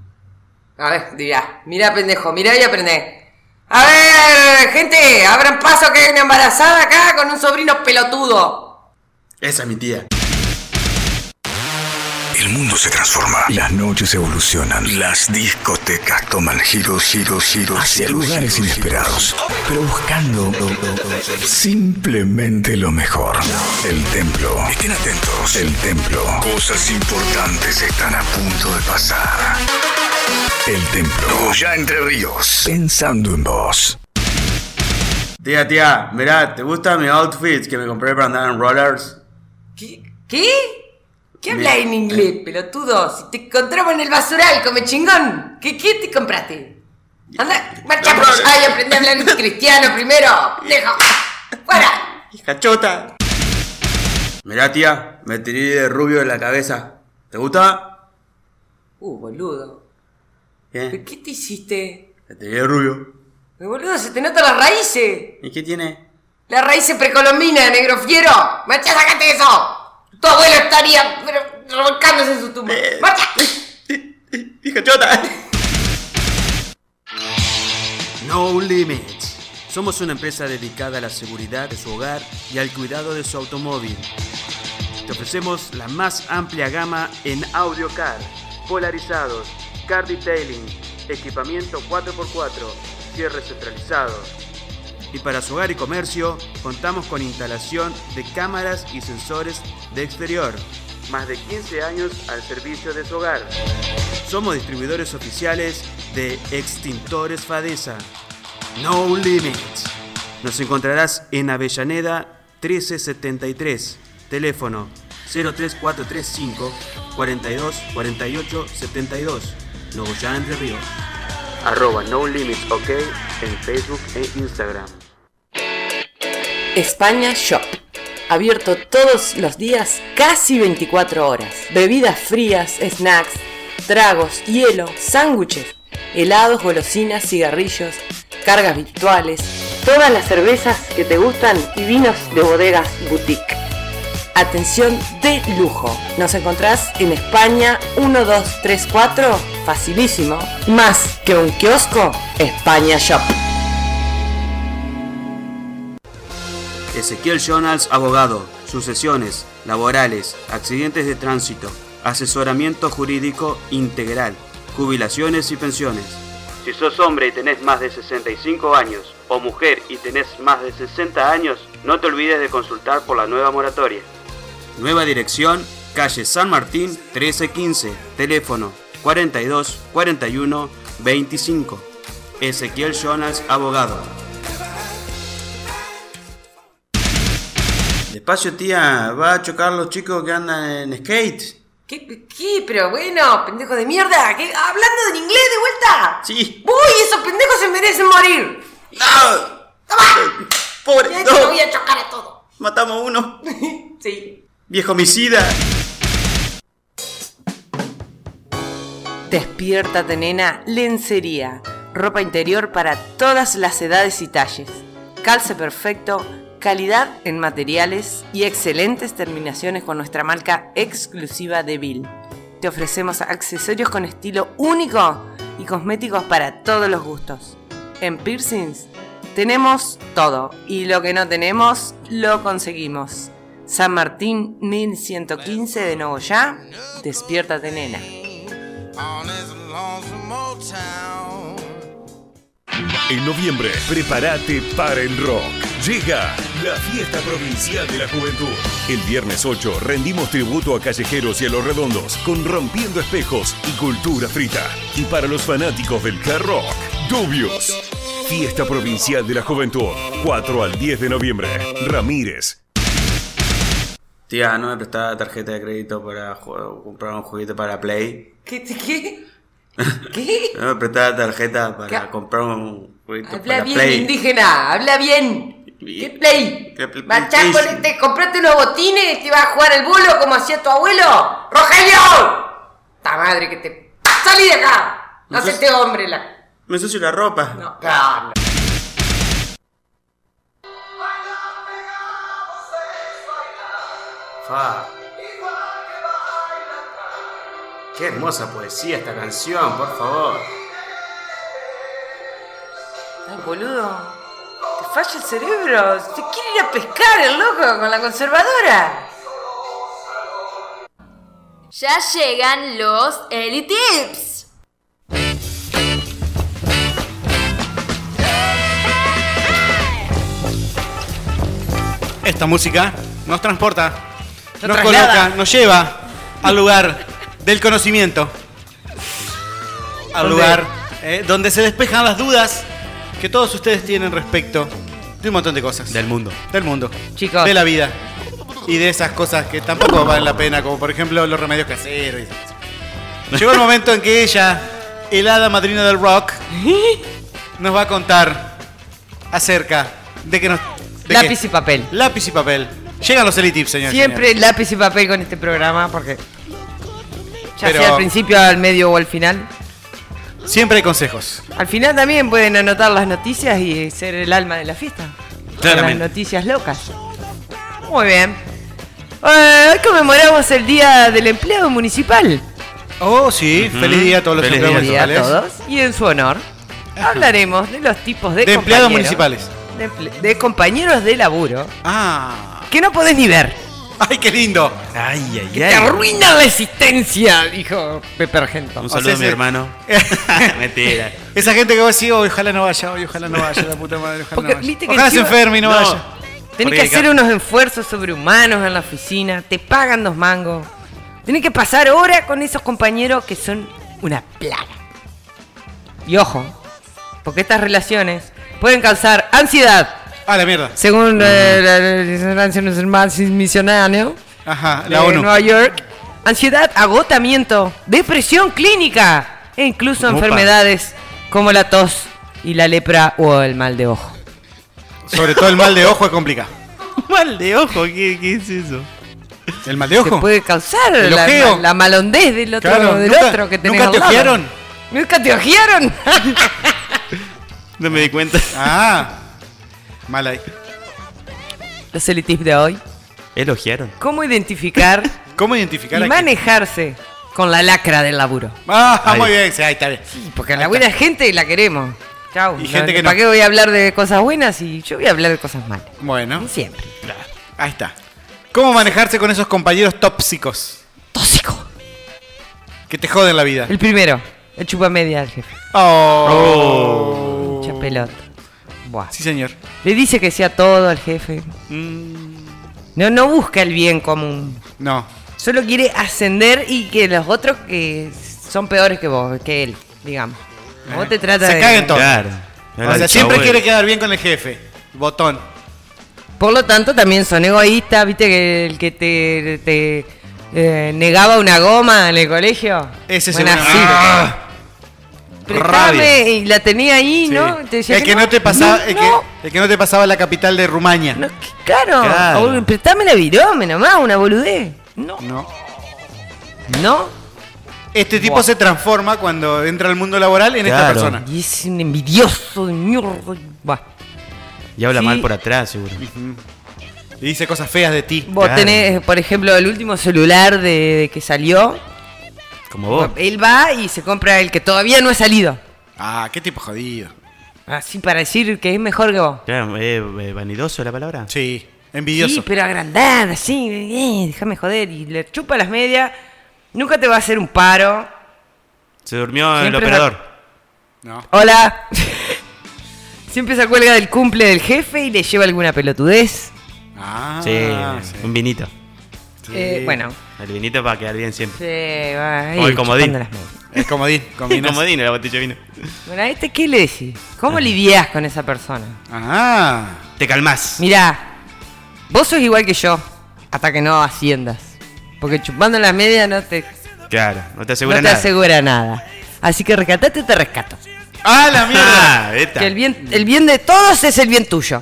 Speaker 4: A ver, dirá. Mirá, pendejo, mirá y aprende. A ver, gente, abran paso que hay una embarazada acá con un sobrino pelotudo.
Speaker 19: Esa es mi tía.
Speaker 11: El mundo se transforma, las noches evolucionan, las discotecas toman giros, giros, giros hacia lugares inesperados, pero buscando simplemente lo mejor. El templo. Estén atentos. El templo. Cosas importantes están a punto de pasar. El templo. Ya entre ríos. Pensando en vos.
Speaker 19: Tía, tía, mirá, ¿te gusta mi outfit que me compré para andar en rollers?
Speaker 4: ¿Qué? ¿Qué habla en inglés, pelotudo? Si te encontramos en el basural, come chingón. ¿Qué, qué te compraste? Anda, marcha por allá y aprende a hablar en cristiano primero. Pendejo.
Speaker 19: ¡Hija chota! Mirá, tía, me tiré de rubio de la cabeza. ¿Te gusta?
Speaker 4: Uh, boludo.
Speaker 19: ¿Qué?
Speaker 4: ¿Qué te hiciste?
Speaker 19: Me tiré de rubio.
Speaker 4: Eh, Boludo, se te notan las raíces.
Speaker 19: ¿Y qué tiene?
Speaker 4: Las raíces precolombinas, negro fiero. Marcha, sacate eso. Tu abuelo estaría pero, revolcándose en su tumba. Marcha.
Speaker 19: ¡Hija chota!
Speaker 9: No Limits. Somos una empresa dedicada a la seguridad de su hogar y al cuidado de su automóvil. Te ofrecemos la más amplia gama en audio car, polarizados, car detailing, equipamiento 4x4, cierres centralizados. Y para su hogar y comercio, contamos con instalación de cámaras y sensores de exterior. Más de 15 años al servicio de su hogar. Somos distribuidores oficiales de Extintores Fadesa. No Limits. Nos encontrarás en Avellaneda 1373. Teléfono 03435 42 48 72. Nogoyá Entre Ríos. Arroba No Limits OK en Facebook e Instagram.
Speaker 4: España Shop. Abierto todos los días, casi 24 horas. Bebidas frías, snacks, tragos, hielo, sándwiches, helados, golosinas, cigarrillos, cargas virtuales, todas las cervezas que te gustan y vinos de bodegas boutique. Atención de lujo. Nos encontrás en España 1234, facilísimo. Más que un kiosco, España Shop.
Speaker 9: Ezequiel Jonas, abogado, sucesiones, laborales, accidentes de tránsito, asesoramiento jurídico integral, jubilaciones y pensiones. Si sos hombre y tenés más de 65 años, o mujer y tenés más de 60 años, no te olvides de consultar por la nueva moratoria. Nueva dirección, calle San Martín 1315, teléfono 42 41 25. Ezequiel Jonas, abogado.
Speaker 14: Despacio, tía, va a chocar los chicos que andan en skate.
Speaker 8: ¿Qué, qué? Pero bueno, pendejo de mierda. ¿qué? Hablando en inglés de vuelta.
Speaker 14: Sí.
Speaker 8: Uy, esos pendejos se merecen morir.
Speaker 14: ¡No!
Speaker 8: ¡Pobre! Ya te lo voy a chocar a todo.
Speaker 14: Matamos uno.
Speaker 8: sí.
Speaker 14: Viejo homicida.
Speaker 8: Despiértate, nena. Lencería. Ropa interior para todas las edades y talles. Calce perfecto. Calidad en materiales y excelentes terminaciones con nuestra marca exclusiva de Bill. Te ofrecemos accesorios con estilo único y cosméticos para todos los gustos. En piercings tenemos todo y lo que no tenemos lo conseguimos. San Martín 1115 de Nuevo Ya, despiértate nena.
Speaker 13: En noviembre, prepárate para el rock. Llega la fiesta provincial de la juventud. El viernes 8 rendimos tributo a callejeros y a los redondos con Rompiendo Espejos y Cultura Frita. Y para los fanáticos del hard rock, Dubios. Fiesta provincial de la juventud, 4 al 10 de noviembre. Ramírez,
Speaker 14: Tía, ¿no me prestaba tarjeta de crédito para ju- comprar un juguete para Play?
Speaker 8: ¿Qué? ¿Qué? ¿Qué?
Speaker 14: ¿No me prestaba tarjeta para
Speaker 8: ¿Qué?
Speaker 14: comprar un juguete
Speaker 8: Habla
Speaker 14: para
Speaker 8: bien,
Speaker 14: Play?
Speaker 8: indígena, habla bien. ¿Qué play?
Speaker 14: ¿Qué pl-
Speaker 8: Machá
Speaker 14: play?
Speaker 8: con este, comprate unos botines que vas a jugar al bolo como hacía tu abuelo. ¡Rogelio! ¡Ta madre que te. ¡Salí de acá! No
Speaker 14: Entonces-
Speaker 8: hacete hombre la.
Speaker 14: Me ensucio la ropa.
Speaker 8: No, ah, no.
Speaker 9: Fa. Qué hermosa poesía esta canción, por favor.
Speaker 8: Ay, boludo. Te falla el cerebro. Te quiere ir a pescar el loco con la conservadora.
Speaker 21: Ya llegan los Eli Tips.
Speaker 6: Esta música nos transporta,
Speaker 4: Nos
Speaker 6: nos
Speaker 4: traslada.
Speaker 6: coloca, nos lleva al lugar del conocimiento. Al
Speaker 4: ¿Dónde?
Speaker 6: lugar eh, donde se despejan las dudas que todos ustedes tienen respecto de un montón de cosas. Del mundo. Del mundo.
Speaker 4: Chicos.
Speaker 6: De la vida. Y de esas cosas que tampoco valen la pena, como por ejemplo los remedios caseros. y esas cosas. Llegó el momento en que ella, el hada madrina del rock, nos va a contar acerca de que nos... de
Speaker 4: Lápiz
Speaker 6: qué.
Speaker 4: y papel.
Speaker 6: Lápiz y papel. Llegan los elitips, señor.
Speaker 4: Siempre lápiz y papel con este programa porque. Ya
Speaker 6: Pero-
Speaker 4: sea al principio, al medio o al final.
Speaker 6: Siempre hay consejos.
Speaker 4: Al final también pueden anotar las noticias y ser el alma de la fiesta.
Speaker 6: Claramente.
Speaker 4: Las noticias locas. Muy bien. Eh, hoy conmemoramos el Día del Empleado Municipal.
Speaker 6: Oh, sí. Feliz día a todos los empleados
Speaker 4: municipales.
Speaker 6: municipales.
Speaker 4: Y en su honor, hablaremos de los tipos de,
Speaker 6: De empleados
Speaker 4: compañeros-
Speaker 6: municipales.
Speaker 4: De, emple- de compañeros de laburo.
Speaker 6: Ah.
Speaker 4: Que no podés ni ver.
Speaker 6: ¡Ay, qué lindo!
Speaker 5: ¡Ay, ay,
Speaker 4: Que te arruinan la existencia, dijo Pepe Argento.
Speaker 5: Un saludo a mi hermano. Mentira.
Speaker 6: Esa gente que va así, "Hoy ojalá no vaya, hoy ojalá no vaya, la puta madre, ojalá
Speaker 4: Porque
Speaker 6: no vaya.
Speaker 4: viste que
Speaker 6: Ojalá se
Speaker 4: encima-
Speaker 6: enferme y no, vaya.
Speaker 4: Tenés
Speaker 6: Porque
Speaker 4: que
Speaker 6: acá-
Speaker 4: hacer unos esfuerzos sobrehumanos en la oficina, te pagan dos mangos. Tenés que pasar horas con esos compañeros que son una plaga. Y ojo, porque estas relaciones pueden causar ansiedad.
Speaker 6: A Ah, la mierda.
Speaker 4: Según eh, la la- la- la- la- la- misionario
Speaker 6: Ajá, eh,
Speaker 4: de
Speaker 6: la ONU.
Speaker 4: Nueva York, ansiedad, agotamiento, depresión clínica e incluso
Speaker 6: Opa.
Speaker 4: enfermedades como la tos y la lepra o el mal de ojo.
Speaker 6: Sobre todo el mal de ojo es complicado.
Speaker 5: Mal de ojo, ¿qué, qué es eso?
Speaker 6: ¿El mal de ojo?
Speaker 4: Te puede causar
Speaker 6: ¿El
Speaker 4: la,
Speaker 6: ojeo?
Speaker 4: la- la malondez del otro,
Speaker 6: Claro,
Speaker 4: del
Speaker 6: nunca-
Speaker 4: otro que tenés
Speaker 6: nunca te
Speaker 4: al lado.
Speaker 6: ojearon.
Speaker 4: ¿Nunca te ojearon?
Speaker 5: No me di cuenta.
Speaker 6: Ah. Mal ahí.
Speaker 4: Los elitips de hoy.
Speaker 5: Elogiaron.
Speaker 4: ¿Cómo identificar
Speaker 6: ¿Cómo identificar
Speaker 4: y
Speaker 6: a
Speaker 4: manejarse con la lacra del laburo?
Speaker 6: Ah,
Speaker 4: Ahí.
Speaker 6: muy bien, sí, ahí está bien.
Speaker 4: Porque la buena gente la queremos. Chau.
Speaker 6: Y
Speaker 4: no,
Speaker 6: gente que
Speaker 4: ¿Para
Speaker 6: no-
Speaker 4: qué voy a hablar de cosas buenas y yo voy a hablar de cosas malas?
Speaker 6: Bueno.
Speaker 4: Siempre.
Speaker 6: Ahí está. ¿Cómo manejarse con esos compañeros tóxicos?
Speaker 4: Tóxico.
Speaker 6: Que te joden la vida.
Speaker 4: El primero, el chupa media del jefe.
Speaker 6: Oh.
Speaker 4: Mucha pelota. Buah.
Speaker 6: Sí, señor.
Speaker 4: Le dice que sea todo al jefe.
Speaker 6: Mm.
Speaker 4: No, no busca el bien común.
Speaker 6: No.
Speaker 4: Solo quiere ascender y que los otros que son peores que vos, que él, digamos. Vos te tratas
Speaker 6: Se
Speaker 4: de...
Speaker 6: caguen todos. O sea, siempre quiere quedar bien con el jefe. Botón.
Speaker 4: Por lo tanto, también son egoístas, viste que el que te, te, eh, negaba una goma en el colegio.
Speaker 6: Ese
Speaker 4: Bueno,
Speaker 6: seguramente.
Speaker 4: así.
Speaker 6: Ah.
Speaker 4: Prestame, y la tenía ahí,
Speaker 6: Sí.
Speaker 4: ¿no? Te decía
Speaker 6: el que no te pasaba,
Speaker 4: no,
Speaker 6: el,
Speaker 4: no,
Speaker 6: que, el que no te pasaba la capital de Rumania.
Speaker 4: claro.
Speaker 6: Claro.
Speaker 4: O prestame la virome nomás, una boludez. No.
Speaker 6: No.
Speaker 4: ¿No?
Speaker 6: Este tipo
Speaker 4: Buah.
Speaker 6: se transforma cuando entra al mundo laboral en esta
Speaker 5: Claro.
Speaker 6: persona.
Speaker 4: Y es un envidioso de mierda. Buah.
Speaker 5: Y habla
Speaker 4: Sí.
Speaker 5: mal por atrás, seguro.
Speaker 6: Y dice cosas feas de ti.
Speaker 4: Vos tenés, por ejemplo, el último celular de, de que salió.
Speaker 5: Como vos.
Speaker 4: Él va y se compra el que todavía no ha salido.
Speaker 6: Ah, qué tipo jodido.
Speaker 4: Así para decir que es mejor que vos.
Speaker 5: Claro, eh, eh, vanidoso la palabra.
Speaker 6: Sí,
Speaker 4: Sí, pero agrandada, sí, eh, déjame joder. Y le chupa las medias. Nunca te va a hacer un paro.
Speaker 5: Se durmió el
Speaker 4: Siempre
Speaker 5: operador.
Speaker 4: Hola. Siempre se cuelga del cumple del jefe y le lleva alguna pelotudez.
Speaker 6: Ah,
Speaker 5: sí, un vinito.
Speaker 4: Eh, bueno.
Speaker 5: El vinito va a quedar bien siempre.
Speaker 4: Se va ahí
Speaker 5: o el comodín.
Speaker 4: chupando las medias.
Speaker 6: El comodín.
Speaker 5: el
Speaker 6: combinas.
Speaker 5: comodín, la botella de vino.
Speaker 4: Bueno, ¿a este qué le decís? ¿Cómo lidiás con esa persona?
Speaker 6: Ah.
Speaker 5: Te calmás.
Speaker 4: Mirá, vos sos igual que yo, hasta que no asciendas. Porque chupando las medias no te,
Speaker 5: Claro, no te
Speaker 4: no
Speaker 5: asegura
Speaker 4: te
Speaker 5: nada.
Speaker 4: asegura nada. Así que rescatate, te rescato.
Speaker 6: ¡Ah, la
Speaker 5: mierda!
Speaker 4: Que el bien, el bien de todos es el bien tuyo.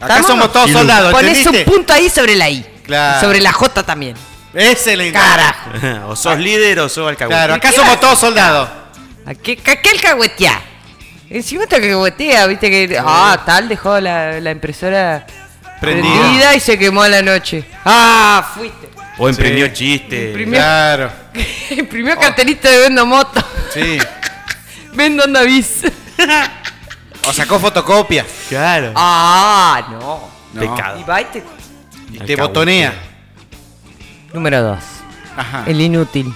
Speaker 6: Acá
Speaker 4: ¿Estamos?
Speaker 6: somos todos soldados,
Speaker 4: Ponés
Speaker 6: ¿entendiste?
Speaker 4: un punto ahí sobre la I.
Speaker 6: Claro.
Speaker 4: Y Sobre la J también.
Speaker 6: Excelente.
Speaker 4: Carajo.
Speaker 5: o sos líder o sos alcahuete.
Speaker 6: Claro, acá somos todos soldados.
Speaker 4: ¿A qué, a qué el cahueteá? Encima te cahuetea, viste que. Ah, tal dejó la, la impresora
Speaker 5: Prendida.
Speaker 4: y se quemó a la noche. Ah, fuiste.
Speaker 5: O imprimió chistes.
Speaker 4: Imprimió-
Speaker 6: Claro.
Speaker 4: Imprimió
Speaker 5: Oh.
Speaker 4: cartelito de vendo moto.
Speaker 6: Sí.
Speaker 4: Vendo andavis.
Speaker 6: O sacó fotocopia.
Speaker 5: Claro.
Speaker 4: ah, no.
Speaker 6: No.
Speaker 4: Y va y te-
Speaker 6: Y te botonea.
Speaker 4: Número 2.
Speaker 6: Ajá.
Speaker 4: El inútil.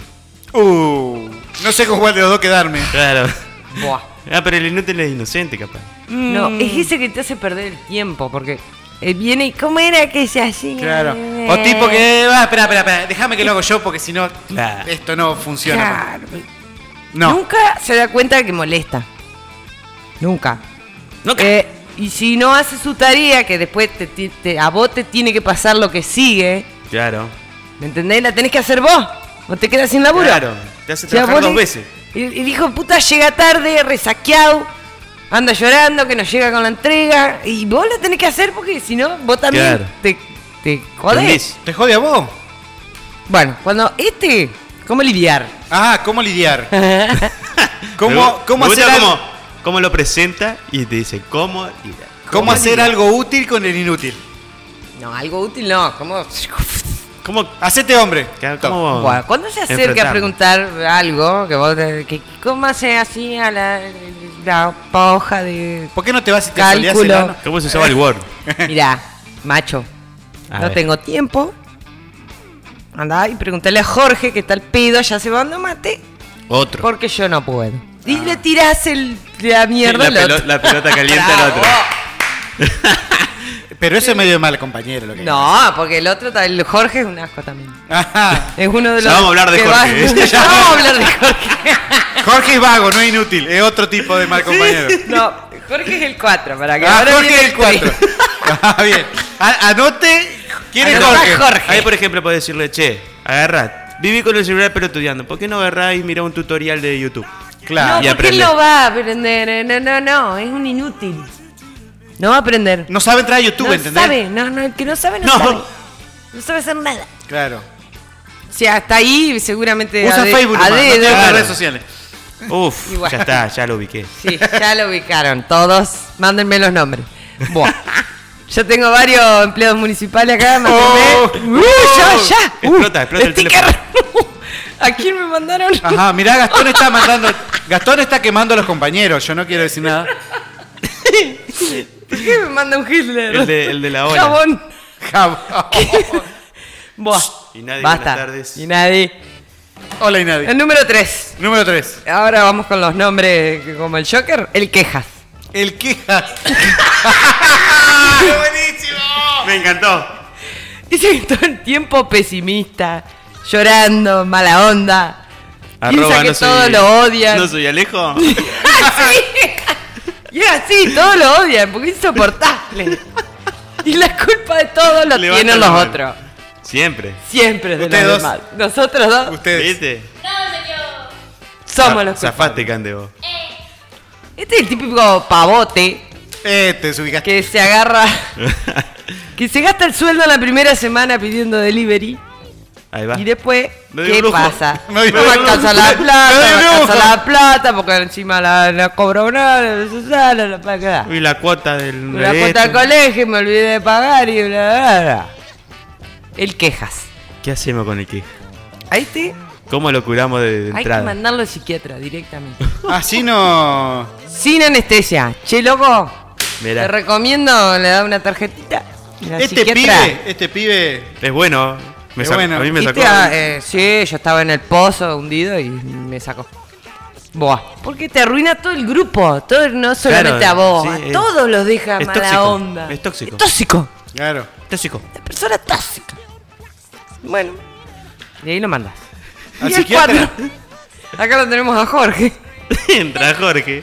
Speaker 6: Uh, no sé con cuál de los dos quedarme.
Speaker 5: Claro.
Speaker 4: Buah.
Speaker 5: Ah, pero el inútil es inocente, capaz.
Speaker 4: No, es ese que te hace perder el tiempo porque él viene y ¿cómo era que se hacía? Eh,
Speaker 6: Claro. O tipo que va, espera, espera, espera. Déjame que lo hago yo porque si no, esto no funciona.
Speaker 4: Claro.
Speaker 6: No.
Speaker 4: Nunca se da cuenta de que molesta. Nunca. Eh, y si no hace su tarea, que después te- te- te- a vos te tiene que pasar lo que sigue,
Speaker 5: Claro.
Speaker 4: ¿me entendés? La tenés que hacer vos. O te quedas sin laburo.
Speaker 5: Claro. Te hace
Speaker 4: O sea,
Speaker 5: trabajar
Speaker 4: vos
Speaker 5: dos
Speaker 4: le-
Speaker 5: veces.
Speaker 4: El, el hijo de puta llega tarde, resaqueado, anda llorando, que no llega con la entrega. Y vos la tenés que hacer porque si no, vos también
Speaker 5: Claro.
Speaker 4: te, te jodés.
Speaker 5: Tendés.
Speaker 6: ¿Te jode a vos?
Speaker 4: Bueno, cuando este, ¿cómo lidiar?
Speaker 6: Ah, ¿cómo lidiar?
Speaker 5: Me
Speaker 6: ¿Cómo,
Speaker 5: gu-
Speaker 6: cómo
Speaker 5: me gusta
Speaker 6: hacer algo,
Speaker 5: cómo, cómo lo presenta y te dice cómo. y-
Speaker 6: cómo hacer
Speaker 5: lidiar.
Speaker 6: algo útil con el inútil?
Speaker 4: No, algo útil no. ¿Cómo?
Speaker 5: ¿Cómo?
Speaker 6: Hacete hombre.
Speaker 5: ¿Cómo
Speaker 4: Bueno, cuando se acerca a
Speaker 5: enfrentarlo?
Speaker 4: preguntar algo, que vos, te- que, ¿cómo se hacía la, la hoja de
Speaker 6: ¿Por qué no te vas y te soleás el
Speaker 4: cálculo?
Speaker 6: ano?
Speaker 5: ¿Cómo se usaba el Word?
Speaker 4: Mirá, macho,
Speaker 5: A
Speaker 4: no
Speaker 5: ver.
Speaker 4: tengo tiempo. Andá y preguntale a Jorge que tal pedo, ya se va dando mate,
Speaker 5: Otro.
Speaker 4: porque yo no puedo. Y le tirás el, la mierda
Speaker 5: la,
Speaker 4: al otro.
Speaker 5: pelo- la pelota caliente al otro.
Speaker 6: Pero eso es medio de mal compañero lo que
Speaker 4: No, porque el otro, ta- el Jorge es un asco también. Es uno de los.
Speaker 6: Ya vamos a hablar de
Speaker 4: que
Speaker 6: Jorge, ¿eh?
Speaker 4: ya vamos a hablar de Jorge.
Speaker 6: Jorge es vago, no es inútil, es otro tipo de mal compañero.
Speaker 4: No, Jorge es el 4, para que
Speaker 6: Ah,
Speaker 4: ahora
Speaker 6: Jorge
Speaker 4: viene
Speaker 6: es el 4. Ah, bien. A- anote quién es Jorge.
Speaker 5: Ahí, por ejemplo, puedes decirle, che, agarra. Viví con el celular pero estudiando. ¿Por qué no agarrás y mirá un tutorial de YouTube?
Speaker 6: Ah,
Speaker 4: No,
Speaker 5: Y
Speaker 4: porque él
Speaker 5: aprendés.
Speaker 4: no va a aprender. Eh, No, no, no, es un inútil. No va a aprender.
Speaker 6: No sabe entrar a YouTube,
Speaker 4: no
Speaker 6: ¿entendés?
Speaker 4: sabe, no, no, el que no sabe, no, sabe. No sabe hacer nada.
Speaker 6: Claro.
Speaker 4: O sea, hasta ahí seguramente.
Speaker 6: Usa
Speaker 4: a de-
Speaker 6: Facebook,
Speaker 4: a
Speaker 6: nomás, no
Speaker 4: dedo.
Speaker 6: tiene otras redes sociales.
Speaker 5: Uf,
Speaker 4: Igual.
Speaker 5: ya está, ya lo ubiqué.
Speaker 4: Sí, ya lo ubicaron todos. Mándenme los nombres. Buah. Yo tengo varios empleados municipales acá,
Speaker 5: Oh.
Speaker 4: me acordé. ¡Uh, ya, ya!
Speaker 5: Explota, explota el teléfono. Ah.
Speaker 4: ¿A quién me mandaron?
Speaker 6: Ajá, mirá, Gastón está mandando. Gastón está quemando a los compañeros, yo no quiero decir nada.
Speaker 4: ¿Por qué me manda un Hitler?
Speaker 5: El de, el de la ola.
Speaker 4: Jabón. Buah.
Speaker 5: Y nadie,
Speaker 4: Basta.
Speaker 5: buenas tardes.
Speaker 4: Y nadie.
Speaker 6: Hola, y nadie.
Speaker 4: El número 3.
Speaker 6: Número 3.
Speaker 4: Ahora vamos con los nombres que- como el Joker. El Quejas.
Speaker 6: El Quejas.
Speaker 5: buenísimo! Me encantó.
Speaker 4: Dice que todo el tiempo pesimista, llorando, mala onda. Piensa que todos lo odian.
Speaker 5: ¿No soy Alejo?
Speaker 4: Y es así, todos lo odian, porque es insoportable. Y la culpa de todo lo
Speaker 5: Levanta
Speaker 4: tienen
Speaker 5: la
Speaker 4: los
Speaker 5: mano.
Speaker 4: otros.
Speaker 5: Siempre.
Speaker 4: Siempre es de
Speaker 5: Ustedes
Speaker 4: los
Speaker 5: dos.
Speaker 4: demás. Nosotros dos
Speaker 5: Ustedes. ¿Viste?
Speaker 4: somos
Speaker 5: Za-
Speaker 4: los culpables.
Speaker 5: Zafate, Candebo.
Speaker 4: Este es el típico pavote.
Speaker 6: Este,
Speaker 4: Que se agarra. que se gasta el sueldo en la primera semana pidiendo delivery.
Speaker 5: Ahí va.
Speaker 4: Y después,
Speaker 5: No dio
Speaker 4: ¿qué
Speaker 5: brujo.
Speaker 4: pasa?
Speaker 5: No
Speaker 4: No,
Speaker 5: dio
Speaker 4: me
Speaker 5: brujo.
Speaker 4: alcanza la
Speaker 5: No
Speaker 4: plata,
Speaker 5: dio
Speaker 4: no me alcanza
Speaker 5: brujo.
Speaker 4: la plata, porque encima la, la cobro una, la Susana, la paga.
Speaker 5: Y la cuota del.
Speaker 4: La cuota del colegio, y me olvidé de pagar y bla, bla, bla. El quejas.
Speaker 5: ¿Qué hacemos con el queja?
Speaker 4: Ahí te.
Speaker 5: ¿Cómo lo curamos de, de
Speaker 4: Hay que
Speaker 5: entrada?
Speaker 4: mandarlo al psiquiatra directamente.
Speaker 6: Así Ah, no.
Speaker 4: Sin anestesia. Che, loco. Te
Speaker 5: Mirá,
Speaker 4: recomiendo, le da una tarjetita. La
Speaker 6: Este
Speaker 4: psiquiatra.
Speaker 6: pibe, este pibe.
Speaker 5: es bueno. Me
Speaker 6: Es
Speaker 5: sacó-
Speaker 6: bueno.
Speaker 5: A mí me
Speaker 4: Viste,
Speaker 5: sacó.
Speaker 4: ah, eh, sí, yo estaba en el pozo hundido y me sacó. Buah. Porque te arruina todo el grupo. Todo, no solamente
Speaker 5: Claro,
Speaker 4: a vos.
Speaker 5: sí,
Speaker 4: a
Speaker 5: es-
Speaker 4: todos los deja
Speaker 5: es
Speaker 4: mala
Speaker 5: tóxico,
Speaker 4: onda.
Speaker 5: Es tóxico.
Speaker 4: Tóxico.
Speaker 6: Claro.
Speaker 5: Tóxico.
Speaker 4: Persona tóxica. Bueno. Y ahí lo mandas.
Speaker 5: Al
Speaker 4: Y el
Speaker 5: psiquiatra.
Speaker 4: cuatro. Acá lo tenemos a Jorge.
Speaker 5: Entra Jorge.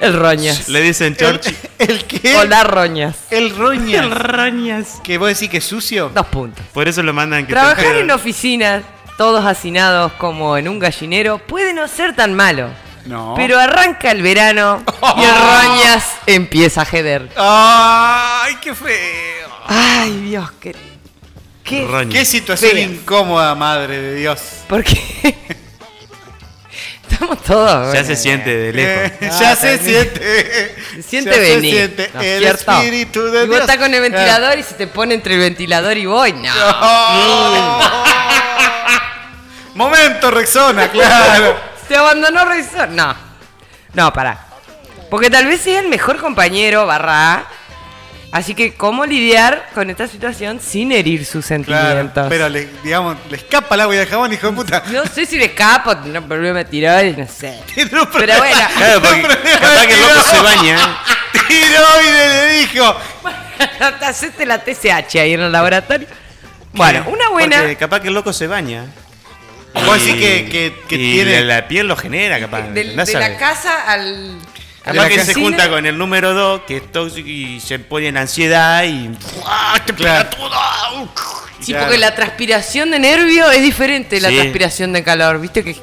Speaker 4: El Roñas.
Speaker 5: Le dicen Chorchi.
Speaker 6: ¿El qué?
Speaker 4: Hola, Roñas.
Speaker 6: El roñas. El
Speaker 5: roñas.
Speaker 6: ¿Que vos decís que es sucio?
Speaker 4: Dos puntos.
Speaker 5: Por eso lo mandan que
Speaker 4: Trabajar
Speaker 5: te-
Speaker 4: en oficinas, todos hacinados como en un gallinero, puede no ser tan malo.
Speaker 6: No.
Speaker 4: Pero arranca el verano y el Roñas empieza a jeder.
Speaker 6: ¡Ay, qué feo!
Speaker 4: ¡Ay, Dios! ¡Qué, qué,
Speaker 6: qué situación
Speaker 4: Mm. fea.
Speaker 6: incómoda, madre de Dios!
Speaker 4: ¿Por qué? Estamos todos.
Speaker 5: Ya se siente de lejos.
Speaker 6: Eh,
Speaker 4: Ah,
Speaker 6: ya se
Speaker 4: también.
Speaker 6: siente.
Speaker 4: Se siente
Speaker 6: ya se
Speaker 4: venir.
Speaker 6: siente
Speaker 4: ¿no es
Speaker 6: el
Speaker 4: cierto?
Speaker 6: espíritu de
Speaker 4: y vos
Speaker 6: Dios.
Speaker 4: estás con el
Speaker 6: Ah.
Speaker 4: ventilador y se te pone entre el ventilador y voy. No. Mm.
Speaker 6: Momento, Rexona, claro.
Speaker 4: Se abandonó revisor. No. No, pará. Porque tal vez sea el mejor compañero, barra A. Así que, ¿cómo lidiar con esta situación sin herir sus sentimientos?
Speaker 6: Claro, pero le, digamos, le escapa el agua y el jabón, hijo de puta.
Speaker 4: No sé si le escapo, tendrá un problema de tiroides, no sé. Pero bueno,
Speaker 5: Claro, porque capaz que el loco se baña.
Speaker 6: tiroides le dijo.
Speaker 4: te hacete la TCH ahí en el laboratorio. Bueno, una buena.
Speaker 5: Porque capaz que el loco se baña.
Speaker 6: Vos decís que-
Speaker 5: y
Speaker 6: tiene-
Speaker 5: La, la piel lo genera, capaz.
Speaker 4: Del-
Speaker 5: andá a
Speaker 4: de la
Speaker 5: saber.
Speaker 4: casa al. a
Speaker 5: Capaz
Speaker 4: la
Speaker 5: que se
Speaker 4: cocina.
Speaker 5: junta con el número 2, que es tóxico y se pone en ansiedad y. ¡Ah, te pega todo!
Speaker 4: Sí, porque la transpiración de nervio es diferente de la
Speaker 5: Sí.
Speaker 4: transpiración de calor. Viste que.
Speaker 5: Es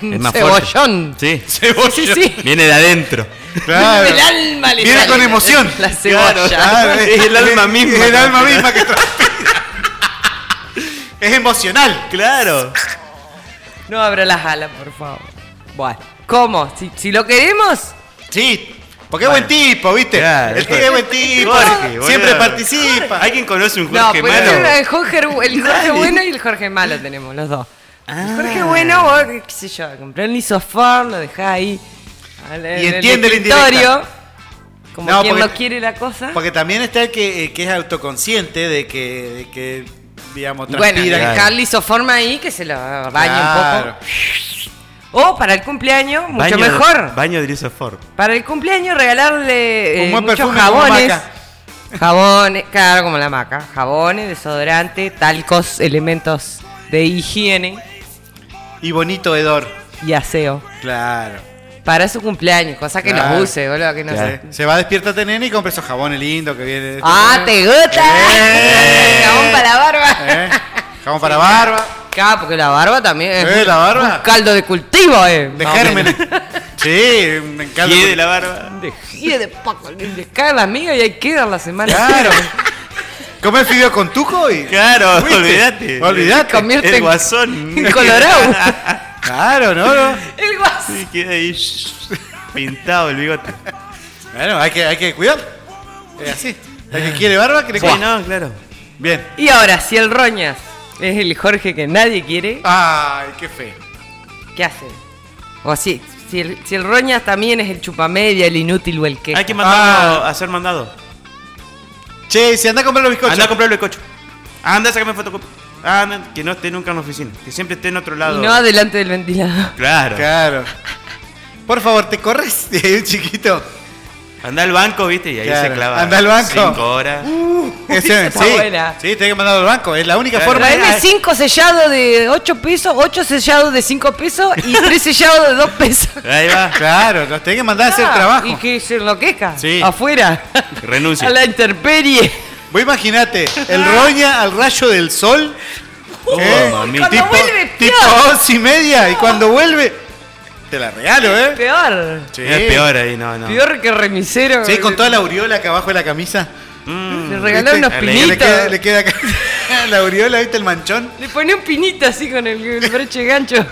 Speaker 4: Un
Speaker 5: más fuerte.
Speaker 4: cebollón.
Speaker 5: Sí.
Speaker 4: Cebollón. Sí, sí.
Speaker 5: Viene de adentro.
Speaker 6: Claro.
Speaker 4: El alma le
Speaker 6: Viene
Speaker 4: sale
Speaker 6: con
Speaker 4: la-
Speaker 6: emoción.
Speaker 4: la cebolla.
Speaker 6: Claro,
Speaker 5: Es el alma misma.
Speaker 6: Es el alma misma que transpira. es emocional.
Speaker 5: Claro.
Speaker 4: No abra las alas, por favor. Bueno, ¿cómo? Si, si lo queremos.
Speaker 6: Sí, porque es buen tipo, ¿viste? el que es buen tipo.
Speaker 5: Jorge,
Speaker 6: siempre
Speaker 5: boludo.
Speaker 6: participa.
Speaker 5: ¿Alguien conoce un
Speaker 4: No,
Speaker 5: Jorge
Speaker 4: pues
Speaker 5: malo?
Speaker 4: el Jorge, el Jorge bueno y el Jorge malo tenemos, los dos.
Speaker 6: Ah.
Speaker 4: El Jorge bueno, vos, qué sé yo, compré un isoform, lo dejás ahí. al- en
Speaker 6: entiende la indirecta.
Speaker 4: escritorio, Como
Speaker 6: No,
Speaker 4: quien
Speaker 6: porque-
Speaker 4: no quiere la cosa.
Speaker 6: Porque también está el que, el que es autoconsciente de que, de que digamos,
Speaker 4: Y Bueno,
Speaker 6: transpira.
Speaker 4: dejar lisoforma ahí que se lo bañe
Speaker 6: Claro.
Speaker 4: un poco. O para el cumpleaños, mucho
Speaker 5: Baño-
Speaker 4: mejor.
Speaker 5: Baño de Lisoform.
Speaker 4: Para el cumpleaños regalarle eh,
Speaker 6: Un buen
Speaker 4: muchos
Speaker 6: perfume como
Speaker 4: jabones.
Speaker 6: maca.
Speaker 4: Jabones, claro, como la maca. Jabones, desodorante, talcos, elementos de higiene
Speaker 6: Y bonito hedor.
Speaker 4: y aseo.
Speaker 6: Claro.
Speaker 4: Para su cumpleaños, cosa que
Speaker 6: Claro.
Speaker 4: los use, boludo, que no sé.
Speaker 6: Se va despiértate, nene, y compra esos jabones lindos que viene.
Speaker 4: ¡Ah, te gusta!
Speaker 6: Eh.
Speaker 4: Jabón para la barba.
Speaker 6: ¿Eh? Jabón para barba.
Speaker 4: Claro, porque la barba también es
Speaker 6: Eh, la barba.
Speaker 4: un caldo de cultivo, eh.
Speaker 6: De
Speaker 4: No,
Speaker 6: gérmenes. Sí, me encanta.
Speaker 5: Pie de la barba.
Speaker 4: Y de poco, les caen las migas y ahí quedan la semana.
Speaker 6: Claro. Comés fideo con tuco y.
Speaker 5: Claro,
Speaker 6: ¿Viste?
Speaker 5: olvídate.
Speaker 6: Olvídate.
Speaker 4: Convierte
Speaker 5: El
Speaker 4: en-
Speaker 5: guasón.
Speaker 4: en colorado.
Speaker 6: Claro, no, no.
Speaker 4: El guas.
Speaker 5: Y queda ahí pintado el bigote.
Speaker 6: Bueno, hay que, hay que cuidar. Es así. El que quiere barba, que le
Speaker 5: Sí,
Speaker 6: cuide.
Speaker 5: no, claro.
Speaker 6: Bien.
Speaker 4: Y ahora, si el Roñas es el Jorge que nadie quiere,
Speaker 6: Ay, qué feo.
Speaker 4: ¿qué hace? O así, si el, si el roña también es el chupamedia, el inútil o el que.
Speaker 5: Hay que
Speaker 6: Ah.
Speaker 5: mandarlo a ser mandado.
Speaker 6: Che, si anda a comprar los bizcochos.
Speaker 5: Anda a comprar los bizcochos. Anda, sácame fotocopia. Anda, que no esté nunca en la oficina. Que siempre esté en otro
Speaker 4: Y
Speaker 5: lado.
Speaker 4: no adelante del ventilador.
Speaker 5: Claro.
Speaker 6: Claro. Por favor, te corres de ahí, chiquito.
Speaker 5: Anda al banco, viste, y ahí
Speaker 6: Claro.
Speaker 5: se clava.
Speaker 6: Anda al banco.
Speaker 5: Cinco horas.
Speaker 6: Ese-
Speaker 4: Uh, está
Speaker 6: sí,
Speaker 4: buena.
Speaker 6: sí, tenés que mandarlo al banco. Es la única forma.
Speaker 4: Traeme 5 sellados de 8 pesos, 8 sellados de 5 pesos y 3 sellados de 2 pesos. Ah,
Speaker 5: Ahí va.
Speaker 6: Claro, los tenés que mandar a hacer trabajo.
Speaker 4: Y que se enloquezca.
Speaker 6: Sí.
Speaker 4: Afuera.
Speaker 5: Renuncia.
Speaker 4: A la interperie.
Speaker 6: Vos imaginate, el roña al rayo del sol.
Speaker 4: Uh,
Speaker 6: ¿eh?
Speaker 5: mamita.
Speaker 6: tipo,
Speaker 5: Cuando vuelve,
Speaker 6: tipo
Speaker 5: peor.
Speaker 6: once y media. Y cuando vuelve, te la regalo, ¿eh?
Speaker 4: Peor.
Speaker 6: Sí.
Speaker 5: Es peor ahí, no, no.
Speaker 4: Peor que remisero.
Speaker 6: Sí, con toda la aureola acá abajo de la camisa.
Speaker 5: Mm.
Speaker 4: Le regaló
Speaker 6: ¿Viste?
Speaker 4: unos
Speaker 6: Le- Le
Speaker 4: pinitos.
Speaker 6: queda, le queda acá la aureola, ¿viste el manchón?
Speaker 4: Le pone un pinito así con el, el broche de gancho.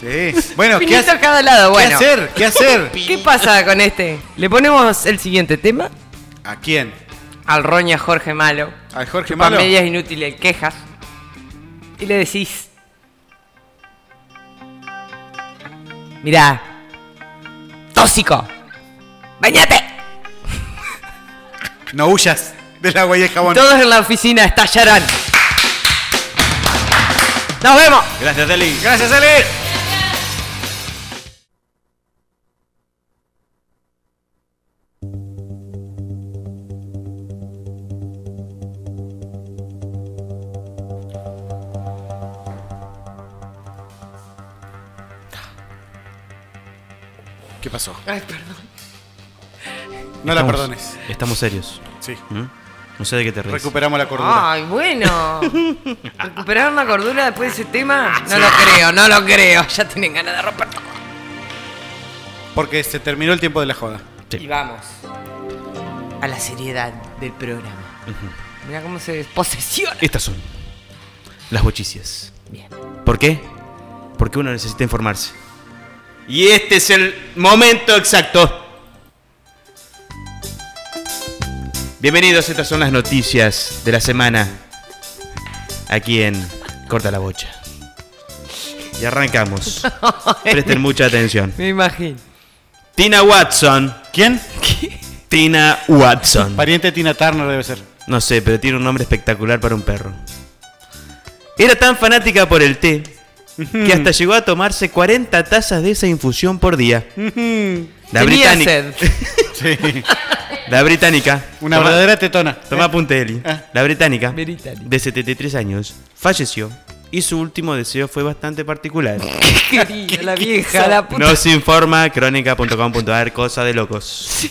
Speaker 6: Sí. Bueno, ¿qué,
Speaker 4: pinito
Speaker 6: hace-
Speaker 4: a cada lado.
Speaker 6: ¿qué
Speaker 4: Bueno.
Speaker 6: hacer? ¿Qué hacer?
Speaker 4: ¿Qué pasa con este? Le ponemos el siguiente tema.
Speaker 6: ¿A quién?
Speaker 4: Al roña Jorge Malo.
Speaker 6: Al Jorge
Speaker 4: Chupa
Speaker 6: Malo.
Speaker 4: medias inútiles, quejas. Y le decís. Mirá. Tóxico. Bañate.
Speaker 6: No huyas del agua y el jabón.
Speaker 4: Todos en la oficina estallarán. Nos vemos.
Speaker 5: Gracias, Eli.
Speaker 6: Gracias, Eli. ¿Qué pasó?
Speaker 4: Ay, perdón.
Speaker 6: No la
Speaker 5: Estamos-
Speaker 6: perdones.
Speaker 5: Estamos serios.
Speaker 6: Sí.
Speaker 5: ¿Mm? No sé de qué te ríes.
Speaker 6: Recuperamos la cordura.
Speaker 4: Ay, bueno. ¿Recuperaron la cordura después de ese tema? No lo creo, no lo creo. Ya tienen ganas de romper todo.
Speaker 6: Porque se terminó el tiempo de la joda.
Speaker 4: Y vamos a la seriedad del programa. Mira cómo se desposesiona.
Speaker 5: Estas son las bochicias. ¿Por qué? Porque uno necesita informarse. Y este es el momento exacto. Bienvenidos, estas son las noticias de la semana. Aquí en Corta la Bocha. Y arrancamos. Presten mucha atención.
Speaker 4: Me imagino.
Speaker 5: Tina Watson.
Speaker 6: ¿Quién?
Speaker 5: Tina Watson.
Speaker 6: Pariente de Tina Turner debe ser.
Speaker 5: No sé, pero tiene un nombre espectacular para un perro. Era tan fanática por el té que hasta llegó a tomarse 40 tazas de esa infusión por día. La
Speaker 4: Tenía
Speaker 5: británica.
Speaker 6: Sí.
Speaker 5: La británica.
Speaker 6: Una verdadera tetona.
Speaker 5: Toma apunte, Eli.
Speaker 6: Ah.
Speaker 5: La británica,
Speaker 4: Británica.
Speaker 5: de 73 años, falleció y su último deseo fue bastante particular.
Speaker 4: Querida, la vieja, la puta.
Speaker 5: Nos informa crónica.com.ar, cosa de locos.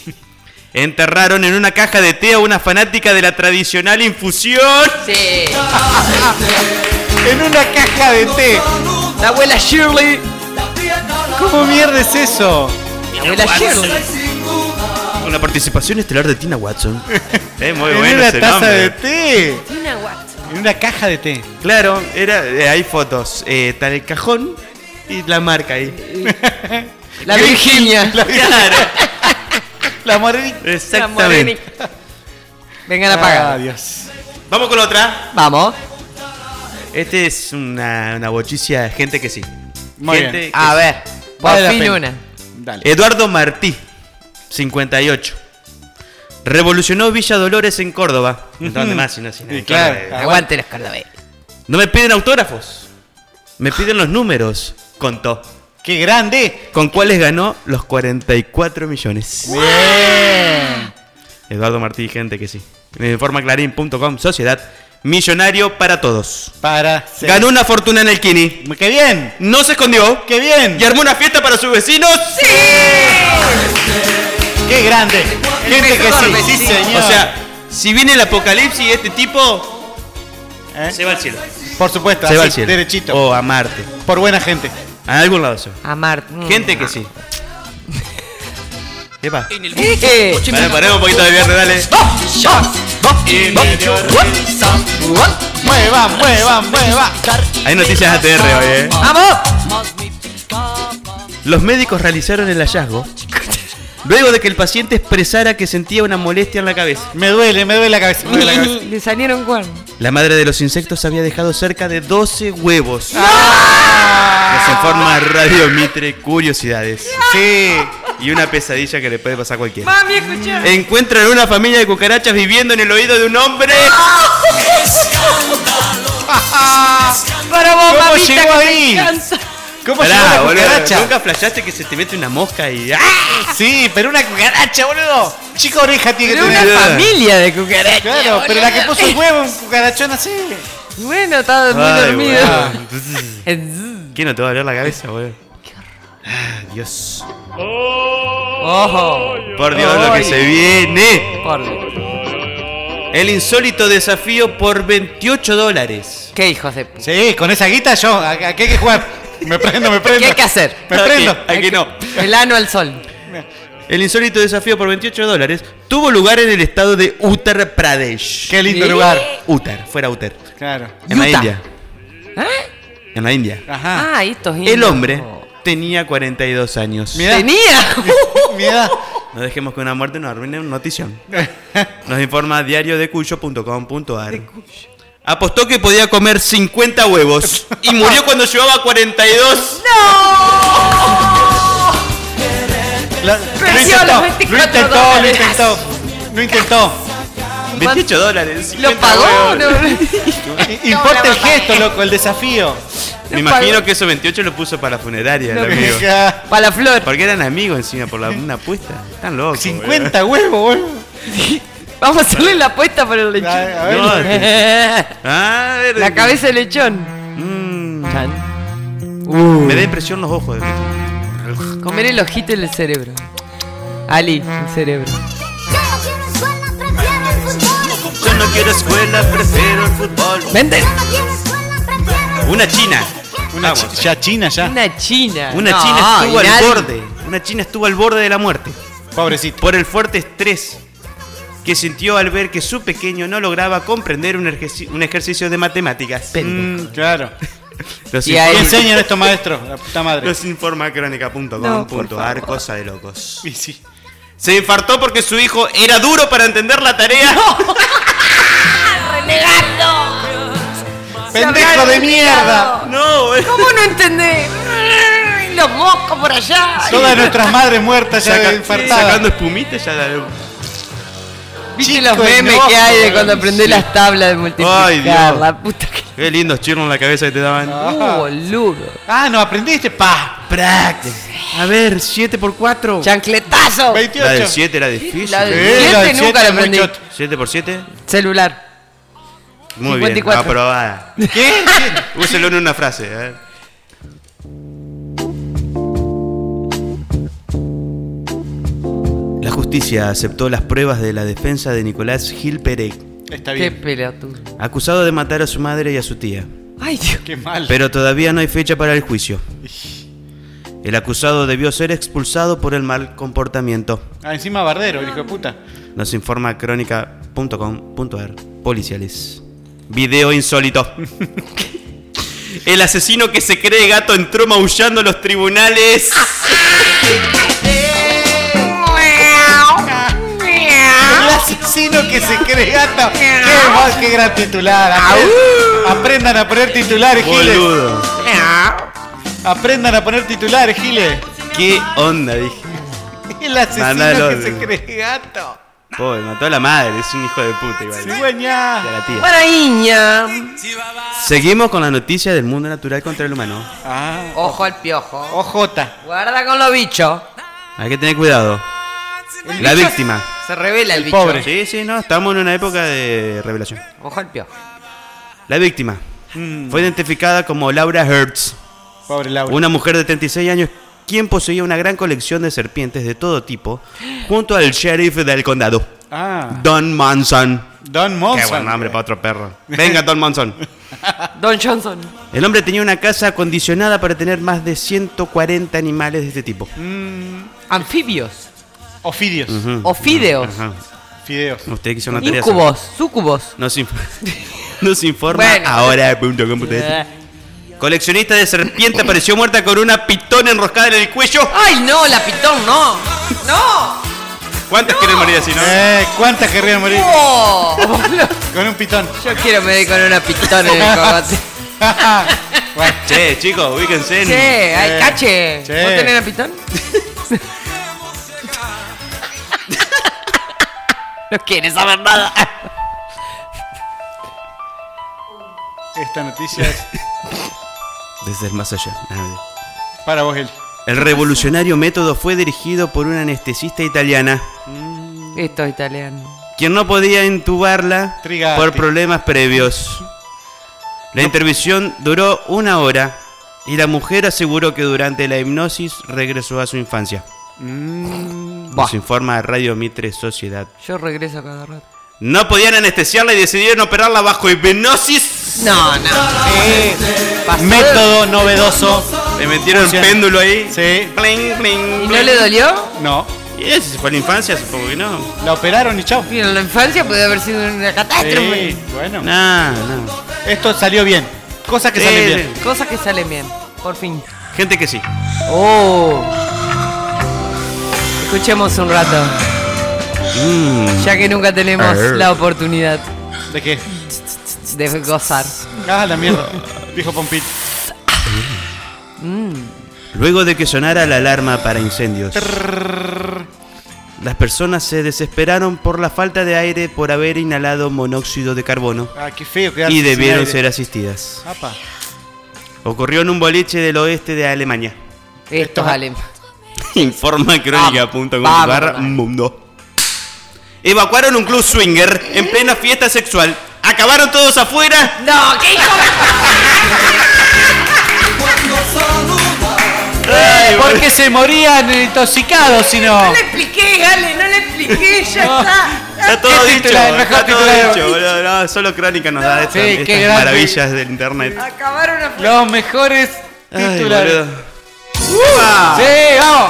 Speaker 5: Enterraron en una caja de té a una fanática de la tradicional infusión.
Speaker 4: Sí.
Speaker 6: en una caja de té.
Speaker 4: La abuela Shirley.
Speaker 6: ¿Cómo mierda es eso?
Speaker 4: La abuela Shirley.
Speaker 5: Con la participación estelar de Tina Watson. Es muy
Speaker 6: en
Speaker 5: bueno
Speaker 6: una
Speaker 5: ese
Speaker 6: taza
Speaker 5: nombre.
Speaker 6: de té.
Speaker 4: Tina Watson.
Speaker 6: En una caja de té.
Speaker 5: Claro, era, eh, hay fotos. Eh, está en el cajón y la marca ahí.
Speaker 4: La Virginia.
Speaker 6: La,
Speaker 5: Claro,
Speaker 6: la morenita.
Speaker 4: la
Speaker 5: exactamente.
Speaker 4: morenita.
Speaker 6: Ah.
Speaker 4: Vengan a pagar.
Speaker 6: Dios.
Speaker 5: Vamos con la otra.
Speaker 4: Vamos.
Speaker 5: Este es una, una bochicia de gente que sí.
Speaker 6: Muy
Speaker 5: gente
Speaker 6: bien.
Speaker 5: que
Speaker 4: A
Speaker 5: sí.
Speaker 4: ver. Por
Speaker 6: Vale la
Speaker 4: fin
Speaker 6: pena.
Speaker 4: una.
Speaker 6: Dale.
Speaker 5: Eduardo Martí, 58. Revolucionó Villa Dolores en Córdoba. ¿En ¿Dónde más? Si no, si no,
Speaker 6: Y
Speaker 5: en
Speaker 6: claro,
Speaker 5: Córdoba, eh.
Speaker 4: Aguante los cordobeses.
Speaker 5: No me piden autógrafos. Me piden los números, contó.
Speaker 6: ¡Qué grande!
Speaker 5: Con cuáles ganó los 44 millones.
Speaker 4: Ah.
Speaker 6: Bien.
Speaker 5: Eduardo Martí, gente que sí. Me informa clarín.com, sociedad. Millonario para todos.
Speaker 6: Para. ser-
Speaker 5: Ganó una fortuna en el Kini.
Speaker 6: ¡Qué bien!
Speaker 5: No se escondió.
Speaker 6: ¡Qué bien!
Speaker 5: Y armó una fiesta para sus vecinos.
Speaker 6: ¡Qué grande! Gente que
Speaker 4: mejor
Speaker 6: sí, sí,
Speaker 4: vecino.
Speaker 6: señor.
Speaker 5: O sea, si viene el apocalipsis, este tipo se va al cielo.
Speaker 6: por supuesto,
Speaker 5: Se va
Speaker 6: así,
Speaker 5: al cielo. Oh.
Speaker 6: derechito.
Speaker 5: O a Marte.
Speaker 6: Por buena gente.
Speaker 5: A algún lado se va.
Speaker 4: Amar.
Speaker 5: Gente que sí. Epa.
Speaker 4: Eh,
Speaker 5: Vale, paremos un poquito de viernes, dale.
Speaker 6: ¡Ah! ¡Mueva, mueva, mueva!
Speaker 5: Hay noticias ATR hoy, eh.
Speaker 4: ¡Vamos!
Speaker 5: Los médicos realizaron el hallazgo Luego de que el paciente expresara que sentía una molestia en la cabeza.
Speaker 6: Me duele, me duele la cabeza. me duele la cabeza.
Speaker 4: Le salieron cuernos.
Speaker 5: La madre de los insectos había dejado cerca de 12 huevos. Nos informa Radio Mitre Curiosidades. Sí. Y una pesadilla que le puede pasar a cualquiera.
Speaker 4: Mami, escucha.
Speaker 5: Eh, Encuentran una familia de cucarachas viviendo en el oído de un hombre.
Speaker 4: Para vos,
Speaker 5: ¿Cómo
Speaker 4: mamita,
Speaker 5: llegó
Speaker 4: que te
Speaker 5: ahí?
Speaker 4: encanta.
Speaker 5: ¿Cómo
Speaker 6: llegó la cucaracha?
Speaker 5: Nunca flashaste que se te mete una mosca y. ¡Ah!
Speaker 6: Sí, pero una cucaracha, boludo. Chica oreja tiene
Speaker 4: Pero
Speaker 6: que
Speaker 4: una
Speaker 6: tener.
Speaker 4: familia de cucarachas.
Speaker 6: Claro, pero la que puso el huevo, un cucarachón así.
Speaker 4: Bueno, estaba muy
Speaker 5: Ay,
Speaker 4: dormido.
Speaker 5: weón. ¿Qué no te va a doler la cabeza, weón? Ah, Dios.
Speaker 4: Ojo.
Speaker 5: Por Dios, lo que
Speaker 4: Ay.
Speaker 5: se viene.
Speaker 4: Por
Speaker 5: El insólito desafío por 28 dólares.
Speaker 4: Qué hijos de
Speaker 6: Sí, con esa guita yo, ¿a a qué hay que jugar? Me prendo, me prendo.
Speaker 4: ¿Qué hay que hacer?
Speaker 6: Me
Speaker 5: Aquí-
Speaker 6: prendo.
Speaker 5: Aquí no.
Speaker 4: El ano al sol.
Speaker 5: El insólito desafío por 28 dólares tuvo lugar en el estado de Uttar Pradesh. Qué
Speaker 6: lindo Sí. lugar.
Speaker 5: Uttar, fuera Uttar.
Speaker 6: Claro.
Speaker 5: En la
Speaker 6: Utah.
Speaker 5: India. En la India.
Speaker 6: Ajá.
Speaker 4: Ah, estos
Speaker 5: El hombre tenía 42 años.
Speaker 4: Tenía.
Speaker 5: No dejemos que una muerte nos arruine una notición. Nos informa diario de cuyo.com.ar. Apostó que podía comer 50 huevos y murió cuando llevaba 42.
Speaker 6: La-
Speaker 4: Creció a los 24
Speaker 6: lo
Speaker 4: dólares.
Speaker 6: intentó, lo intentó.
Speaker 5: 28 dólares.
Speaker 4: ¿Lo pagó? No.
Speaker 6: Importa el gesto, loco, el desafío.
Speaker 5: Me imagino que esos 28 lo puso para la funeraria,
Speaker 6: No,
Speaker 5: el amigo.
Speaker 6: ya.
Speaker 4: Para la flor.
Speaker 5: Porque eran amigos encima por la, una apuesta. Están locos.
Speaker 6: 50 huevos, boludo.
Speaker 4: Vamos a hacerle la apuesta para el lechón.
Speaker 5: a ver. No, ah, te- A ver.
Speaker 4: la cabeza del lechón. Uh.
Speaker 5: Chan. Mm. Me da impresión los ojos.
Speaker 4: Comer el ojito y el cerebro. Ali, el cerebro.
Speaker 5: Yo no quiero escuela, prefiero el fútbol.
Speaker 4: Venden.
Speaker 5: Una china.
Speaker 6: Una chi- ya china, ah, ya.
Speaker 4: Una china.
Speaker 5: Una
Speaker 4: No,
Speaker 5: china estuvo al
Speaker 4: Irán.
Speaker 5: borde. Una china estuvo al borde de la muerte. Pobrecito. Por el fuerte estrés que sintió al ver que su pequeño no lograba comprender un, ejerci- un ejercicio de matemáticas.
Speaker 6: Mm,
Speaker 5: Mm,
Speaker 6: claro.
Speaker 5: Los
Speaker 6: Y ahí-
Speaker 5: informa-
Speaker 6: Enseñan esto, maestro, la puta madre.
Speaker 5: Los informa crónica.com.ar,
Speaker 6: No, por favor.
Speaker 5: cosa de locos. Se infartó porque su hijo era duro para entender la tarea.
Speaker 3: ¡Renegando!
Speaker 6: ¡Pendejo de mierda!
Speaker 5: No, eh.
Speaker 4: ¿Cómo no entendés? Los moscos por allá.
Speaker 6: Todas nuestras madres muertas ya
Speaker 5: Saca-
Speaker 6: infartadas.
Speaker 5: Sacando espumita ya la...
Speaker 4: ¿Viste
Speaker 6: Chico
Speaker 4: los memes
Speaker 6: enojo,
Speaker 4: que hay de
Speaker 6: weón.
Speaker 4: cuando aprendés
Speaker 5: Sí.
Speaker 4: las tablas de multiplicar?
Speaker 5: Ay, Dios.
Speaker 4: La puta que.
Speaker 5: Qué lindos chirros en la cabeza que te daban.
Speaker 4: Uh, boludo.
Speaker 6: Ah, no, aprendiste, pa.
Speaker 5: A ver, 7 por 4.
Speaker 4: Chancletazo.
Speaker 5: La del 7 era difícil.
Speaker 4: La del Sí, la del siete nunca la siete, aprendí. mucho.
Speaker 5: 7 por 7.
Speaker 4: Celular.
Speaker 5: Muy
Speaker 4: 54.
Speaker 5: bien, aprobada.
Speaker 6: ¿Qué?
Speaker 5: Úselo en una frase. a ver. La justicia aceptó las pruebas de la defensa de Nicolás Gil Perec,
Speaker 6: Está
Speaker 4: Qué
Speaker 6: bien.
Speaker 4: pelotudo.
Speaker 5: acusado de matar a su madre y a su tía.
Speaker 4: Ay, Dios.
Speaker 6: Qué mal.
Speaker 5: Pero todavía no hay fecha para el juicio. El acusado debió ser expulsado por el mal comportamiento.
Speaker 6: Ah, encima bardero, el hijo de puta.
Speaker 5: Nos informa crónica.com.ar. Policiales. Video insólito. El asesino que se cree gato entró maullando a los tribunales.
Speaker 6: El asesino Ah, que se cree gata. Qué, mal, qué gran titular. Apre- Aprendan a poner titulares, Giles.
Speaker 5: Boludo.
Speaker 6: Aprendan a poner titulares, Giles.
Speaker 5: ¿Qué onda? Dije.
Speaker 6: El asesino
Speaker 5: Mandalo,
Speaker 6: que se
Speaker 5: boludo.
Speaker 6: cree gato.
Speaker 5: Pobre, mató a la madre. Es un hijo de puta igual.
Speaker 6: Cigüeña.
Speaker 5: Y a la tía.
Speaker 4: Para Iña.
Speaker 5: Seguimos con la noticia del mundo natural contra el humano.
Speaker 6: Ah.
Speaker 4: Ojo al piojo.
Speaker 6: Ojota.
Speaker 4: Guarda con los bichos.
Speaker 5: Hay que tener cuidado.
Speaker 4: El
Speaker 5: La
Speaker 4: bicho
Speaker 5: víctima.
Speaker 4: Se revela el, bicho.
Speaker 5: Sí, sí, no. Estamos en una época de revelación.
Speaker 4: Ojo al piojo.
Speaker 5: La víctima
Speaker 6: Mm.
Speaker 5: fue identificada como Laura Hertz.
Speaker 6: Pobre Laura.
Speaker 5: Una mujer de 36 años quien poseía una gran colección de serpientes de todo tipo junto al sheriff del condado,
Speaker 6: Ah.
Speaker 5: Don Manson.
Speaker 6: Don
Speaker 5: Qué buen
Speaker 6: Monson.
Speaker 5: nombre para otro perro. Venga, Don Manson.
Speaker 4: Don Johnson.
Speaker 5: El hombre tenía una casa acondicionada para tener más de 140 animales de este tipo.
Speaker 4: Mm. Anfibios.
Speaker 6: Ofidios.
Speaker 4: Ofideos.
Speaker 5: Ajá.
Speaker 6: Fideos.
Speaker 5: Ustedes que hicieron una tarea.
Speaker 4: Incubos. Sucubos.
Speaker 5: Nos, inf- nos informa
Speaker 4: Bueno.
Speaker 5: ahora punto com punto es. Coleccionista de serpiente apareció muerta con una pitón enroscada en el cuello.
Speaker 4: Ay, no, la pitón no. ¡No!
Speaker 5: ¿Cuántas querés morir así, no?
Speaker 6: Eh, ¿cuántas querrían morir?
Speaker 4: ¡No!
Speaker 6: Con un pitón.
Speaker 4: Oh, Yo quiero medir con una pitón en el cogote.
Speaker 5: Che, chicos, ubíquense. en-
Speaker 4: Che, ay, cache.
Speaker 5: Che.
Speaker 4: ¿Vos tenés una pitón? no quieres saber nada.
Speaker 6: Esta noticia es
Speaker 5: Desde el más allá. Ah, bien.
Speaker 6: para vos, él.
Speaker 5: El revolucionario método fue dirigido por una anestesista italiana,
Speaker 4: Esto es italiano.
Speaker 5: quien no podía intubarla
Speaker 4: Trigatti.
Speaker 5: por problemas previos. La intervención duró una hora y la mujer aseguró que durante la hipnosis regresó a su infancia.
Speaker 6: Mm,
Speaker 5: Nos informa Radio Mitre Sociedad.
Speaker 4: Yo regreso cada rato.
Speaker 5: No podían anestesiarla y decidieron operarla bajo hipnosis.
Speaker 4: No, no.
Speaker 5: Eh,
Speaker 6: Eh, Método novedoso.
Speaker 5: Le metieron el
Speaker 6: Funciona.
Speaker 5: péndulo ahí.
Speaker 6: Sí.
Speaker 5: Pling, pling,
Speaker 4: ¿Y no
Speaker 5: pling.
Speaker 4: le dolió?
Speaker 6: No.
Speaker 5: Y eso fue a la infancia, supongo que no.
Speaker 6: La operaron y chao.
Speaker 4: Y en la infancia puede haber sido una catástrofe.
Speaker 6: Sí, bueno.
Speaker 5: Nah, Eh, no.
Speaker 6: Esto salió bien. Cosas Ah, que
Speaker 5: Sí,
Speaker 6: salen bien.
Speaker 4: Cosas que salen bien. Por fin.
Speaker 5: Gente que sí.
Speaker 4: Oh. Escuchemos un rato.
Speaker 5: Mm.
Speaker 4: Ya que nunca tenemos
Speaker 5: Arr.
Speaker 4: la oportunidad
Speaker 6: ¿De qué?
Speaker 4: de gozar.
Speaker 6: Ah, la mierda. Dijo Pompit.
Speaker 4: Mm.
Speaker 5: Luego de que sonara la alarma para incendios, las personas se desesperaron por la falta de aire por haber inhalado monóxido de carbono
Speaker 6: Ah, qué feo quedarse
Speaker 5: y
Speaker 6: sin
Speaker 5: debieron
Speaker 6: aire.
Speaker 5: ser asistidas.
Speaker 6: Apa.
Speaker 5: Ocurrió en un boliche del oeste de Alemania.
Speaker 4: Estos alem.
Speaker 5: Informa crónica.com
Speaker 4: Ah,
Speaker 5: barra mundo. Evacuaron un club swinger en plena fiesta sexual. Acabaron todos afuera.
Speaker 4: No, ¿qué hijo?
Speaker 6: Eh, Porque se morían intoxicados si no.
Speaker 4: No le expliqué, Gale, no le expliqué, ya está.
Speaker 5: Está todo
Speaker 6: ¿Qué
Speaker 5: dicho,
Speaker 6: titular? Mejor
Speaker 5: está todo
Speaker 6: titular.
Speaker 5: dicho, boludo. No, solo crónica nos da estas,
Speaker 6: Sí, qué
Speaker 5: estas
Speaker 6: grande. Ah,
Speaker 5: maravillas del internet.
Speaker 4: Acabaron a
Speaker 6: Los mejores
Speaker 5: Ay,
Speaker 6: titulares.
Speaker 5: boludo. ¡Upa!
Speaker 6: sí, vamos.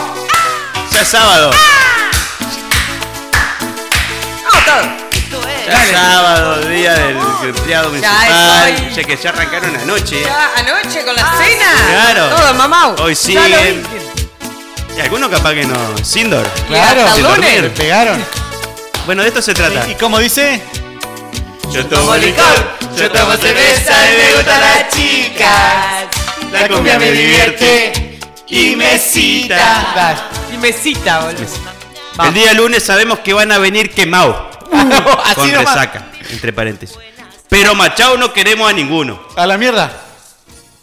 Speaker 5: Ya es sábado. Ah. Ya es
Speaker 4: Dale.
Speaker 5: sábado, día del empleado
Speaker 4: Ya
Speaker 5: municipal.
Speaker 4: es hoy.
Speaker 5: Ya que ya arrancaron anoche.
Speaker 4: Ya Ah, anoche con la cena.
Speaker 5: Claro.
Speaker 4: Todo mamau.
Speaker 5: Hoy
Speaker 4: Ya lo
Speaker 5: siguen. Y algunos capaz que no. Sindor.
Speaker 4: Claro.
Speaker 5: Sin
Speaker 4: Hasta
Speaker 5: dormir.
Speaker 4: lunes.
Speaker 6: pegaron.
Speaker 5: Bueno, de esto se trata.
Speaker 6: ¿Y cómo dice?
Speaker 5: Yo tomo licor, yo tomo cerveza y me gustan las chicas. La cumbia me divierte y me cita.
Speaker 4: Y me cita, boludo.
Speaker 5: El día lunes sabemos que van a venir quemados.
Speaker 6: así
Speaker 5: con
Speaker 6: nomás.
Speaker 5: resaca, entre paréntesis. Pero Machado no queremos a ninguno.
Speaker 6: A la mierda.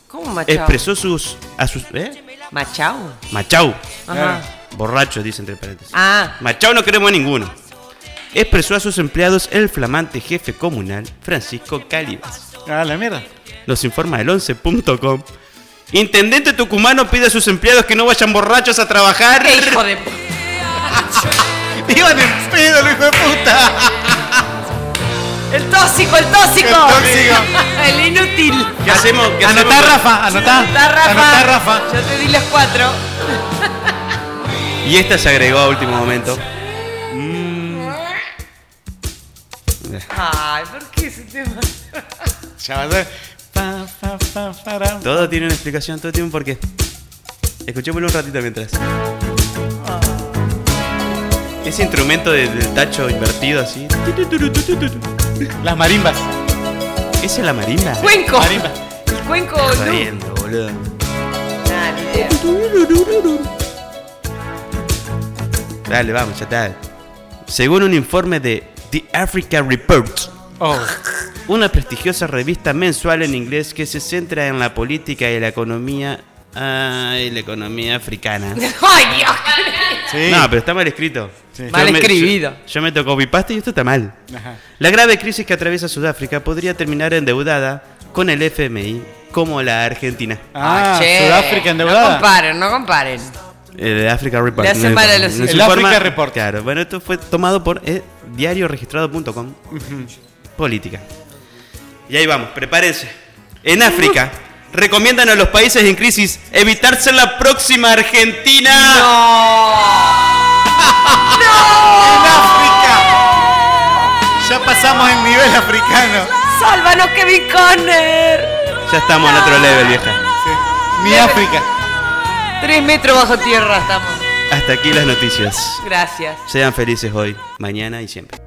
Speaker 4: ¿Cómo machao?
Speaker 5: Expresó sus. A sus ¿Eh?
Speaker 4: ¿Machao?
Speaker 5: Machau.
Speaker 4: Ajá.
Speaker 5: Borracho, dice entre paréntesis.
Speaker 4: Ah,
Speaker 5: Machado no queremos a ninguno. Expresó a sus empleados el flamante jefe comunal, Francisco Cálidas.
Speaker 6: A la mierda.
Speaker 5: Nos informa el 11.com. Intendente tucumano pide a sus empleados que no vayan borrachos a trabajar.
Speaker 4: qué hijo de p-
Speaker 6: Iban en pedo, hijo de puta.
Speaker 4: El tóxico, el tóxico.
Speaker 6: El tóxico.
Speaker 4: El inútil.
Speaker 5: ¿Qué hacemos? ¿Qué hacemos
Speaker 6: Anotá,
Speaker 5: con-
Speaker 6: Rafa, anotá.
Speaker 4: Está Rafa.
Speaker 6: Anotá, Rafa.
Speaker 4: Yo te di las cuatro.
Speaker 5: Y esta se agregó a último momento.
Speaker 4: Ay, ¿por qué ese tema?
Speaker 6: Ya va a ser. Pa, pa, pa, para.
Speaker 5: Todo tiene una explicación, todo tiene un porqué. Escuchémoslo un ratito mientras. Ese instrumento de- del tacho invertido así.
Speaker 6: Las marimbas.
Speaker 5: ¿Esa es la marimba?
Speaker 4: Cuenco.
Speaker 6: Marimba.
Speaker 4: El cuenco,
Speaker 5: Está
Speaker 4: no.
Speaker 5: viendo, boludo.
Speaker 4: Nah, ni idea.
Speaker 5: Dale, vamos, ya está. Según un informe de The Africa Report,
Speaker 6: Oh.
Speaker 5: una prestigiosa revista mensual en inglés que se centra en la política y la economía. Ay, la economía africana.
Speaker 4: Ay, Dios.
Speaker 6: Sí.
Speaker 5: No, pero está mal escrito. Yo
Speaker 4: Mal
Speaker 5: me-
Speaker 4: escribido.
Speaker 5: yo, yo me tocó mi pasta y esto está mal.
Speaker 6: Ajá.
Speaker 5: La grave crisis que atraviesa Sudáfrica podría terminar endeudada con el FMI como la Argentina.
Speaker 6: Ah,
Speaker 4: Che,
Speaker 6: Sudáfrica
Speaker 4: No
Speaker 6: endeudada.
Speaker 4: comparen, no comparen.
Speaker 5: El Eh, Africa Report.
Speaker 4: Le hacen
Speaker 5: no,
Speaker 4: mal a
Speaker 5: no,
Speaker 4: los
Speaker 5: no se
Speaker 6: El
Speaker 5: informa-
Speaker 6: Africa Report.
Speaker 5: Claro, bueno, esto fue tomado por eh, diarioregistrado.com. Política. Y ahí vamos, prepárense. En África, recomiendan a los países en crisis evitarse la próxima Argentina.
Speaker 4: Oh,
Speaker 6: En África. Ya pasamos el nivel africano.
Speaker 4: ¡Sálvanos, Kevin Conner!
Speaker 5: Ya estamos en otro level, vieja.
Speaker 6: Mi África.
Speaker 4: Tres metros bajo tierra estamos.
Speaker 5: Hasta aquí las noticias.
Speaker 4: Gracias.
Speaker 5: Sean felices hoy, mañana y siempre.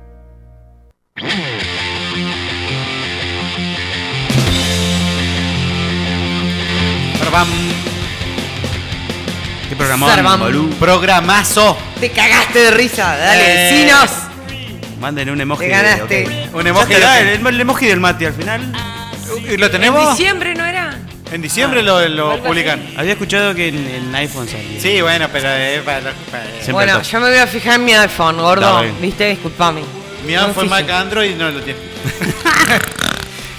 Speaker 5: ¿Qué programón,
Speaker 4: Sarabam.
Speaker 5: bolú?
Speaker 6: Programazo.
Speaker 4: Te cagaste de risa. Dale,
Speaker 5: Eh,
Speaker 4: vecinos.
Speaker 5: Mándenle un emoji.
Speaker 4: Te ganaste.
Speaker 5: de- ok.
Speaker 6: Un emoji
Speaker 5: Ya está,
Speaker 6: de-
Speaker 5: el, el emoji del mate al final.
Speaker 6: ¿Y lo tenemos?
Speaker 4: En diciembre no era.
Speaker 6: En diciembre lo, lo
Speaker 4: Algo
Speaker 6: publican.
Speaker 5: Había escuchado que en, en iPhone salía.
Speaker 6: Sí, bueno, pero eh, para, para-
Speaker 4: bueno, yo me voy a fijar en mi iPhone, gordo.
Speaker 6: Está bien.
Speaker 4: Viste, disculpame.
Speaker 6: Mi
Speaker 4: No
Speaker 6: iPhone
Speaker 4: me
Speaker 6: Mac
Speaker 4: fijo.
Speaker 6: Android no lo tiene.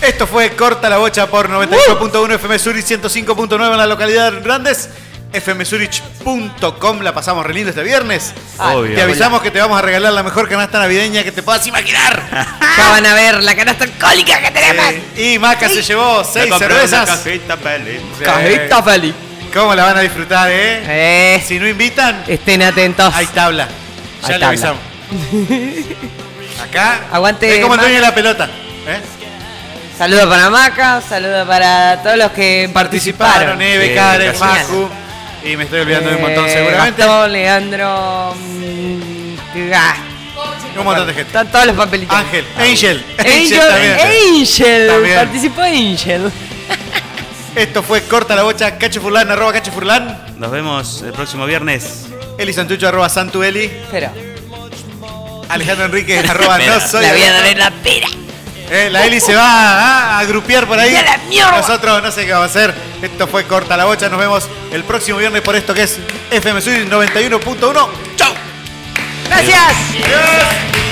Speaker 6: Esto fue Corta la Bocha por 98.1 FM Zurich 105.9 en la localidad de Grandes. fmsurich.com la pasamos re lindo este viernes.
Speaker 4: Ah,
Speaker 5: Obvio.
Speaker 6: Te avisamos que te vamos a regalar la mejor canasta navideña que te puedas imaginar.
Speaker 4: Ya van a ver la canasta alcohólica que tenemos.
Speaker 6: y Maca se llevó
Speaker 5: Ya
Speaker 6: seis
Speaker 5: compré una
Speaker 6: cervezas.
Speaker 5: cajita feliz.
Speaker 4: Cajita feliz.
Speaker 6: ¿Cómo la van a disfrutar, eh? Si no invitan,
Speaker 4: estén atentos.
Speaker 6: Hay tabla. Ya
Speaker 4: Hay
Speaker 6: le
Speaker 4: tabla.
Speaker 6: avisamos. Acá.
Speaker 4: Aguante.
Speaker 6: Es como el dueño de
Speaker 4: Maca.
Speaker 6: la pelota. ¿eh?
Speaker 4: Saludos para Maca, saludos para todos los que participaron.
Speaker 6: Paro, Neve, Karen, Facu. Y me estoy olvidando de un montón,
Speaker 4: Eh,
Speaker 6: seguramente.
Speaker 4: Gastón, Leandro. mm, ah,
Speaker 6: Un montón de gente.
Speaker 4: Están todos los papelitos.
Speaker 6: Ángel, Angel.
Speaker 4: Angel,
Speaker 6: también.
Speaker 4: Angel.
Speaker 6: También.
Speaker 4: Participó Angel.
Speaker 6: Esto fue Corta la Bocha, Cacho Furlan, arroba Cacho Furlan.
Speaker 5: Nos vemos el próximo viernes.
Speaker 6: Eli Santucho, arroba Santueli.
Speaker 4: Espera.
Speaker 6: Alejandro Enrique, arroba
Speaker 5: Espera.
Speaker 6: no soy.
Speaker 4: La voy a dar
Speaker 6: Alejandro.
Speaker 4: en la pera.
Speaker 6: Eh, la Eli se va ah, a grupear por ahí.
Speaker 4: ¡Ya la mierda!
Speaker 6: Nosotros no sé qué va a hacer. Esto fue Corta la Bocha. Nos vemos el próximo viernes por esto que es FM Sur 91.1. ¡Chau!
Speaker 4: Gracias.
Speaker 6: Adiós.